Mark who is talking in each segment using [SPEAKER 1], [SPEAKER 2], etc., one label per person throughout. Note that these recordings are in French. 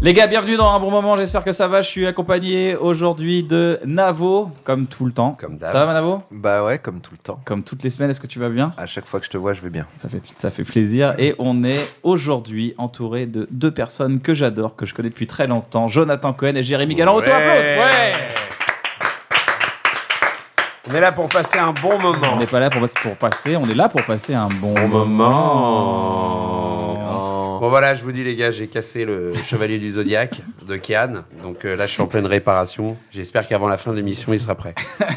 [SPEAKER 1] Les gars, bienvenue dans un bon moment, j'espère que ça va. Je suis accompagné aujourd'hui de Navo, comme tout le temps.
[SPEAKER 2] Comme
[SPEAKER 1] Ça
[SPEAKER 2] d'hab.
[SPEAKER 1] va Navo
[SPEAKER 2] Bah ouais, comme tout le temps.
[SPEAKER 1] Comme toutes les semaines, est-ce que tu vas bien
[SPEAKER 2] À chaque fois que je te vois, je vais bien.
[SPEAKER 1] ça fait, ça fait plaisir. Et on est aujourd'hui entouré de deux personnes que j'adore, que je connais depuis très longtemps, Jonathan Cohen et Jérémy Galland. Auto applause Ouais
[SPEAKER 3] On est là pour passer un bon
[SPEAKER 1] On
[SPEAKER 3] moment.
[SPEAKER 1] n'est pas là pour, passer- pour passer, on est là pour passer un bon,
[SPEAKER 3] Bon
[SPEAKER 1] moment.
[SPEAKER 3] moment. Oh. Bon voilà, je vous dis les gars, j'ai cassé le chevalier du zodiaque de Kian. Donc euh, là, je suis en pleine réparation. J'espère qu'avant la fin de l'émission, il sera prêt.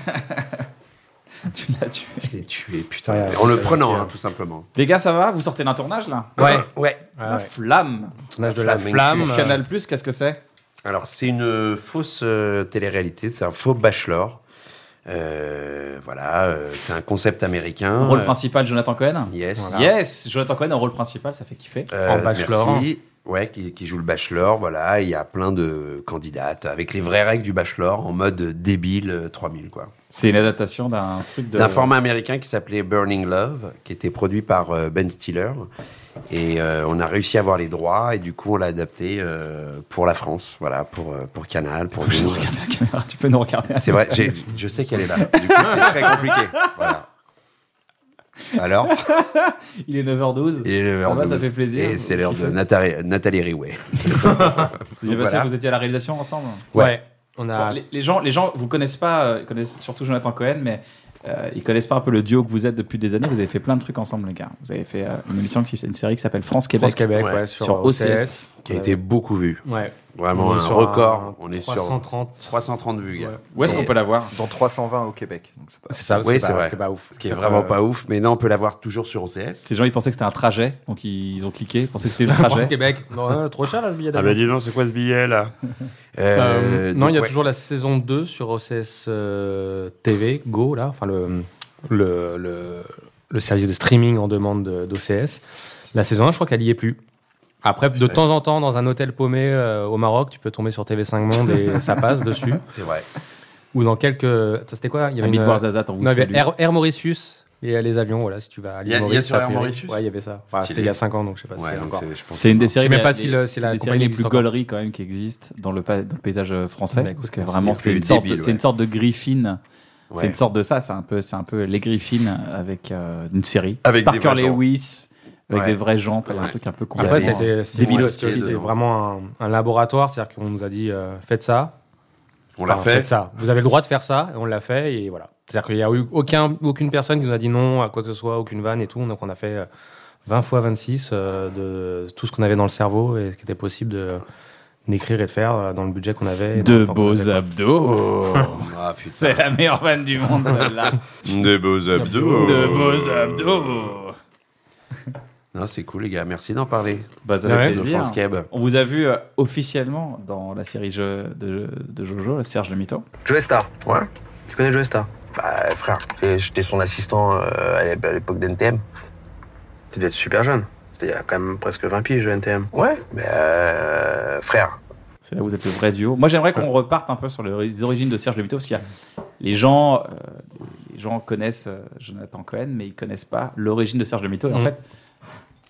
[SPEAKER 1] Tu l'as tué.
[SPEAKER 3] Je l'ai tué, putain. En le prenant, hein, tout simplement.
[SPEAKER 1] Les gars, ça va Vous sortez d'un tournage là
[SPEAKER 4] Ah Ouais,
[SPEAKER 3] Ouais.
[SPEAKER 1] La flamme.
[SPEAKER 4] tournage de la
[SPEAKER 3] Flamme,
[SPEAKER 4] flamme.
[SPEAKER 3] une
[SPEAKER 4] euh,
[SPEAKER 1] Canal Plus, qu'est-ce que c'est
[SPEAKER 3] Alors c'est une euh, fausse euh, télé-réalité, c'est un faux bachelor. Euh, voilà, euh, c'est un concept américain.
[SPEAKER 1] Rôle
[SPEAKER 3] Euh,
[SPEAKER 1] principal, Jonathan Cohen
[SPEAKER 3] Yes.
[SPEAKER 1] Yes Jonathan Cohen en rôle principal, ça fait kiffer.
[SPEAKER 3] Euh,
[SPEAKER 4] En bachelor.
[SPEAKER 3] merci. Ouais, qui, qui joue le bachelor, voilà. Il y a plein de candidates avec les vraies règles du bachelor en mode débile euh, 3000, quoi.
[SPEAKER 1] C'est une adaptation d'un truc de.
[SPEAKER 3] D'un format américain qui s'appelait Burning Love, qui était produit par euh, Ben Stiller. Et euh, on a réussi à avoir les droits et du coup on l'a adapté euh, pour la France, voilà, pour, euh, pour Canal, pour
[SPEAKER 1] Je te
[SPEAKER 3] nous.
[SPEAKER 1] regarde la caméra, tu peux nous regarder.
[SPEAKER 3] C'est vrai, j'ai- je sais qu'elle est là. Du coup, c'est très compliqué. Voilà. Alors, euh,
[SPEAKER 1] Il est 9h12.
[SPEAKER 3] il est l'heure
[SPEAKER 1] Ça va,
[SPEAKER 3] de-
[SPEAKER 1] ça fait plaisir.
[SPEAKER 3] Et c'est l'heure de Nathalie, Nathalie Riouet.
[SPEAKER 1] C'est bien
[SPEAKER 3] Donc
[SPEAKER 1] passé,
[SPEAKER 3] voilà.
[SPEAKER 1] vous étiez à la réalisation ensemble.
[SPEAKER 4] Ouais. On
[SPEAKER 1] Bon,
[SPEAKER 4] a.
[SPEAKER 1] les, les gens, les gens, vous connaissent pas, euh, connaissent surtout Jonathan Cohen, mais euh, ils connaissent pas un peu le duo que vous êtes depuis des années. Vous avez fait plein de trucs ensemble, les gars. Vous avez fait euh, une émission qui une série qui s'appelle France Québec.
[SPEAKER 4] France Québec,
[SPEAKER 3] ouais,
[SPEAKER 4] ouais,
[SPEAKER 1] sur,
[SPEAKER 4] sur,
[SPEAKER 1] OCS.
[SPEAKER 3] qui a été beaucoup vu.
[SPEAKER 4] Ouais.
[SPEAKER 3] Vraiment
[SPEAKER 4] On
[SPEAKER 3] un
[SPEAKER 4] est sur
[SPEAKER 3] record.
[SPEAKER 4] un
[SPEAKER 3] on est sur
[SPEAKER 4] 330.
[SPEAKER 3] 330 vues, gars.
[SPEAKER 4] Ouais.
[SPEAKER 1] Où est-ce
[SPEAKER 3] Et-
[SPEAKER 1] qu'on peut la voir
[SPEAKER 2] Dans 320 au Québec. donc c'est pas-
[SPEAKER 4] C'est ça,
[SPEAKER 3] Oui,
[SPEAKER 4] ce qui est
[SPEAKER 3] c'est
[SPEAKER 4] pas-
[SPEAKER 3] vrai.
[SPEAKER 4] Ce qui est pas ouf.
[SPEAKER 3] Ce qui est vraiment
[SPEAKER 4] euh,
[SPEAKER 3] pas ouf. Mais non, on peut l'avoir toujours sur OCS.
[SPEAKER 1] Ces gens, ils pensaient que c'était un trajet, donc ils ont cliqué, ils pensaient que c'était le trajet.
[SPEAKER 4] France Québec. Non, non, trop cher là ce billet
[SPEAKER 5] Ah
[SPEAKER 4] d'avion.
[SPEAKER 5] bah dis donc, c'est quoi ce billet là
[SPEAKER 4] Euh, non,
[SPEAKER 3] donc,
[SPEAKER 4] il y a
[SPEAKER 3] ouais.
[SPEAKER 4] toujours la saison 2 sur OCS euh, TV, Go, là, enfin le, le, le, le service de streaming en demande de- d'OCS. La saison 1, je crois qu'elle y est plus. Après, de temps en temps, dans un hôtel paumé euh, au Maroc, tu peux tomber sur TV5 Monde et ça passe dessus.
[SPEAKER 3] C'est vrai.
[SPEAKER 4] Ou dans quelques. Attends, C'était quoi Il y avait
[SPEAKER 1] Ami de
[SPEAKER 4] une,
[SPEAKER 1] Warzazat, on vous
[SPEAKER 4] Non, il y
[SPEAKER 1] salue.
[SPEAKER 4] avait Air, Air Mauritius et les avions, voilà, si tu vas à
[SPEAKER 3] Il y a- il y
[SPEAKER 4] l'île
[SPEAKER 3] a
[SPEAKER 4] Maurice.
[SPEAKER 3] sur
[SPEAKER 4] ça
[SPEAKER 3] Air
[SPEAKER 4] peut-
[SPEAKER 3] Mauritius
[SPEAKER 4] Ouais, il y avait ça. Enfin,
[SPEAKER 3] Stylé.
[SPEAKER 4] c'était il y a 5 ans, donc je sais pas si
[SPEAKER 3] Ouais,
[SPEAKER 4] c'est
[SPEAKER 3] donc
[SPEAKER 4] encore.
[SPEAKER 3] c'est- je pense
[SPEAKER 1] C'est une des
[SPEAKER 3] que-
[SPEAKER 1] séries,
[SPEAKER 4] sais même
[SPEAKER 1] mais
[SPEAKER 4] pas si le- si
[SPEAKER 1] c'est
[SPEAKER 4] la
[SPEAKER 1] des
[SPEAKER 4] compagnie
[SPEAKER 1] séries les plus
[SPEAKER 4] existe encore.
[SPEAKER 1] gauleries quand même qui existent dans le, pa- dans le paysage euh, français,
[SPEAKER 4] Bah, écoute,
[SPEAKER 1] parce que
[SPEAKER 4] c'est
[SPEAKER 1] vraiment
[SPEAKER 3] les
[SPEAKER 1] c'est
[SPEAKER 3] plus
[SPEAKER 1] une sorte, de-
[SPEAKER 3] débiles,
[SPEAKER 1] c'est une
[SPEAKER 3] ouais.
[SPEAKER 1] sorte de griffine. C'est
[SPEAKER 3] Ouais.
[SPEAKER 1] une sorte de ça, c'est un peu, c'est un peu les griffines avec euh, une série.
[SPEAKER 3] Avec des
[SPEAKER 1] Parker
[SPEAKER 3] vrais gens.
[SPEAKER 1] Lewis, avec
[SPEAKER 3] Ouais.
[SPEAKER 1] des vrais gens, enfin, il y a un
[SPEAKER 3] Ouais.
[SPEAKER 1] truc un peu complètement.
[SPEAKER 4] Après,
[SPEAKER 3] Il y a
[SPEAKER 4] c'était
[SPEAKER 3] des-
[SPEAKER 4] c'était-
[SPEAKER 3] des villas
[SPEAKER 4] c'était
[SPEAKER 3] aussi dedans.
[SPEAKER 4] vraiment un, un laboratoire, c'est-à-dire qu'on nous a dit euh, faites ça,
[SPEAKER 3] On l'a
[SPEAKER 4] Enfin,
[SPEAKER 3] fait.
[SPEAKER 4] faites ça. Vous avez le droit de faire ça, et on l'a fait, et voilà. C'est-à-dire qu'il n'y a eu aucun, aucune personne qui nous a dit non à quoi que ce soit, aucune vanne et tout, donc on a fait euh, 20 fois 26 euh, de tout ce qu'on avait dans le cerveau et ce qui était possible de d'écrire et de faire euh, dans le budget qu'on avait. et dans
[SPEAKER 1] De
[SPEAKER 4] le temps qu'on
[SPEAKER 1] beaux
[SPEAKER 4] avait.
[SPEAKER 1] abdos.
[SPEAKER 3] Ah, putain.
[SPEAKER 1] c'est la meilleure vanne du monde, celle-là.
[SPEAKER 3] Des beaux abdos.
[SPEAKER 1] De beaux abdos.
[SPEAKER 3] Non, c'est cool, les gars. Merci d'en parler.
[SPEAKER 1] Bah, ça fait
[SPEAKER 4] Ouais.
[SPEAKER 3] De
[SPEAKER 1] plaisir.
[SPEAKER 3] France Keb.
[SPEAKER 1] On vous a vu euh, officiellement dans la série jeu de, de Jojo, Serge le Mito.
[SPEAKER 6] Joe Star. Ouais. Tu connais Joe Star Bah frère, j'étais son assistant euh, à l'ép- à l'époque d'NTM.
[SPEAKER 7] Tu devais être super jeune. C'était il y a quand même presque 20 piges, le NTM.
[SPEAKER 6] Ouais. Mais euh, frère.
[SPEAKER 1] C'est là où vous êtes le vrai duo. Moi, j'aimerais qu'on reparte un peu sur le- les origines de Serge Le Mito, parce qu'il y a les gens, euh, les gens connaissent euh, Jonathan Cohen, mais ils connaissent pas l'origine de Serge Le Mito. Et en
[SPEAKER 4] Mhm.
[SPEAKER 1] fait,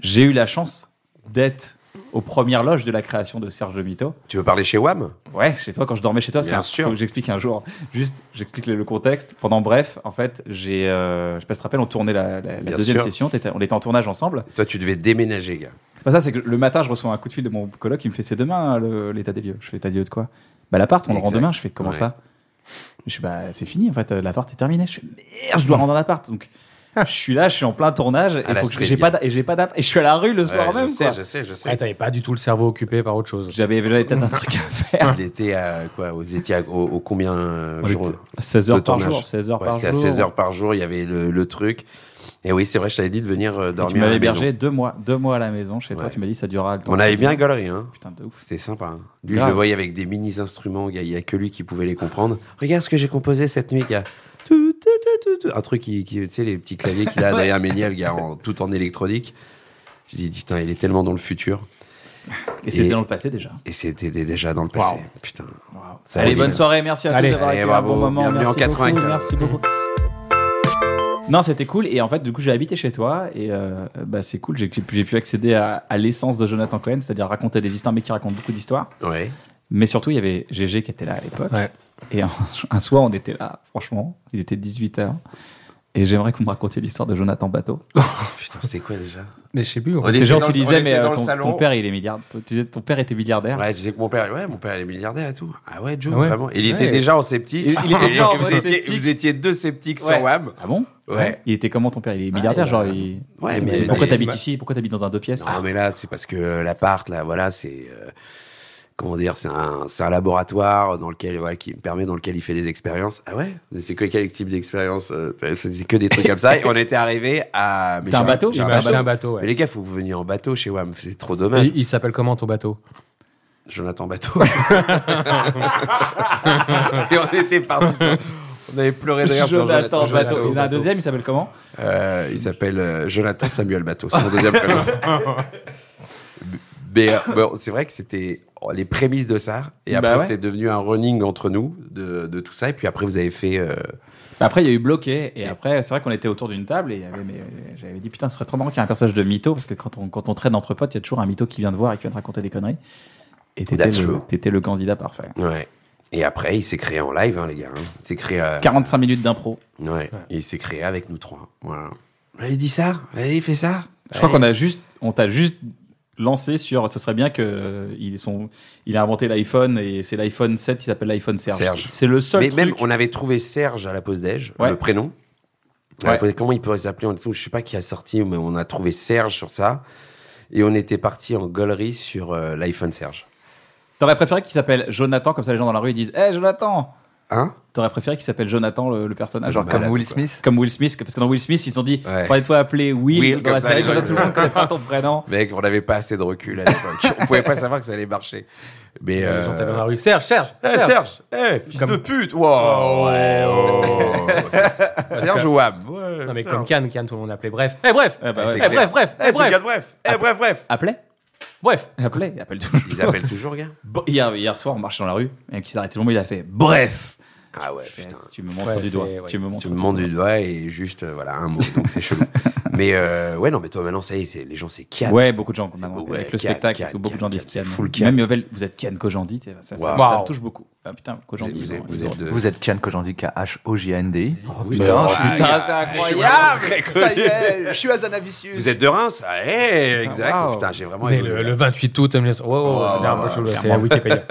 [SPEAKER 1] j'ai eu la chance d'être aux premières loges de la création de Serge Le Mito.
[SPEAKER 3] Tu veux parler chez WAM
[SPEAKER 1] Ouais, chez toi, quand je dormais chez toi, parce
[SPEAKER 3] Bien
[SPEAKER 1] qu'il
[SPEAKER 3] sûr.
[SPEAKER 1] faut que j'explique un jour. Juste, j'explique le, le contexte. Pendant bref, en fait, j'ai, euh, je sais pas si tu te rappelles, on tournait la, la- la
[SPEAKER 3] Bien
[SPEAKER 1] deuxième
[SPEAKER 3] sûr.
[SPEAKER 1] session, t'étais- on était en tournage ensemble.
[SPEAKER 3] Toi, tu devais déménager, gars.
[SPEAKER 1] C'est pas ça, c'est que le matin, je reçois un coup de fil de mon coloc, il me fait c'est demain hein, le- l'état des lieux. Je fais état des lieux de quoi Bah l'appart, on le rend
[SPEAKER 3] Exact.
[SPEAKER 1] demain. Je fais comment
[SPEAKER 3] Ouais.
[SPEAKER 1] ça Je fais bah c'est fini en fait, euh, l'appart est terminé. Je fais merde, je dois rendre un appart. Donc je suis là, je suis en plein tournage, et
[SPEAKER 3] Hmm. Ah. la
[SPEAKER 1] faut que je-
[SPEAKER 3] Strélia.
[SPEAKER 1] j'ai pas d'a- et j'ai pas d'app, et je suis à la rue le soir
[SPEAKER 3] Ouais,
[SPEAKER 1] même.
[SPEAKER 3] je sais,
[SPEAKER 1] quoi.
[SPEAKER 3] je sais, je sais.
[SPEAKER 4] Ah, t'avais pas du tout le cerveau occupé par autre chose.
[SPEAKER 1] J'avais j'avais peut-être un truc à faire.
[SPEAKER 3] Il était à quoi Vous étiez à- au, au combien euh,
[SPEAKER 1] On
[SPEAKER 3] jours
[SPEAKER 1] était- 16 heures
[SPEAKER 3] de
[SPEAKER 1] par
[SPEAKER 3] tournage.
[SPEAKER 1] jour, 16 heures
[SPEAKER 3] Ouais,
[SPEAKER 1] par
[SPEAKER 3] C'était à
[SPEAKER 1] jour.
[SPEAKER 3] 16 heures par jour, il y avait le, le truc. Et oui, c'est vrai, je t'avais dit de venir euh,
[SPEAKER 1] Et
[SPEAKER 3] dormir.
[SPEAKER 1] tu
[SPEAKER 3] à
[SPEAKER 1] m'avais
[SPEAKER 3] la maison.
[SPEAKER 1] hébergé deux mois, deux mois à la maison chez toi.
[SPEAKER 3] Ouais.
[SPEAKER 1] Tu m'as dit ça durera le temps.
[SPEAKER 3] On avait bien galerie, hein.
[SPEAKER 1] Putain de ouf.
[SPEAKER 3] C'était sympa. hein. Lui,
[SPEAKER 1] Grave.
[SPEAKER 3] je le voyais avec des mini-instruments, gars, il n'y a que lui qui pouvait les comprendre. Regarde ce que j'ai composé cette nuit, gars. Tout, tout, tout, tout, tout. Un truc qui, qui- tu sais, les petits claviers qu'il a derrière Méniel, gars, en- tout en électronique. J'ai dit, putain, il est tellement dans le futur.
[SPEAKER 1] Et c'était
[SPEAKER 3] Et-
[SPEAKER 1] dans le passé déjà.
[SPEAKER 3] Et c'était déjà dans le passé. Putain. Ça
[SPEAKER 1] Allez,
[SPEAKER 3] va
[SPEAKER 1] bonne
[SPEAKER 3] bien.
[SPEAKER 1] soirée, merci à
[SPEAKER 4] Allez.
[SPEAKER 1] tous d'avoir
[SPEAKER 3] Allez,
[SPEAKER 1] été un
[SPEAKER 3] bravo.
[SPEAKER 1] bon moment.
[SPEAKER 3] Bienvenue en
[SPEAKER 1] merci beaucoup,
[SPEAKER 3] 95.
[SPEAKER 1] merci beaucoup. Non, c'était cool. Et en fait, du coup, j'ai habité chez toi. Et euh, bah, c'est cool. J'ai j'ai pu accéder à, à l'essence de Jonathan Cohen, c'est-à-dire raconter des histoires, mais qui raconte beaucoup d'histoires.
[SPEAKER 3] Ouais.
[SPEAKER 1] Mais surtout, il y avait GG qui était là à l'époque.
[SPEAKER 4] Ouais.
[SPEAKER 1] Et un, un soir, on était là, franchement. Il était 18h. Et j'aimerais que vous me racontiez l'histoire de Jonathan Bateau.
[SPEAKER 3] Putain, c'était quoi déjà
[SPEAKER 4] Mais je sais plus.
[SPEAKER 3] On
[SPEAKER 1] C'est
[SPEAKER 3] était
[SPEAKER 1] genre,
[SPEAKER 3] dans
[SPEAKER 1] tu
[SPEAKER 3] le- on
[SPEAKER 1] disais,
[SPEAKER 3] était
[SPEAKER 1] mais euh,
[SPEAKER 3] dans le
[SPEAKER 1] ton,
[SPEAKER 3] salon.
[SPEAKER 1] ton père, il est milliardaire. Tu disais, ton père était milliardaire.
[SPEAKER 3] Ouais, je disais que mon père, ouais, mon père il est milliardaire et tout. Ah ouais, Joe,
[SPEAKER 4] Ah ouais.
[SPEAKER 3] vraiment. Il
[SPEAKER 4] Ouais.
[SPEAKER 3] était déjà en sceptique.
[SPEAKER 1] Il- il était
[SPEAKER 3] Et
[SPEAKER 1] déjà en
[SPEAKER 3] vous
[SPEAKER 1] mode
[SPEAKER 3] étiez-
[SPEAKER 1] sceptique.
[SPEAKER 3] Vous étiez deux sceptiques
[SPEAKER 1] Ouais.
[SPEAKER 3] sur WAM.
[SPEAKER 1] Ah bon
[SPEAKER 3] Ouais.
[SPEAKER 1] Il était comment ton père Il est milliardaire,
[SPEAKER 4] il a-
[SPEAKER 1] genre. il-
[SPEAKER 3] Ouais,
[SPEAKER 1] il-
[SPEAKER 3] mais-
[SPEAKER 1] Eh ben, pourquoi
[SPEAKER 3] mais-
[SPEAKER 1] t'habites ici Pourquoi t'habites dans un deux pièces
[SPEAKER 3] Non, mais là, c'est parce que euh, l'appart, là, voilà, c'est. euh, Comment dire, c'est un, c'est un laboratoire dans lequel, voilà, qui me permet, dans lequel il fait des expériences. Ah ouais Mais C'est que quel type d'expérience euh, c'est- C'était que des trucs comme ça. Et on était arrivé à. mais
[SPEAKER 1] T'as un
[SPEAKER 3] j'ai-
[SPEAKER 1] bateau
[SPEAKER 3] j'ai
[SPEAKER 4] J'ai acheté un bateau. ouais.
[SPEAKER 3] Mais les gars, faut que vous veniez en bateau chez WAM. C'est trop dommage.
[SPEAKER 4] Et Il s'appelle comment ton bateau
[SPEAKER 3] Jonathan Bateau. Et on était partis. sur- On avait pleuré d'ailleurs sur
[SPEAKER 1] Jonathan
[SPEAKER 3] Jonathan
[SPEAKER 1] Bateau.
[SPEAKER 3] Bateau.
[SPEAKER 1] Il y en a un deuxième, il s'appelle comment
[SPEAKER 3] Euh, il s'appelle euh, Jonathan Samuel Bateau, c'est mon deuxième prénom. Mais euh, bon, c'est vrai que c'était oh, les prémices de ça. Et après,
[SPEAKER 1] Bah ouais.
[SPEAKER 3] c'était devenu un running entre nous de, de tout ça. Et puis après, vous avez fait. euh,
[SPEAKER 1] Bah, Après, il y a eu bloqué. Et après, c'est vrai qu'on était autour d'une table et il y avait, mais, euh, j'avais dit putain, ce serait trop marrant qu'il y ait un personnage de mytho parce que quand on, quand on traîne entre potes, il y a toujours un mytho qui vient de voir et qui vient de raconter des conneries. Et t'étais
[SPEAKER 3] That's
[SPEAKER 1] le,
[SPEAKER 3] true.
[SPEAKER 1] t'étais le candidat parfait.
[SPEAKER 3] ouais. Et après, il s'est créé en live, hein, les gars. hein. Il s'est créé. euh,
[SPEAKER 1] 45 minutes d'impro.
[SPEAKER 3] ouais. Et il s'est créé avec nous trois. Voilà. Allez, dis ça. Allez, fais ça.
[SPEAKER 1] Je crois qu'on a juste, on t'a juste lancé sur, ce serait bien que euh, il, son, il a inventé l'iPhone et c'est l'iPhone 7, il s'appelle l'iPhone Serge.
[SPEAKER 3] Serge.
[SPEAKER 1] C'est le seul
[SPEAKER 3] Mais
[SPEAKER 1] truc.
[SPEAKER 3] même, on avait trouvé Serge à la pause déj,
[SPEAKER 1] Ouais.
[SPEAKER 3] le prénom. On a
[SPEAKER 1] Ouais.
[SPEAKER 3] posé comment il pourrait s'appeler en dessous, je sais pas qui a sorti, mais on a trouvé Serge sur ça. Et on était parti en gaulerie sur euh, l'iPhone Serge.
[SPEAKER 1] T'aurais préféré qu'il s'appelle Jonathan, comme ça les gens dans la rue ils disent Hé Jonathan
[SPEAKER 3] Hein
[SPEAKER 1] T'aurais préféré qu'il s'appelle Jonathan le, le
[SPEAKER 3] Ah,
[SPEAKER 1] personnage
[SPEAKER 2] Genre
[SPEAKER 1] Bah,
[SPEAKER 2] comme
[SPEAKER 1] là,
[SPEAKER 2] Will
[SPEAKER 1] quoi.
[SPEAKER 2] Smith.
[SPEAKER 1] Comme Will Smith, parce que dans Will Smith ils se sont dit
[SPEAKER 3] Ouais.
[SPEAKER 1] Faudrait-toi appeler Will,
[SPEAKER 3] Will,
[SPEAKER 1] dans la
[SPEAKER 3] comme ça,
[SPEAKER 1] série,
[SPEAKER 3] les
[SPEAKER 1] comme ça
[SPEAKER 3] gens-
[SPEAKER 1] tout le monde connaîtra ton prénom.
[SPEAKER 3] Mec, on n'avait pas assez de recul à l'époque. on pouvait pas savoir que ça allait marcher. Mais.
[SPEAKER 4] Les gens
[SPEAKER 3] euh,
[SPEAKER 4] t'appellent dans la rue. Serge, Serge
[SPEAKER 3] Eh,
[SPEAKER 4] Serge.
[SPEAKER 3] Serge, eh, fils
[SPEAKER 4] Comme-
[SPEAKER 3] de pute, wow, ouais, oh. Serge Ouam, ouais,
[SPEAKER 4] Non mais
[SPEAKER 3] Serge.
[SPEAKER 4] comme Cannes, Cannes, tout le monde l'appelait. Bref. Eh bref.
[SPEAKER 1] Eh, bah ouais.
[SPEAKER 4] Eh,
[SPEAKER 3] C'est
[SPEAKER 4] bref,
[SPEAKER 3] clair.
[SPEAKER 4] bref.
[SPEAKER 3] Eh,
[SPEAKER 4] Eh,
[SPEAKER 3] c'est le gars
[SPEAKER 4] bref.
[SPEAKER 3] de bref, eh, bref, bref.
[SPEAKER 1] Appelez
[SPEAKER 4] Bref.
[SPEAKER 1] Appelez, appelle toujours.
[SPEAKER 3] Ils appellent toujours, gars.
[SPEAKER 1] Bon, hier, hier soir on marchait dans la rue, et qui s'est arrêté longuement, il a fait Bref
[SPEAKER 3] Ah ouais,
[SPEAKER 1] Je fais,
[SPEAKER 3] putain.
[SPEAKER 1] Tu me montres
[SPEAKER 4] Ouais,
[SPEAKER 1] du
[SPEAKER 4] c'est-
[SPEAKER 1] doigt.
[SPEAKER 4] ouais.
[SPEAKER 1] Tu me montres.
[SPEAKER 3] Tu me montres du doigt et juste, euh, voilà, un mot, donc c'est chelou. Mais euh, ouais, non, mais toi maintenant, ça y est, c'est- les gens, c'est Kian.
[SPEAKER 1] Ouais, beaucoup de gens, maintenant,
[SPEAKER 3] Ouais,
[SPEAKER 1] avec le
[SPEAKER 3] Kian,
[SPEAKER 1] spectacle,
[SPEAKER 3] Kian,
[SPEAKER 1] et tout, beaucoup de gens
[SPEAKER 3] Kian,
[SPEAKER 1] disent
[SPEAKER 3] Kian,
[SPEAKER 1] Kian.
[SPEAKER 3] full Kian.
[SPEAKER 1] Même ils m'appellent, vous êtes Kian Kojandi, t'es- ça, ça,
[SPEAKER 3] Wow.
[SPEAKER 1] ça me
[SPEAKER 4] Wow.
[SPEAKER 1] touche beaucoup. Ah putain,
[SPEAKER 3] Vous êtes-
[SPEAKER 1] Kojandi.
[SPEAKER 3] vous
[SPEAKER 1] ils
[SPEAKER 3] êtes-
[SPEAKER 1] ont-
[SPEAKER 3] vous
[SPEAKER 1] ils ont-
[SPEAKER 3] êtes de- bah,
[SPEAKER 2] Vous êtes Kian Kojandi, K-H-O-J-A-N-D.
[SPEAKER 3] putain,
[SPEAKER 1] Putain, c'est
[SPEAKER 2] incroyable Ça y est, je suis à Zanavicius.
[SPEAKER 3] Vous êtes de Reims Ah, eh, exact.
[SPEAKER 1] waouh.
[SPEAKER 3] Putain, j'ai vraiment
[SPEAKER 4] Mais
[SPEAKER 3] aimé.
[SPEAKER 4] le, le 28 août, 1900. Wow, wow,
[SPEAKER 3] Wow,
[SPEAKER 4] c'est bien,
[SPEAKER 3] wow,
[SPEAKER 4] c'est la Wikipédia.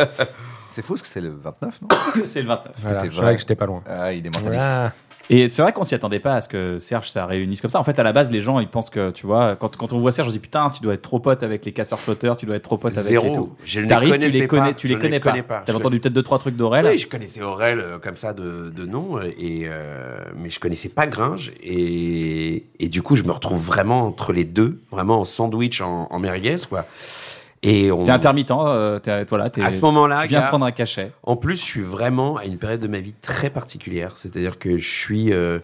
[SPEAKER 2] C'est faux, parce que c'est le 29, non
[SPEAKER 1] C'est le 29.
[SPEAKER 4] Voilà,
[SPEAKER 2] C'était
[SPEAKER 4] je
[SPEAKER 2] vrai.
[SPEAKER 4] savais que j'étais pas loin.
[SPEAKER 2] Ah, il est mentaliste.
[SPEAKER 4] Voilà.
[SPEAKER 1] Et c'est vrai qu'on s'y attendait pas à ce que Serge ça réunisse comme ça. En fait, à la base, les gens ils pensent que tu vois, quand, quand on voit Serge, on se dit putain, tu dois être trop pote avec les casseurs flotteurs, tu dois être trop pote avec et tout.
[SPEAKER 3] Zéro. Je ne les
[SPEAKER 1] T'arrives, tu
[SPEAKER 3] connaissais
[SPEAKER 1] les
[SPEAKER 3] pas.
[SPEAKER 1] connais, tu
[SPEAKER 3] Je
[SPEAKER 1] les
[SPEAKER 3] ne
[SPEAKER 1] connais pas.
[SPEAKER 3] connais pas.
[SPEAKER 1] T'avais
[SPEAKER 3] Je
[SPEAKER 1] entendu peut-être deux trois trucs d'Aurel.
[SPEAKER 3] Oui, je connaissais Aurel euh, comme ça de, de nom, euh, et, euh, mais je connaissais pas Gringe. Et, et du coup, je me retrouve vraiment entre les deux, vraiment en sandwich, en, en merguez, quoi. Et on,
[SPEAKER 1] T'es intermittent, euh, t'es- voilà, t'es-
[SPEAKER 3] à ce moment-là,
[SPEAKER 1] tu viens
[SPEAKER 3] gars,
[SPEAKER 1] prendre un cachet.
[SPEAKER 3] En plus, je suis vraiment à une période de ma vie très particulière. C'est-à-dire que je suis, euh,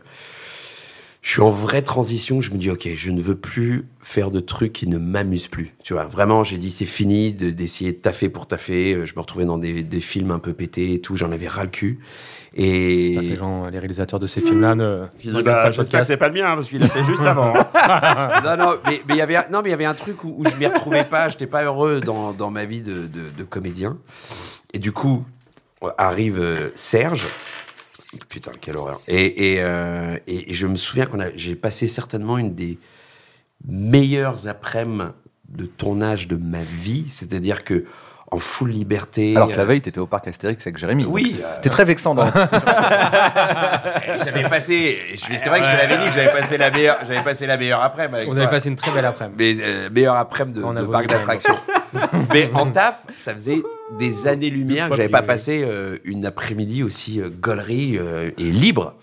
[SPEAKER 3] je suis en vraie transition. Je me dis, ok, je ne veux plus faire de trucs qui ne m'amusent plus. Tu vois, vraiment, j'ai dit, c'est fini de- d'essayer de taffer pour taffer. Euh, Je me retrouvais dans des, des films un peu pétés et tout. J'en avais ras le cul.
[SPEAKER 4] C'est pas que
[SPEAKER 3] Et
[SPEAKER 4] Les gens, les réalisateurs de ces films-là ne.
[SPEAKER 5] Puis,
[SPEAKER 4] ne
[SPEAKER 5] bah,
[SPEAKER 4] regardent pas le
[SPEAKER 5] J'espère que
[SPEAKER 4] podcast.
[SPEAKER 5] c'est pas le mien, parce qu'il l'a fait juste avant.
[SPEAKER 8] hein.
[SPEAKER 3] non, non, mais mais il y avait, un- non, mais il y avait un truc où, où je m'y retrouvais pas. J'étais pas heureux dans, dans ma vie de, de- de comédien. Et du coup, arrive euh, Serge. Putain, quelle horreur. Et, et, euh, et- et je me souviens qu'on a, j'ai passé certainement une des meilleures après-midi de tournage de ma vie. C'est-à-dire que, en full liberté.
[SPEAKER 2] Alors que la
[SPEAKER 3] Euh,
[SPEAKER 2] veille, t'étais au parc Astérix avec Jérémy.
[SPEAKER 3] Oui,
[SPEAKER 2] Donc,
[SPEAKER 3] euh,
[SPEAKER 2] T'es très vexant dans.
[SPEAKER 3] j'avais passé. je- C'est vrai que je te l'avais dit que j'avais passé la meilleure. J'avais passé la meilleure après. mais avec
[SPEAKER 4] On
[SPEAKER 3] toi.
[SPEAKER 4] avait passé une très belle après-midi.
[SPEAKER 3] mais euh, meilleur après-midi de,
[SPEAKER 4] On a
[SPEAKER 3] de
[SPEAKER 4] voulu
[SPEAKER 3] parc
[SPEAKER 4] quand même.
[SPEAKER 3] d'attraction. mais en taf, ça faisait des années-lumière que
[SPEAKER 4] Pas
[SPEAKER 3] j'avais pas
[SPEAKER 4] privé.
[SPEAKER 3] passé euh, une après-midi aussi euh, gaulerie euh, et libre.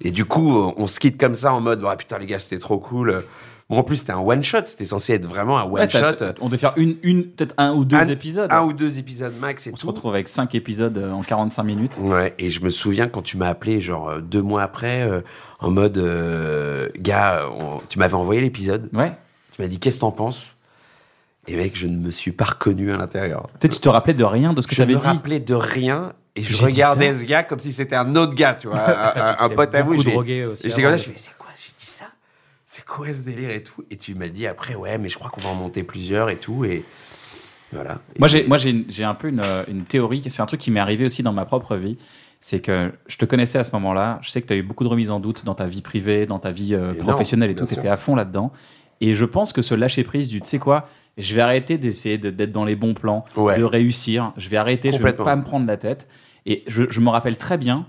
[SPEAKER 3] Et du coup, euh, on se quitte comme ça en mode bah, putain, les gars, c'était trop cool. Bon, en plus, c'était un one-shot. C'était censé être vraiment un
[SPEAKER 1] Ouais, t'as-
[SPEAKER 3] one-shot.
[SPEAKER 1] t'as- on devait faire une, une peut-être un ou deux
[SPEAKER 3] Un-
[SPEAKER 1] épisodes.
[SPEAKER 3] un ou deux épisodes max et
[SPEAKER 1] on se
[SPEAKER 3] tout.
[SPEAKER 1] retrouve avec cinq épisodes euh, en 45 minutes.
[SPEAKER 3] Ouais, et je me souviens quand tu m'as appelé, genre euh, deux mois après, euh, en mode euh, gars, on- tu m'avais envoyé l'épisode,
[SPEAKER 1] Ouais.
[SPEAKER 3] tu m'as dit qu'est-ce que t'en penses Et mec, je ne me suis pas reconnu à l'intérieur.
[SPEAKER 1] Peut-être tu te rappelais de rien de ce que
[SPEAKER 3] Je
[SPEAKER 1] j'avais
[SPEAKER 3] me
[SPEAKER 1] dit.
[SPEAKER 3] rappelais de rien et je
[SPEAKER 4] J'ai dit
[SPEAKER 3] regardais ce gars comme si c'était un autre gars, tu vois, un, un- un pote à vous.
[SPEAKER 4] Beaucoup
[SPEAKER 3] je l'ai-
[SPEAKER 4] drogué aussi.
[SPEAKER 3] et j'étais comme ça,
[SPEAKER 4] avant.
[SPEAKER 3] je fais, c'est quoi J'ai dit ça C'est quoi ce délire et tout Et tu m'as dit après, ouais, mais je crois qu'on va en monter plusieurs et tout. Et voilà.
[SPEAKER 1] Moi,
[SPEAKER 3] Et-
[SPEAKER 1] j'ai, moi, j'ai, une- j'ai un peu une, euh, une théorie. C'est un truc qui m'est arrivé aussi dans ma propre vie. C'est que je te connaissais à ce moment-là. Je sais que tu as eu beaucoup de remises en doute dans ta vie privée, dans ta vie euh,
[SPEAKER 3] Énorme,
[SPEAKER 1] professionnelle et
[SPEAKER 3] bien
[SPEAKER 1] tout. Tu
[SPEAKER 3] sûr.
[SPEAKER 1] étais à fond là-dedans. Et je pense que ce lâcher prise du, tu sais quoi, je vais arrêter d'essayer de- d'être dans les bons plans,
[SPEAKER 3] Ouais.
[SPEAKER 1] de réussir. Je vais arrêter. Je vais
[SPEAKER 3] Complètement.
[SPEAKER 1] pas me prendre la tête. Et je, je me rappelle très bien.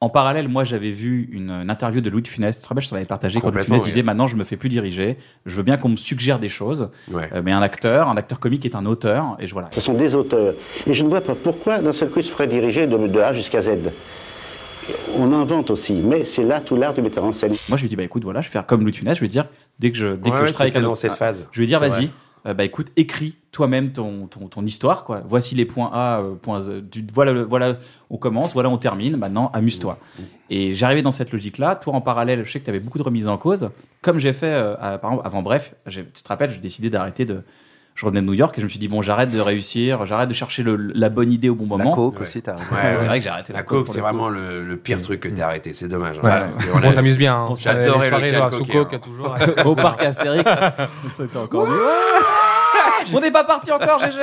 [SPEAKER 1] En parallèle, moi, j'avais vu une, une interview de Louis de Funès. Tu te rappelles, je t'en avais partagé quand Louis de
[SPEAKER 3] Complètement,
[SPEAKER 1] Funès
[SPEAKER 3] oui.
[SPEAKER 1] disait Maintenant, je me fais plus diriger. Je veux bien qu'on me suggère des choses.
[SPEAKER 3] Ouais.
[SPEAKER 1] Euh, mais un acteur, un acteur comique est un auteur. Et je, voilà.
[SPEAKER 5] Ce sont des auteurs. Et je ne vois pas pourquoi d'un seul coup ils se feraient diriger de, de A jusqu'à Z. On invente aussi, mais c'est là tout l'art du metteur en scène.
[SPEAKER 1] Moi, je lui dis, bah écoute, voilà, je vais faire comme Louis de Funès, je vais dire, dès que je, dès
[SPEAKER 3] Ouais,
[SPEAKER 1] que
[SPEAKER 3] ouais,
[SPEAKER 1] je travaille
[SPEAKER 3] t'étais
[SPEAKER 1] avec un
[SPEAKER 3] dans
[SPEAKER 1] autre-
[SPEAKER 3] cette
[SPEAKER 1] ah,
[SPEAKER 3] phase.
[SPEAKER 1] Je vais dire,
[SPEAKER 3] C'est
[SPEAKER 1] vas-y, euh, bah écoute, écris toi-même ton, ton, ton histoire, quoi. Voici les points A, euh, points Z, du- voilà, le- voilà, on commence, voilà, on termine, maintenant, amuse-toi.
[SPEAKER 3] Mmh,
[SPEAKER 1] Et j'arrivais dans cette logique-là. Toi, en parallèle, je sais que tu avais beaucoup de remises en cause. Comme j'ai fait, euh, à- par exemple, avant, bref, j'ai- tu te rappelles, j'ai décidé d'arrêter de. Je revenais de New York et je me suis dit, bon, j'arrête de réussir, j'arrête de chercher le- la bonne idée au bon
[SPEAKER 2] La
[SPEAKER 1] moment.
[SPEAKER 2] coke
[SPEAKER 3] Ouais.
[SPEAKER 2] aussi, t'as.
[SPEAKER 3] Ouais,
[SPEAKER 1] C'est
[SPEAKER 3] ouais.
[SPEAKER 1] vrai que j'ai arrêté
[SPEAKER 3] La
[SPEAKER 1] coke
[SPEAKER 3] coke,
[SPEAKER 1] pour
[SPEAKER 3] c'est
[SPEAKER 1] le coup. Mm.
[SPEAKER 3] vraiment le, le pire truc que t'as arrêté. C'est dommage. hein.
[SPEAKER 4] Ouais.
[SPEAKER 3] Voilà, parce que
[SPEAKER 4] On
[SPEAKER 3] a-
[SPEAKER 4] s'adorait s'amuse bien. hein.
[SPEAKER 3] J'adorais
[SPEAKER 4] Les
[SPEAKER 3] le
[SPEAKER 4] soirées
[SPEAKER 3] Jack
[SPEAKER 4] sous
[SPEAKER 3] Coquer,
[SPEAKER 4] coke,
[SPEAKER 3] hein.
[SPEAKER 4] toujours.
[SPEAKER 1] au parc Astérix. C'était encore mieux. On n'est pas parti encore, GG.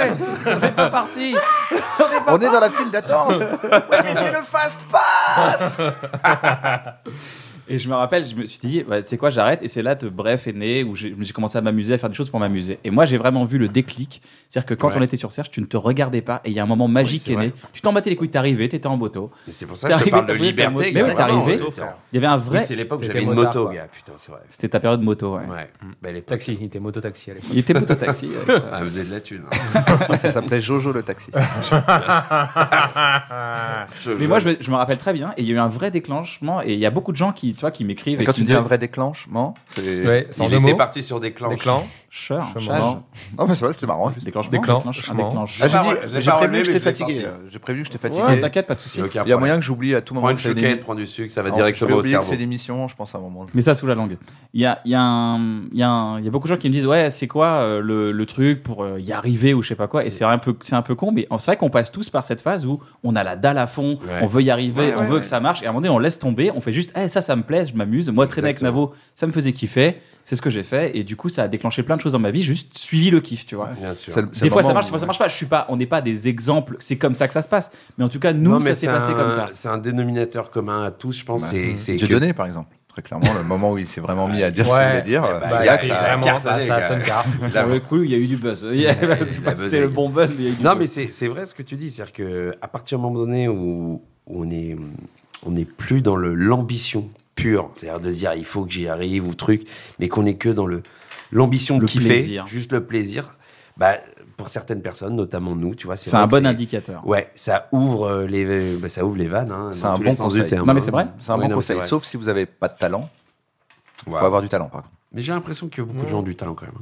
[SPEAKER 1] On n'est pas parti.
[SPEAKER 2] On est dans la file d'attente. ouais, mais c'est le fast pass.
[SPEAKER 1] Et je me rappelle, je me suis dit, bah, tu sais quoi, j'arrête. Et c'est là, de bref, est né où j'ai j'ai commencé à m'amuser, à faire des choses pour m'amuser. Et moi, j'ai vraiment vu le déclic. C'est-à-dire que quand
[SPEAKER 3] Ouais.
[SPEAKER 1] on était sur Serge, tu ne te regardais pas. Et il y a un moment magique
[SPEAKER 3] c'est
[SPEAKER 1] est né. Tu t'en battais les couilles, t'arrivais, t'étais en moto.
[SPEAKER 3] Mais c'est pour ça que je te
[SPEAKER 1] T'arrivais,
[SPEAKER 3] parle de
[SPEAKER 1] t'as posé ta moto.
[SPEAKER 3] liberté.
[SPEAKER 1] Mais oui, t'es
[SPEAKER 3] carrément,
[SPEAKER 1] arrivé.
[SPEAKER 3] euh, t'as-
[SPEAKER 1] Il y avait un
[SPEAKER 3] Oui,
[SPEAKER 1] vrai.
[SPEAKER 3] c'est l'époque où
[SPEAKER 4] T'étais
[SPEAKER 3] j'avais une
[SPEAKER 4] motard,
[SPEAKER 3] moto,
[SPEAKER 4] quoi.
[SPEAKER 3] gars. Putain, c'est vrai.
[SPEAKER 1] C'était ta période moto, ouais.
[SPEAKER 3] Ouais. Belle époque.
[SPEAKER 4] Taxi, il était moto-taxi à l'époque.
[SPEAKER 1] Il était plutôt taxi. avec ça.
[SPEAKER 3] Ah, vous êtes de la thune.
[SPEAKER 2] Ça s'appelait Jojo le taxi.
[SPEAKER 1] Mais moi, je me, je me rappelle très bien. Et il y a eu un vrai déclenchement. Et il y a beaucoup de gens qui, tu vois, qui m'écrivent.
[SPEAKER 2] Et
[SPEAKER 1] et
[SPEAKER 2] quand
[SPEAKER 1] qui
[SPEAKER 2] tu
[SPEAKER 1] me
[SPEAKER 2] dis un
[SPEAKER 1] disent,
[SPEAKER 2] vrai déclenchement, c'est.
[SPEAKER 4] Ouais, sans
[SPEAKER 3] Il
[SPEAKER 4] deux
[SPEAKER 3] était
[SPEAKER 4] mots.
[SPEAKER 3] parti sur des clans.
[SPEAKER 4] Des clans.
[SPEAKER 1] Cheur,
[SPEAKER 4] Cheur,
[SPEAKER 1] chage.
[SPEAKER 4] moment.
[SPEAKER 2] Non, mais c'est vrai, c'était marrant. juste.
[SPEAKER 1] Déclenchement,
[SPEAKER 4] Déclenche-
[SPEAKER 1] déclenche- un
[SPEAKER 4] déclenchement.
[SPEAKER 1] déclenche.
[SPEAKER 2] Ah, j'ai
[SPEAKER 3] pas
[SPEAKER 2] dit,
[SPEAKER 3] re- je l'ai
[SPEAKER 2] j'ai
[SPEAKER 3] pas
[SPEAKER 2] prévenu
[SPEAKER 3] relevé,
[SPEAKER 2] que j'étais
[SPEAKER 3] mais je l'ai euh.
[SPEAKER 2] fatigué. J'ai prévenu que j'étais fatigué.
[SPEAKER 1] Ouais, t'inquiète, pas de souci.
[SPEAKER 3] Il y a aucun
[SPEAKER 2] Il y a
[SPEAKER 3] problème.
[SPEAKER 2] moyen que j'oublie à tout moment
[SPEAKER 3] Prends une
[SPEAKER 2] que c'est une
[SPEAKER 3] chouquette,
[SPEAKER 2] émi-
[SPEAKER 3] prends du sucre, ça va
[SPEAKER 2] Non, je vais
[SPEAKER 3] directement au
[SPEAKER 2] oublier que
[SPEAKER 3] cerveau.
[SPEAKER 2] c'est l'émission, je pense à un moment.
[SPEAKER 1] Mais ça sous la langue. Il y a, il y, a un- il y, a un- il y a beaucoup de gens qui me disent ouais c'est quoi euh, le, le truc pour euh, y arriver ou je sais pas quoi et c'est un peu c'est un peu con mais c'est vrai qu'on passe tous par cette phase où on a la dalle à fond
[SPEAKER 3] Ouais.
[SPEAKER 1] on veut y arriver
[SPEAKER 3] Ouais,
[SPEAKER 1] on
[SPEAKER 3] ouais,
[SPEAKER 1] veut
[SPEAKER 3] ouais.
[SPEAKER 1] que ça marche et à un moment donné on laisse tomber on fait juste Eh, ça ça me plaît je m'amuse moi traîner avec
[SPEAKER 3] Exactement.
[SPEAKER 1] Navo ça me faisait kiffer c'est ce que j'ai fait et du coup ça a déclenché plein de choses dans ma vie juste suivi le kiff tu vois
[SPEAKER 3] Bien sûr.
[SPEAKER 1] des fois ça marche des fois ça marche pas je suis pas on n'est pas des exemples c'est comme ça que ça se passe mais en tout cas nous
[SPEAKER 3] Non,
[SPEAKER 1] ça
[SPEAKER 3] mais
[SPEAKER 1] s'est
[SPEAKER 3] c'est
[SPEAKER 1] passé
[SPEAKER 3] un-
[SPEAKER 1] comme ça
[SPEAKER 3] C'est un dénominateur commun à tous, je pense. c'est- C'est
[SPEAKER 2] J'ai
[SPEAKER 3] que-
[SPEAKER 2] Bah, donné, par exemple. Très clairement, le moment où il s'est vraiment mis à dire ce
[SPEAKER 4] Ouais.
[SPEAKER 2] qu'il voulait dire,
[SPEAKER 3] Ouais,
[SPEAKER 2] euh,
[SPEAKER 3] bah,
[SPEAKER 2] c'est
[SPEAKER 4] Bah,
[SPEAKER 2] là
[SPEAKER 4] c'est
[SPEAKER 2] que ça.
[SPEAKER 4] vraiment,
[SPEAKER 3] cartonné,
[SPEAKER 4] bah, ça
[SPEAKER 3] gars.
[SPEAKER 4] tonne car.
[SPEAKER 3] La-
[SPEAKER 1] Pour le coup, il y a eu du buzz. Il y a-
[SPEAKER 3] Ouais,
[SPEAKER 1] c'est
[SPEAKER 3] la
[SPEAKER 1] pas-
[SPEAKER 3] buzz,
[SPEAKER 1] c'est le
[SPEAKER 3] elle-
[SPEAKER 1] bon buzz, mais il y a eu du
[SPEAKER 3] Non,
[SPEAKER 1] buzz.
[SPEAKER 3] mais c'est c'est vrai ce que tu dis. C'est-à-dire qu'à partir du moment donné où où on est, on n'est plus dans le- l'ambition pure, c'est-à-dire de se dire il faut que j'y arrive ou truc, mais qu'on est que dans le l'ambition de
[SPEAKER 1] Le
[SPEAKER 3] kiffer,
[SPEAKER 1] plaisir.
[SPEAKER 3] juste le plaisir, bah, pour certaines personnes, notamment nous, tu vois,
[SPEAKER 1] c'est
[SPEAKER 3] vrai
[SPEAKER 1] un
[SPEAKER 3] que
[SPEAKER 1] bon
[SPEAKER 3] c'est-
[SPEAKER 1] indicateur.
[SPEAKER 3] Ouais, ça ouvre euh, les, bah, ça ouvre les vannes. hein,
[SPEAKER 2] C'est
[SPEAKER 3] dans
[SPEAKER 2] un
[SPEAKER 3] tous
[SPEAKER 2] bon
[SPEAKER 3] les sens du
[SPEAKER 2] conseil.
[SPEAKER 3] terme,
[SPEAKER 1] Non, mais
[SPEAKER 3] hein.
[SPEAKER 1] c'est vrai.
[SPEAKER 2] C'est un
[SPEAKER 3] Oui,
[SPEAKER 2] bon
[SPEAKER 3] non, mais c'est
[SPEAKER 2] conseil,
[SPEAKER 3] vrai.
[SPEAKER 2] sauf si vous n'avez pas de talent. Il
[SPEAKER 3] Ouais.
[SPEAKER 2] faut avoir du talent, par contre.
[SPEAKER 3] Mais j'ai l'impression qu'il y a beaucoup de gens ont du talent quand même.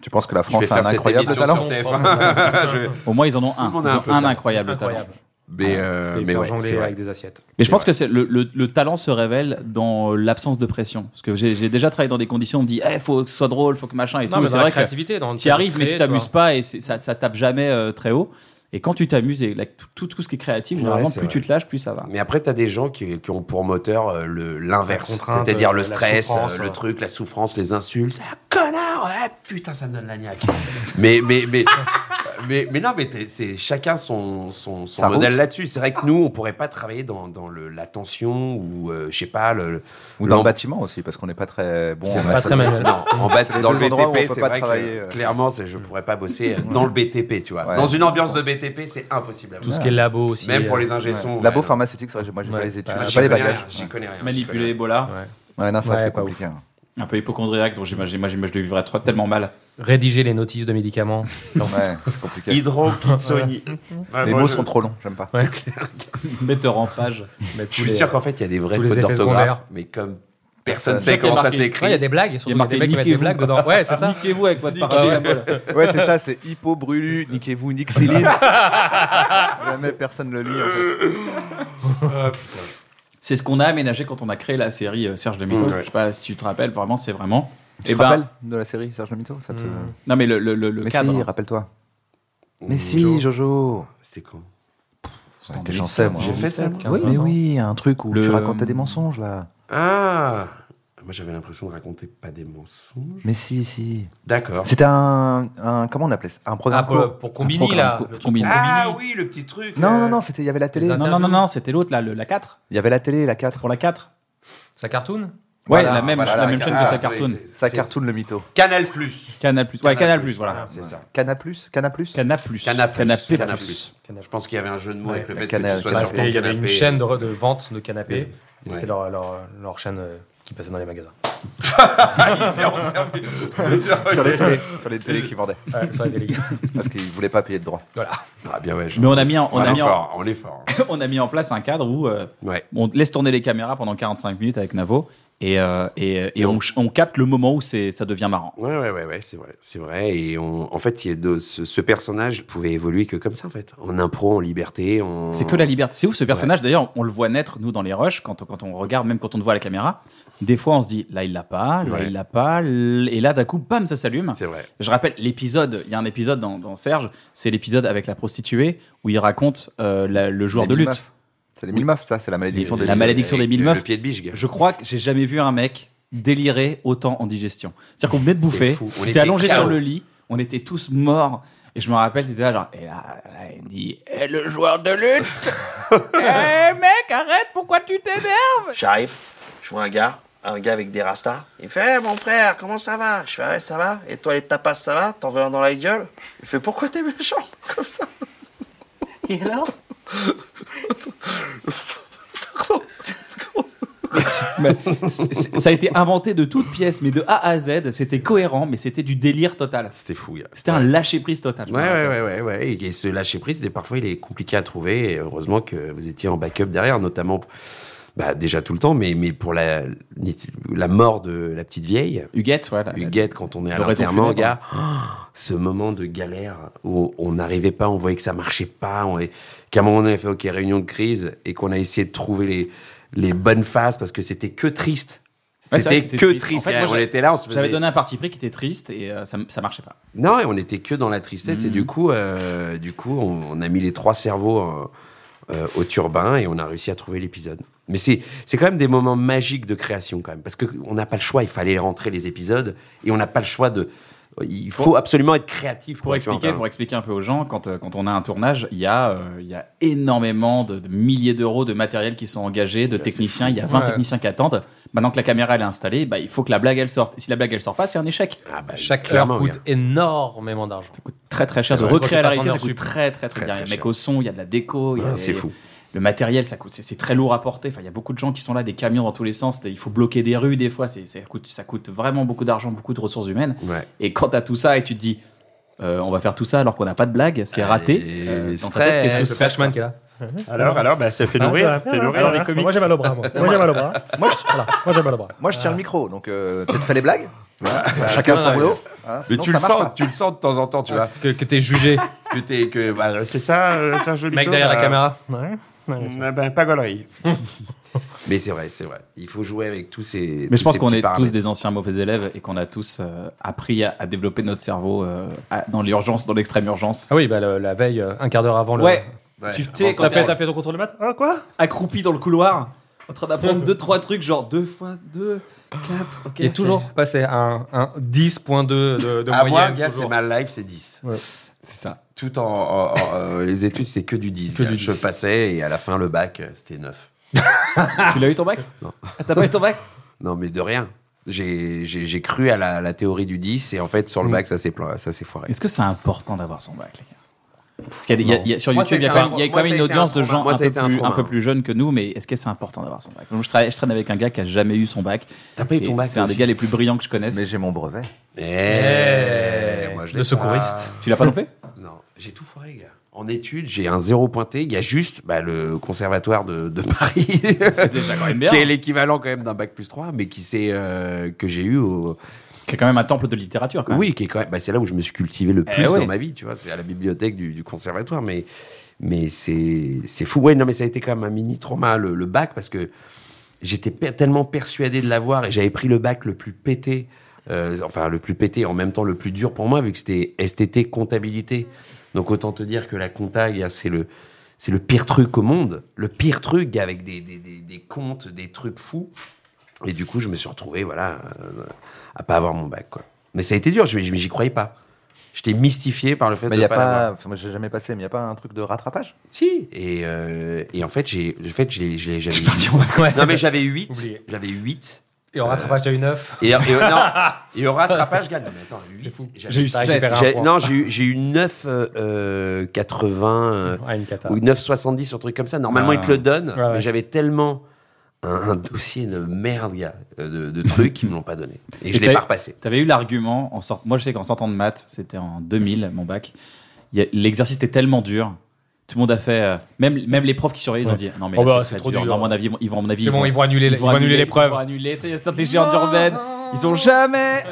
[SPEAKER 2] Tu penses que la
[SPEAKER 3] Je vais
[SPEAKER 2] France a
[SPEAKER 3] faire
[SPEAKER 2] un
[SPEAKER 3] cette
[SPEAKER 2] incroyable
[SPEAKER 3] émission
[SPEAKER 2] talent
[SPEAKER 3] sur TF1. Je vais-
[SPEAKER 1] Au moins, ils en ont un.
[SPEAKER 3] le monde
[SPEAKER 1] Ils
[SPEAKER 3] a un
[SPEAKER 1] ont
[SPEAKER 3] peu
[SPEAKER 1] un
[SPEAKER 3] de
[SPEAKER 1] incroyable talent.
[SPEAKER 4] Incroyable. Ah,
[SPEAKER 3] Mais, euh,
[SPEAKER 4] C'est
[SPEAKER 3] mais
[SPEAKER 4] faire
[SPEAKER 3] ouais, c'est
[SPEAKER 4] jongler
[SPEAKER 3] vrai.
[SPEAKER 4] avec des assiettes.
[SPEAKER 1] Mais je pense
[SPEAKER 3] C'est
[SPEAKER 1] que c'est le, le- le talent se révèle dans l'absence de pression. Parce que j'ai j'ai déjà travaillé dans des conditions où on me dit il faut que ce soit drôle, faut que machin et
[SPEAKER 4] Non,
[SPEAKER 1] tout.
[SPEAKER 4] mais
[SPEAKER 1] C'est
[SPEAKER 4] dans la
[SPEAKER 1] vrai que
[SPEAKER 4] créativité, dans
[SPEAKER 1] tu y arrives, mais tu t'amuses pas et c'est- ça, ça tape jamais euh, très haut. Et quand tu t'amuses et like, tout, tout, tout ce qui est créatif,
[SPEAKER 3] Ouais,
[SPEAKER 1] généralement,
[SPEAKER 3] c'est
[SPEAKER 1] plus tu
[SPEAKER 3] vrai.
[SPEAKER 1] te lâches, plus ça va.
[SPEAKER 3] Mais après, tu as des gens qui, qui ont pour moteur euh, le- l'inverse,
[SPEAKER 4] La contrainte,
[SPEAKER 3] c'est-à-dire
[SPEAKER 4] euh,
[SPEAKER 3] le
[SPEAKER 4] la
[SPEAKER 3] stress,
[SPEAKER 4] souffrance,
[SPEAKER 3] euh, le
[SPEAKER 4] ouais.
[SPEAKER 3] truc, la souffrance, les insultes. Ah, connard, ouais, putain, ça me donne la niaque. mais, mais, mais, mais, mais non, mais t'es- c'est chacun son, son, son
[SPEAKER 2] Sa
[SPEAKER 3] modèle
[SPEAKER 2] route.
[SPEAKER 3] là-dessus. C'est vrai que nous, on pourrait pas travailler dans, dans le, la tension ou, euh, je sais pas, le,
[SPEAKER 2] Ou dans
[SPEAKER 3] Non.
[SPEAKER 2] le bâtiment aussi, parce qu'on n'est pas très bon.
[SPEAKER 3] C'est
[SPEAKER 2] en
[SPEAKER 3] pas
[SPEAKER 2] maçonnerie.
[SPEAKER 4] très manuel.
[SPEAKER 3] Non, en bas,
[SPEAKER 2] C'est les
[SPEAKER 3] dans le
[SPEAKER 2] deux endroits où on
[SPEAKER 3] BTP,
[SPEAKER 2] peut
[SPEAKER 3] c'est
[SPEAKER 2] pas
[SPEAKER 3] vrai
[SPEAKER 2] travailler,
[SPEAKER 3] que
[SPEAKER 2] euh.
[SPEAKER 3] clairement, c'est- je pourrais pas bosser euh, dans le BTP, tu vois.
[SPEAKER 2] Ouais.
[SPEAKER 3] Dans une ambiance de BTP, c'est impossible. à
[SPEAKER 4] Tout ce
[SPEAKER 3] voir.
[SPEAKER 4] qui est labo aussi.
[SPEAKER 3] Même pour
[SPEAKER 4] euh,
[SPEAKER 3] les ingessons.
[SPEAKER 2] Labo pharmaceutique, c'est vrai, moi j'ai
[SPEAKER 4] Ouais.
[SPEAKER 2] pas les études,
[SPEAKER 4] Bah,
[SPEAKER 2] j'ai
[SPEAKER 4] j'y
[SPEAKER 2] pas les
[SPEAKER 3] connais rien,
[SPEAKER 2] bagages.
[SPEAKER 3] J'y connais rien.
[SPEAKER 1] Manipuler Ebola,
[SPEAKER 4] ouais.
[SPEAKER 2] Ouais, non, c'est vrai que
[SPEAKER 4] Ouais,
[SPEAKER 2] c'est
[SPEAKER 4] pas ouf.
[SPEAKER 2] compliqué. hein.
[SPEAKER 1] un peu hypochondriaque, donc j'imagine, moi, j'imagine, je devais vivre à trois tellement mal.
[SPEAKER 4] Rédiger les notices de médicaments.
[SPEAKER 2] Ouais, c'est compliqué.
[SPEAKER 3] Hydro, Kitsoni.
[SPEAKER 8] Mhm.
[SPEAKER 2] Les mots sont trop longs, j'aime pas.
[SPEAKER 4] Ouais.
[SPEAKER 1] Metteur en page.
[SPEAKER 4] Mais
[SPEAKER 3] Je suis sûr qu'en fait, il y a des vraies
[SPEAKER 4] tous les
[SPEAKER 3] fautes
[SPEAKER 4] effets
[SPEAKER 3] d'orthographe,
[SPEAKER 4] secondaires.
[SPEAKER 3] mais comme personne
[SPEAKER 2] Personne.
[SPEAKER 3] sait comment ça
[SPEAKER 1] Marqué.
[SPEAKER 4] Il y a
[SPEAKER 3] s'écrit.
[SPEAKER 4] des blagues,
[SPEAKER 1] Il
[SPEAKER 4] surtout
[SPEAKER 1] y a
[SPEAKER 4] il y a
[SPEAKER 1] marqué
[SPEAKER 4] des mecs qui mettent des
[SPEAKER 1] niquez-vous.
[SPEAKER 4] blagues dedans. Ouais, c'est ça.
[SPEAKER 1] Niquez-vous avec votre parole.
[SPEAKER 4] paracétamol.
[SPEAKER 2] Ouais, c'est ça, c'est hippo, brûlu, niquez-vous, nique Céline. Jamais personne le lit. En fait.
[SPEAKER 1] C'est ce qu'on a aménagé quand on a créé la série euh, Serge Demito.
[SPEAKER 3] Mmh, ouais.
[SPEAKER 1] Je sais pas si tu te rappelles, vraiment, c'est vraiment.
[SPEAKER 2] Tu
[SPEAKER 1] Eh
[SPEAKER 2] te
[SPEAKER 1] ben,
[SPEAKER 2] rappelles de la série Serge Le Mito ça te... euh,
[SPEAKER 4] Hmm.
[SPEAKER 1] Non, mais le, le, le, le
[SPEAKER 2] Mais
[SPEAKER 1] cadre.
[SPEAKER 2] si,
[SPEAKER 1] hein.
[SPEAKER 2] rappelle-toi.
[SPEAKER 3] Mm,
[SPEAKER 2] Mais si, Jojo.
[SPEAKER 3] C'était quand
[SPEAKER 1] C'était en
[SPEAKER 2] que j'en sais, moi.
[SPEAKER 1] 2016,
[SPEAKER 3] J'ai fait ça,
[SPEAKER 1] 2017,
[SPEAKER 2] Oui,
[SPEAKER 1] 15,
[SPEAKER 2] mais
[SPEAKER 1] 20 ans.
[SPEAKER 2] oui, un truc où
[SPEAKER 1] Le-
[SPEAKER 2] tu racontais des mensonges là.
[SPEAKER 3] Ah Moi, j'avais l'impression de raconter pas des mensonges.
[SPEAKER 2] Mais si, si.
[SPEAKER 1] Ah.
[SPEAKER 3] D'accord.
[SPEAKER 2] C'était un, un- Comment on appelait ça Un
[SPEAKER 4] Ah,
[SPEAKER 2] programme.
[SPEAKER 1] euh,
[SPEAKER 2] court.
[SPEAKER 4] pour, pour combiner
[SPEAKER 1] programme
[SPEAKER 4] là.
[SPEAKER 1] co-
[SPEAKER 4] le truc
[SPEAKER 1] combini.
[SPEAKER 3] Ah
[SPEAKER 4] combini.
[SPEAKER 3] oui, le petit truc.
[SPEAKER 2] Non, non, non,
[SPEAKER 3] euh,
[SPEAKER 2] c'était- il y avait la télé.
[SPEAKER 4] Les
[SPEAKER 1] Non, non, non, non, c'était l'autre, là, le- la 4.
[SPEAKER 2] Il y avait la télé, la 4.
[SPEAKER 1] Pour la 4.
[SPEAKER 4] Ça cartoon
[SPEAKER 1] Ouais,
[SPEAKER 2] Voilà,
[SPEAKER 1] la même,
[SPEAKER 2] voilà,
[SPEAKER 1] la même
[SPEAKER 2] la
[SPEAKER 1] chaîne que
[SPEAKER 2] quatre.
[SPEAKER 1] sa cartoon.
[SPEAKER 2] Ça
[SPEAKER 3] ah, c'est-
[SPEAKER 2] cartoon le mytho.
[SPEAKER 3] Canal Plus. Ah,
[SPEAKER 1] Canal Plus. Ouais, Canal Plus, voilà.
[SPEAKER 3] C'est ça.
[SPEAKER 2] Cana plus Cana plus
[SPEAKER 1] Canal Plus.
[SPEAKER 3] Canal Plus.
[SPEAKER 1] Canapé
[SPEAKER 3] Canal
[SPEAKER 1] Plus.
[SPEAKER 4] Canapé.
[SPEAKER 3] Je pense qu'il y avait un jeu de mots
[SPEAKER 4] Ouais,
[SPEAKER 3] avec le fait
[SPEAKER 2] Canal-
[SPEAKER 3] que tu sois
[SPEAKER 4] Bah,
[SPEAKER 3] sur
[SPEAKER 4] c'était-
[SPEAKER 3] ton
[SPEAKER 4] Il y avait une
[SPEAKER 3] canapé.
[SPEAKER 4] chaîne de, re- de vente de canapés. et
[SPEAKER 3] Ouais.
[SPEAKER 4] C'était leur, leur, leur chaîne euh, qui passait dans les magasins.
[SPEAKER 3] Il s'est enfermé.
[SPEAKER 2] Sur les télés, sur les télés qui vendaient.
[SPEAKER 4] Ouais, ça a été les gars.
[SPEAKER 2] Parce qu'ils voulaient pas payer de droits.
[SPEAKER 4] Voilà.
[SPEAKER 3] Ah bien ouais. je-
[SPEAKER 1] Mais on a mis en, on
[SPEAKER 3] on
[SPEAKER 1] a
[SPEAKER 3] est
[SPEAKER 1] mis en,
[SPEAKER 3] fort, on est fort.
[SPEAKER 1] on a mis en place un cadre où euh,
[SPEAKER 3] Ouais.
[SPEAKER 1] on laisse tourner les caméras pendant 45 minutes avec Navo et, euh, et, et on, ch- on capte le moment où c'est- ça devient marrant.
[SPEAKER 3] Ouais, ouais, ouais, ouais, c'est vrai, c'est vrai. Et on, en fait, il y a de, ce, ce personnage pouvait évoluer que comme ça, en fait, en impro, en liberté. En...
[SPEAKER 1] C'est que la liberté. C'est ouf ce personnage. D'ailleurs, on le voit naître, nous, dans les rushs, quand, on- quand on regarde, même quand on le voit à la caméra. Des fois, on se dit, là, il l'a pas, là,
[SPEAKER 3] Ouais.
[SPEAKER 1] il l'a pas. l- Et là, d'un coup, bam, ça s'allume.
[SPEAKER 3] C'est vrai.
[SPEAKER 1] Je rappelle l'épisode, il y a un épisode dans, dans Serge, c'est l'épisode avec la prostituée où il raconte euh, la- le joueur
[SPEAKER 2] Les
[SPEAKER 1] de
[SPEAKER 2] mille
[SPEAKER 1] lutte.
[SPEAKER 2] meufs. C'est les mille meufs, ça, c'est la malédiction
[SPEAKER 1] La
[SPEAKER 2] des
[SPEAKER 1] malédiction des
[SPEAKER 3] Avec
[SPEAKER 1] mille
[SPEAKER 3] le-
[SPEAKER 1] meufs.
[SPEAKER 3] Le pied de biche, gars.
[SPEAKER 1] Je crois que j'ai jamais vu un mec délirer autant en digestion. C'est-à-dire qu'on venait de bouffer,
[SPEAKER 3] fou. On
[SPEAKER 1] t'es
[SPEAKER 3] était
[SPEAKER 1] allongé
[SPEAKER 3] KO.
[SPEAKER 1] sur le lit, on était tous morts. Et je me rappelle, t'étais là genre, et là, là, il me dit, Eh, le joueur de lutte Eh mec, arrête, pourquoi tu t'énerves
[SPEAKER 9] J'arrive, je vois un gars, un gars avec des rastas. Il fait Eh, mon frère, comment ça va Je fais Ouais, ça va. Et toi, les tapas, ça va T'en veux un dans la gueule Il fait Pourquoi t'es méchant comme ça
[SPEAKER 10] Et alors
[SPEAKER 1] Mais c'est- c'est- Ça a été inventé de toutes pièces, mais de A à Z, c'était cohérent, mais c'était du délire total.
[SPEAKER 3] C'était fou, gars.
[SPEAKER 1] C'était un lâcher-prise total. je me
[SPEAKER 3] Ouais,
[SPEAKER 1] rappelle.
[SPEAKER 3] ouais, ouais, ouais, ouais. Et ce lâcher prise, des- parfois, il est compliqué à trouver. Et heureusement que vous étiez en backup derrière, notamment, bah, déjà tout le temps, mais, mais pour la, la mort de la petite vieille.
[SPEAKER 1] Huguette, ouais. la- la-
[SPEAKER 3] Huguette, quand on est à
[SPEAKER 1] Le raison
[SPEAKER 3] l'enterrement,
[SPEAKER 1] funèbre.
[SPEAKER 3] gars, oh, ce moment de galère où on n'arrivait pas, on voyait que ça marchait pas, on est- qu'à un moment donné, on a fait OK, réunion de crise et qu'on a essayé de trouver les, les bonnes phases parce que c'était que triste.
[SPEAKER 1] Ouais, c'est vrai
[SPEAKER 3] c'était
[SPEAKER 1] que c'était
[SPEAKER 3] que triste.
[SPEAKER 1] triste. En fait,
[SPEAKER 3] gars.
[SPEAKER 1] moi,
[SPEAKER 3] on
[SPEAKER 1] j'a-
[SPEAKER 3] était là, on se
[SPEAKER 1] J'avais
[SPEAKER 3] faisait...
[SPEAKER 1] donné un parti pris qui était triste et euh, ça, ça marchait pas.
[SPEAKER 3] Non, et on était que dans la tristesse. Et
[SPEAKER 1] Mhm.
[SPEAKER 3] du coup, euh, du coup, on, on a mis les trois cerveaux euh, euh, au turbin et on a réussi à trouver l'épisode. Mais c'est c'est quand même des moments magiques de création quand même, parce que on n'a pas le choix. Il fallait rentrer les épisodes et on n'a pas le choix de. Il faut absolument être créatif.
[SPEAKER 1] Pour
[SPEAKER 3] quoi, tu vois,
[SPEAKER 1] expliquer,
[SPEAKER 3] enfin,
[SPEAKER 1] pour expliquer un peu aux gens, quand, euh, quand on a un tournage, il y a, euh, il y a énormément de, de milliers d'euros de matériel qui sont engagés, de
[SPEAKER 3] c'est
[SPEAKER 1] techniciens.
[SPEAKER 3] fou.
[SPEAKER 1] Il y a 20
[SPEAKER 4] Ouais.
[SPEAKER 1] techniciens qui attendent. Maintenant que la caméra elle est installée, bah, il faut que la blague elle sorte. Et si la blague elle sort pas, c'est un échec.
[SPEAKER 3] ah bah,
[SPEAKER 4] Chaque heure
[SPEAKER 3] clairement,
[SPEAKER 4] coûte
[SPEAKER 3] gars.
[SPEAKER 4] énormément d'argent.
[SPEAKER 1] Ça coûte très très cher.
[SPEAKER 4] C'est
[SPEAKER 1] De
[SPEAKER 4] vrai.
[SPEAKER 1] recréer la
[SPEAKER 4] Quand tu
[SPEAKER 1] réalité, ça
[SPEAKER 4] passes en
[SPEAKER 1] coûte
[SPEAKER 4] heure
[SPEAKER 1] très très très
[SPEAKER 3] Très,
[SPEAKER 1] bien. Il y a le
[SPEAKER 3] très
[SPEAKER 1] mec
[SPEAKER 3] cher.
[SPEAKER 1] au son, il y a de la déco, il y a
[SPEAKER 3] Ah,
[SPEAKER 1] des-
[SPEAKER 3] c'est fou.
[SPEAKER 1] Le matériel, ça coûte, c'est- c'est très lourd à porter. Enfin, il y a beaucoup de gens qui sont là, des camions dans tous les sens. Il faut bloquer des rues des fois. C'est- Ça coûte, ça coûte vraiment beaucoup d'argent, beaucoup de ressources humaines.
[SPEAKER 3] Ouais.
[SPEAKER 1] Et quand t'as tout ça et tu te dis, euh, on va faire tout ça alors qu'on n'a pas de blague, c'est raté.
[SPEAKER 3] Ah, Et
[SPEAKER 1] Euh, dans ta
[SPEAKER 3] stress.
[SPEAKER 1] tête, t'es
[SPEAKER 4] Le
[SPEAKER 1] sous-
[SPEAKER 4] Flashman qui est là.
[SPEAKER 11] Alors, alors, bah, ça fait
[SPEAKER 8] Ah,
[SPEAKER 11] nourrir. fait nourrir
[SPEAKER 8] hein.
[SPEAKER 11] les comiques.
[SPEAKER 4] Moi j'ai mal au bras. Moi, j'ai mal au bras. Moi, j'ai mal au bras.
[SPEAKER 2] Moi, je
[SPEAKER 1] Ah.
[SPEAKER 2] tiens le micro, donc euh, peut-être fais les blagues. Chacun son
[SPEAKER 3] ouais.
[SPEAKER 2] boulot. hein,
[SPEAKER 3] Mais
[SPEAKER 2] sinon,
[SPEAKER 3] tu
[SPEAKER 2] ça
[SPEAKER 3] le
[SPEAKER 2] marche
[SPEAKER 3] sens,
[SPEAKER 2] pas.
[SPEAKER 3] tu le sens de temps en temps, tu vois.
[SPEAKER 4] Que, que t'es jugé,
[SPEAKER 3] Que t'es que bah, c'est-
[SPEAKER 11] C'est ça, euh, Serge Le
[SPEAKER 4] mec
[SPEAKER 11] Mito,
[SPEAKER 4] derrière la
[SPEAKER 11] bah,
[SPEAKER 4] caméra.
[SPEAKER 11] bah, bah, pas gaulerie.
[SPEAKER 3] Mais c'est vrai, c'est vrai. Il faut jouer avec tous ces.
[SPEAKER 1] Mais je
[SPEAKER 3] tous
[SPEAKER 1] pense
[SPEAKER 3] ces
[SPEAKER 1] qu'on
[SPEAKER 3] petits
[SPEAKER 1] est tous
[SPEAKER 3] paramètres.
[SPEAKER 1] des anciens mauvais élèves et qu'on a tous euh, appris à, à développer notre cerveau euh, à- dans l'urgence, dans l'extrême urgence.
[SPEAKER 4] Ah oui, bah, le- la veille, euh, un quart d'heure avant le.
[SPEAKER 1] Ouais,
[SPEAKER 3] Ouais.
[SPEAKER 1] tu sais, quand
[SPEAKER 4] T'as
[SPEAKER 1] t'es
[SPEAKER 4] fait, t'as fait ton contrôle
[SPEAKER 8] Bah,
[SPEAKER 4] de maths Ah, quoi
[SPEAKER 1] accroupi dans le couloir, en train d'apprendre deux, trois trucs, genre deux fois deux, quatre, ok.
[SPEAKER 4] Qui est toujours passé à un, un 10.2 de, de
[SPEAKER 3] À moi,
[SPEAKER 4] moyenne.
[SPEAKER 3] gars,
[SPEAKER 4] toujours.
[SPEAKER 3] c'est ma life, c'est 10.
[SPEAKER 1] C'est ça.
[SPEAKER 3] Tout en, en- en- euh, les études, c'était que du 10.
[SPEAKER 1] Que du
[SPEAKER 3] Je
[SPEAKER 1] 10.
[SPEAKER 3] passais et à la fin, le bac, euh, c'était 9.
[SPEAKER 1] tu l'as eu ton bac
[SPEAKER 3] Non.
[SPEAKER 1] Ah, T'as pas eu ton bac
[SPEAKER 3] Non, mais de rien. J'ai j'ai- j'ai cru à la, la théorie du 10 et en fait, sur le
[SPEAKER 1] Mm.
[SPEAKER 3] bac, ça s'est pla- ça s'est foiré.
[SPEAKER 1] Est-ce que c'est important d'avoir son bac, les gars Parce qu'il y a des- il y a-
[SPEAKER 3] Non.
[SPEAKER 1] il y a- sur
[SPEAKER 3] Moi,
[SPEAKER 1] YouTube, il y a
[SPEAKER 3] c'était
[SPEAKER 1] quand même,
[SPEAKER 3] un-
[SPEAKER 1] il y a
[SPEAKER 3] moi,
[SPEAKER 1] quand même
[SPEAKER 3] ça
[SPEAKER 1] une
[SPEAKER 3] a été un
[SPEAKER 1] audience de
[SPEAKER 3] trauma.
[SPEAKER 1] gens
[SPEAKER 3] Moi,
[SPEAKER 1] un
[SPEAKER 3] ça a
[SPEAKER 1] peu,
[SPEAKER 3] été un
[SPEAKER 1] plus, un
[SPEAKER 3] trauma.
[SPEAKER 1] peu plus jeunes que nous, mais est-ce que c'est important d'avoir son bac Donc, je, travaille, je traîne avec un gars qui a jamais eu son bac.
[SPEAKER 3] T'as pas eu
[SPEAKER 1] Et
[SPEAKER 3] ton bac,
[SPEAKER 1] C'est un des
[SPEAKER 3] aussi.
[SPEAKER 1] gars les plus brillants que je connaisse.
[SPEAKER 2] Mais j'ai mon brevet.
[SPEAKER 3] Eh, moi, je l'ai
[SPEAKER 4] De
[SPEAKER 3] pas.
[SPEAKER 4] secouriste.
[SPEAKER 1] Tu l'as pas non plus
[SPEAKER 3] Non, j'ai tout foiré, gars. En études, j'ai un zéro pointé. Il y a juste bah, le conservatoire de, de Paris,
[SPEAKER 1] C'est déjà quand même bien.
[SPEAKER 3] qui est l'équivalent quand même d'un bac plus 3, mais qui c'est que j'ai eu au...
[SPEAKER 1] Qui est quand même un temple de littérature, quand même.
[SPEAKER 3] Oui, qui est quand même... bah, c'est là où je me suis cultivé le
[SPEAKER 1] Eh
[SPEAKER 3] plus
[SPEAKER 1] ouais.
[SPEAKER 3] dans ma vie, tu vois. C'est à la bibliothèque du, du conservatoire, mais, mais c'est c'est fou. Ouais, non, mais ça a été quand même un mini trauma, le, le bac, parce que j'étais per- tellement persuadé de l'avoir et j'avais pris le bac le plus pété, euh, enfin le plus pété en même temps le plus dur pour moi vu que c'était STT comptabilité. Donc autant te dire que la compta, gars, c'est le c'est le pire truc au monde, le pire truc gars, avec des, des, des, des comptes, des trucs fous. Et du coup, je me suis retrouvé voilà euh, à pas avoir mon bac quoi. Mais ça a été dur, je je- j'y croyais pas. J'étais mystifié par le fait
[SPEAKER 2] Mais il
[SPEAKER 3] de
[SPEAKER 2] n'y a
[SPEAKER 3] pas l'avoir.
[SPEAKER 2] pas. Enfin, moi, j'ai jamais passé, mais il n'y a pas un truc de rattrapage
[SPEAKER 3] Si. Et, euh, et en fait, j'ai, en fait, j'ai, j'ai- j'avais.
[SPEAKER 4] Ouais, c'est
[SPEAKER 3] non, mais
[SPEAKER 4] ça.
[SPEAKER 3] j'avais 8.
[SPEAKER 4] Oublié.
[SPEAKER 3] J'avais 8.
[SPEAKER 4] Et au rattrapage, t'as eu 9.
[SPEAKER 3] Et, et- non, et au rattrapage, gars, non, mais attends, 8.
[SPEAKER 4] J'ai eu sept.
[SPEAKER 3] J'ai- non, j'ai eu, j'ai eu 9, euh, euh, 80, euh,
[SPEAKER 4] Ouais, une cata.
[SPEAKER 3] ou 9,70, un truc comme ça. Normalement,
[SPEAKER 4] Ah.
[SPEAKER 3] ils te le donnent,
[SPEAKER 4] Ouais, ouais.
[SPEAKER 3] mais j'avais tellement un, un dossier de merde, gars, euh, de, de trucs qu'ils me l'ont pas donné. Et, je l'ai
[SPEAKER 1] t'as-
[SPEAKER 3] pas repassé.
[SPEAKER 1] T'avais eu l'argument en sort... Moi, je sais qu'en sortant de maths, c'était en 2000, mon bac. il y a- L'exercice était tellement dur. Tout le monde a fait. euh, Même, même les profs qui surveillaient, ils ont
[SPEAKER 4] Ouais.
[SPEAKER 1] dit Non, mais
[SPEAKER 4] Oh
[SPEAKER 1] là,
[SPEAKER 4] bah,
[SPEAKER 1] c'est
[SPEAKER 4] c'est
[SPEAKER 1] très
[SPEAKER 4] trop
[SPEAKER 1] dur.
[SPEAKER 4] dur.
[SPEAKER 1] Non, à mon avis, ils vont- ils vont, à mon avis,
[SPEAKER 4] C'est bon, ils vont annuler les- ils vont annuler l'épreuve.
[SPEAKER 1] Ils vont annuler. Tu sais, il y a sortes les géantes urbaines. Ils ont jamais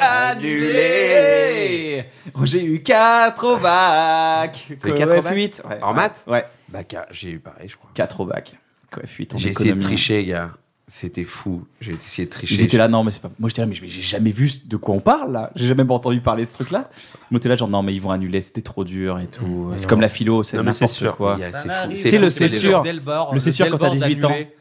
[SPEAKER 1] annulé. Oh, J'ai eu 4 au bac.
[SPEAKER 3] T'as eu quatre au bac
[SPEAKER 1] F8. Ouais.
[SPEAKER 3] En maths
[SPEAKER 1] Ouais.
[SPEAKER 3] Bah, car- j'ai eu pareil, je crois.
[SPEAKER 1] 4 au bac. F8.
[SPEAKER 3] J'ai essayé de tricher, gars. C'était fou. J'ai essayé de tricher.
[SPEAKER 1] Ils étaient là, non, mais c'est pas. Moi, j'étais là, mais j'ai j'ai jamais vu de quoi on parle, là. J'ai jamais entendu parler de ce truc-là. Moi, j'étais là, genre, non, mais ils vont annuler, c'était trop dur et tout. C'est comme la philo, c'est
[SPEAKER 3] euh, Non, mais c'est
[SPEAKER 1] n'importe
[SPEAKER 3] sûr.
[SPEAKER 1] quoi.
[SPEAKER 3] Il y a- c'est
[SPEAKER 1] Tu
[SPEAKER 3] fou.
[SPEAKER 1] sais, le c'est
[SPEAKER 4] le
[SPEAKER 1] sûr.
[SPEAKER 4] Delbord-
[SPEAKER 1] Le c'est sûr quand t'as
[SPEAKER 4] Delbord
[SPEAKER 1] 18 ans.
[SPEAKER 4] d'annuler.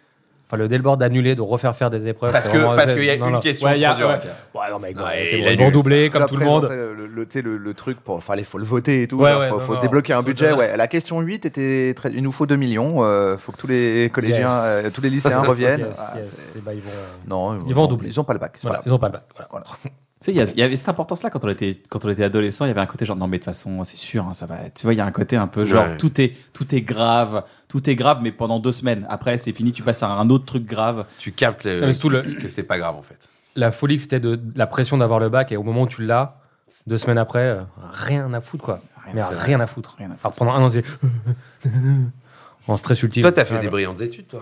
[SPEAKER 4] Enfin, le Delbord d'annuler, de refaire faire des épreuves.
[SPEAKER 3] Parce
[SPEAKER 4] c'est
[SPEAKER 3] que-
[SPEAKER 4] vraiment-
[SPEAKER 3] parce
[SPEAKER 4] c'est-
[SPEAKER 3] qu'il y a
[SPEAKER 4] non,
[SPEAKER 3] une
[SPEAKER 4] non.
[SPEAKER 3] question
[SPEAKER 4] Ouais, il y a-
[SPEAKER 3] trop dure,
[SPEAKER 4] ouais.
[SPEAKER 3] ouais.
[SPEAKER 4] Ouais, non, mais
[SPEAKER 3] Non,
[SPEAKER 4] bon,
[SPEAKER 3] et
[SPEAKER 4] c'est
[SPEAKER 3] il
[SPEAKER 4] bon,
[SPEAKER 3] a
[SPEAKER 4] ils vont
[SPEAKER 3] dû-
[SPEAKER 4] doubler
[SPEAKER 2] On
[SPEAKER 4] comme
[SPEAKER 2] a
[SPEAKER 4] tout le monde.
[SPEAKER 2] présenté Le, le, tu sais, le- le truc pour. Enfin, il faut le voter et tout.
[SPEAKER 4] Ouais,
[SPEAKER 2] genre,
[SPEAKER 4] ouais,
[SPEAKER 2] faut
[SPEAKER 4] non,
[SPEAKER 2] faut
[SPEAKER 4] non,
[SPEAKER 2] débloquer un
[SPEAKER 4] c'est
[SPEAKER 2] budget.
[SPEAKER 4] de-
[SPEAKER 2] Ouais, la question 8 était. Très, il nous faut 2 millions. euh, faut que tous les collégiens,
[SPEAKER 4] Yes.
[SPEAKER 2] euh, tous les lycéens reviennent.
[SPEAKER 4] Yes,
[SPEAKER 2] Ah,
[SPEAKER 4] yes.
[SPEAKER 2] c'est-
[SPEAKER 4] Et bah, ils vont, euh,
[SPEAKER 2] Non,
[SPEAKER 4] Ils vont doubler.
[SPEAKER 2] Ils ont pas le bac. c'est
[SPEAKER 4] Voilà,
[SPEAKER 2] pas
[SPEAKER 4] ils ont pas le
[SPEAKER 3] Euh,
[SPEAKER 4] bac. Voilà.
[SPEAKER 2] grave.
[SPEAKER 1] sais, il y a- il y avait cette importance-là quand on était, quand on était adolescent, il y avait un côté genre, non, mais de toute façon, c'est sûr, hein, ça va être- Tu vois, il y a un côté un peu genre,
[SPEAKER 3] Ouais.
[SPEAKER 1] tout, est, tout est grave, tout est grave, mais pendant deux semaines. Après, c'est fini, tu passes à un autre truc grave.
[SPEAKER 3] Tu captes le-
[SPEAKER 4] Non, mais c'est tout le-
[SPEAKER 3] que c'était pas grave en fait.
[SPEAKER 4] La folie, c'était de de la pression d'avoir le bac et au moment où tu l'as, deux semaines après, euh, rien à foutre quoi.
[SPEAKER 1] Rien,
[SPEAKER 4] mais
[SPEAKER 1] c'est vrai.
[SPEAKER 4] rien à foutre.
[SPEAKER 1] Rien à foutre.
[SPEAKER 4] Alors pendant un an, t'es en stress ultime.
[SPEAKER 3] Toi, t'as fait
[SPEAKER 4] Ouais,
[SPEAKER 3] des
[SPEAKER 4] bah.
[SPEAKER 3] brillantes études, toi.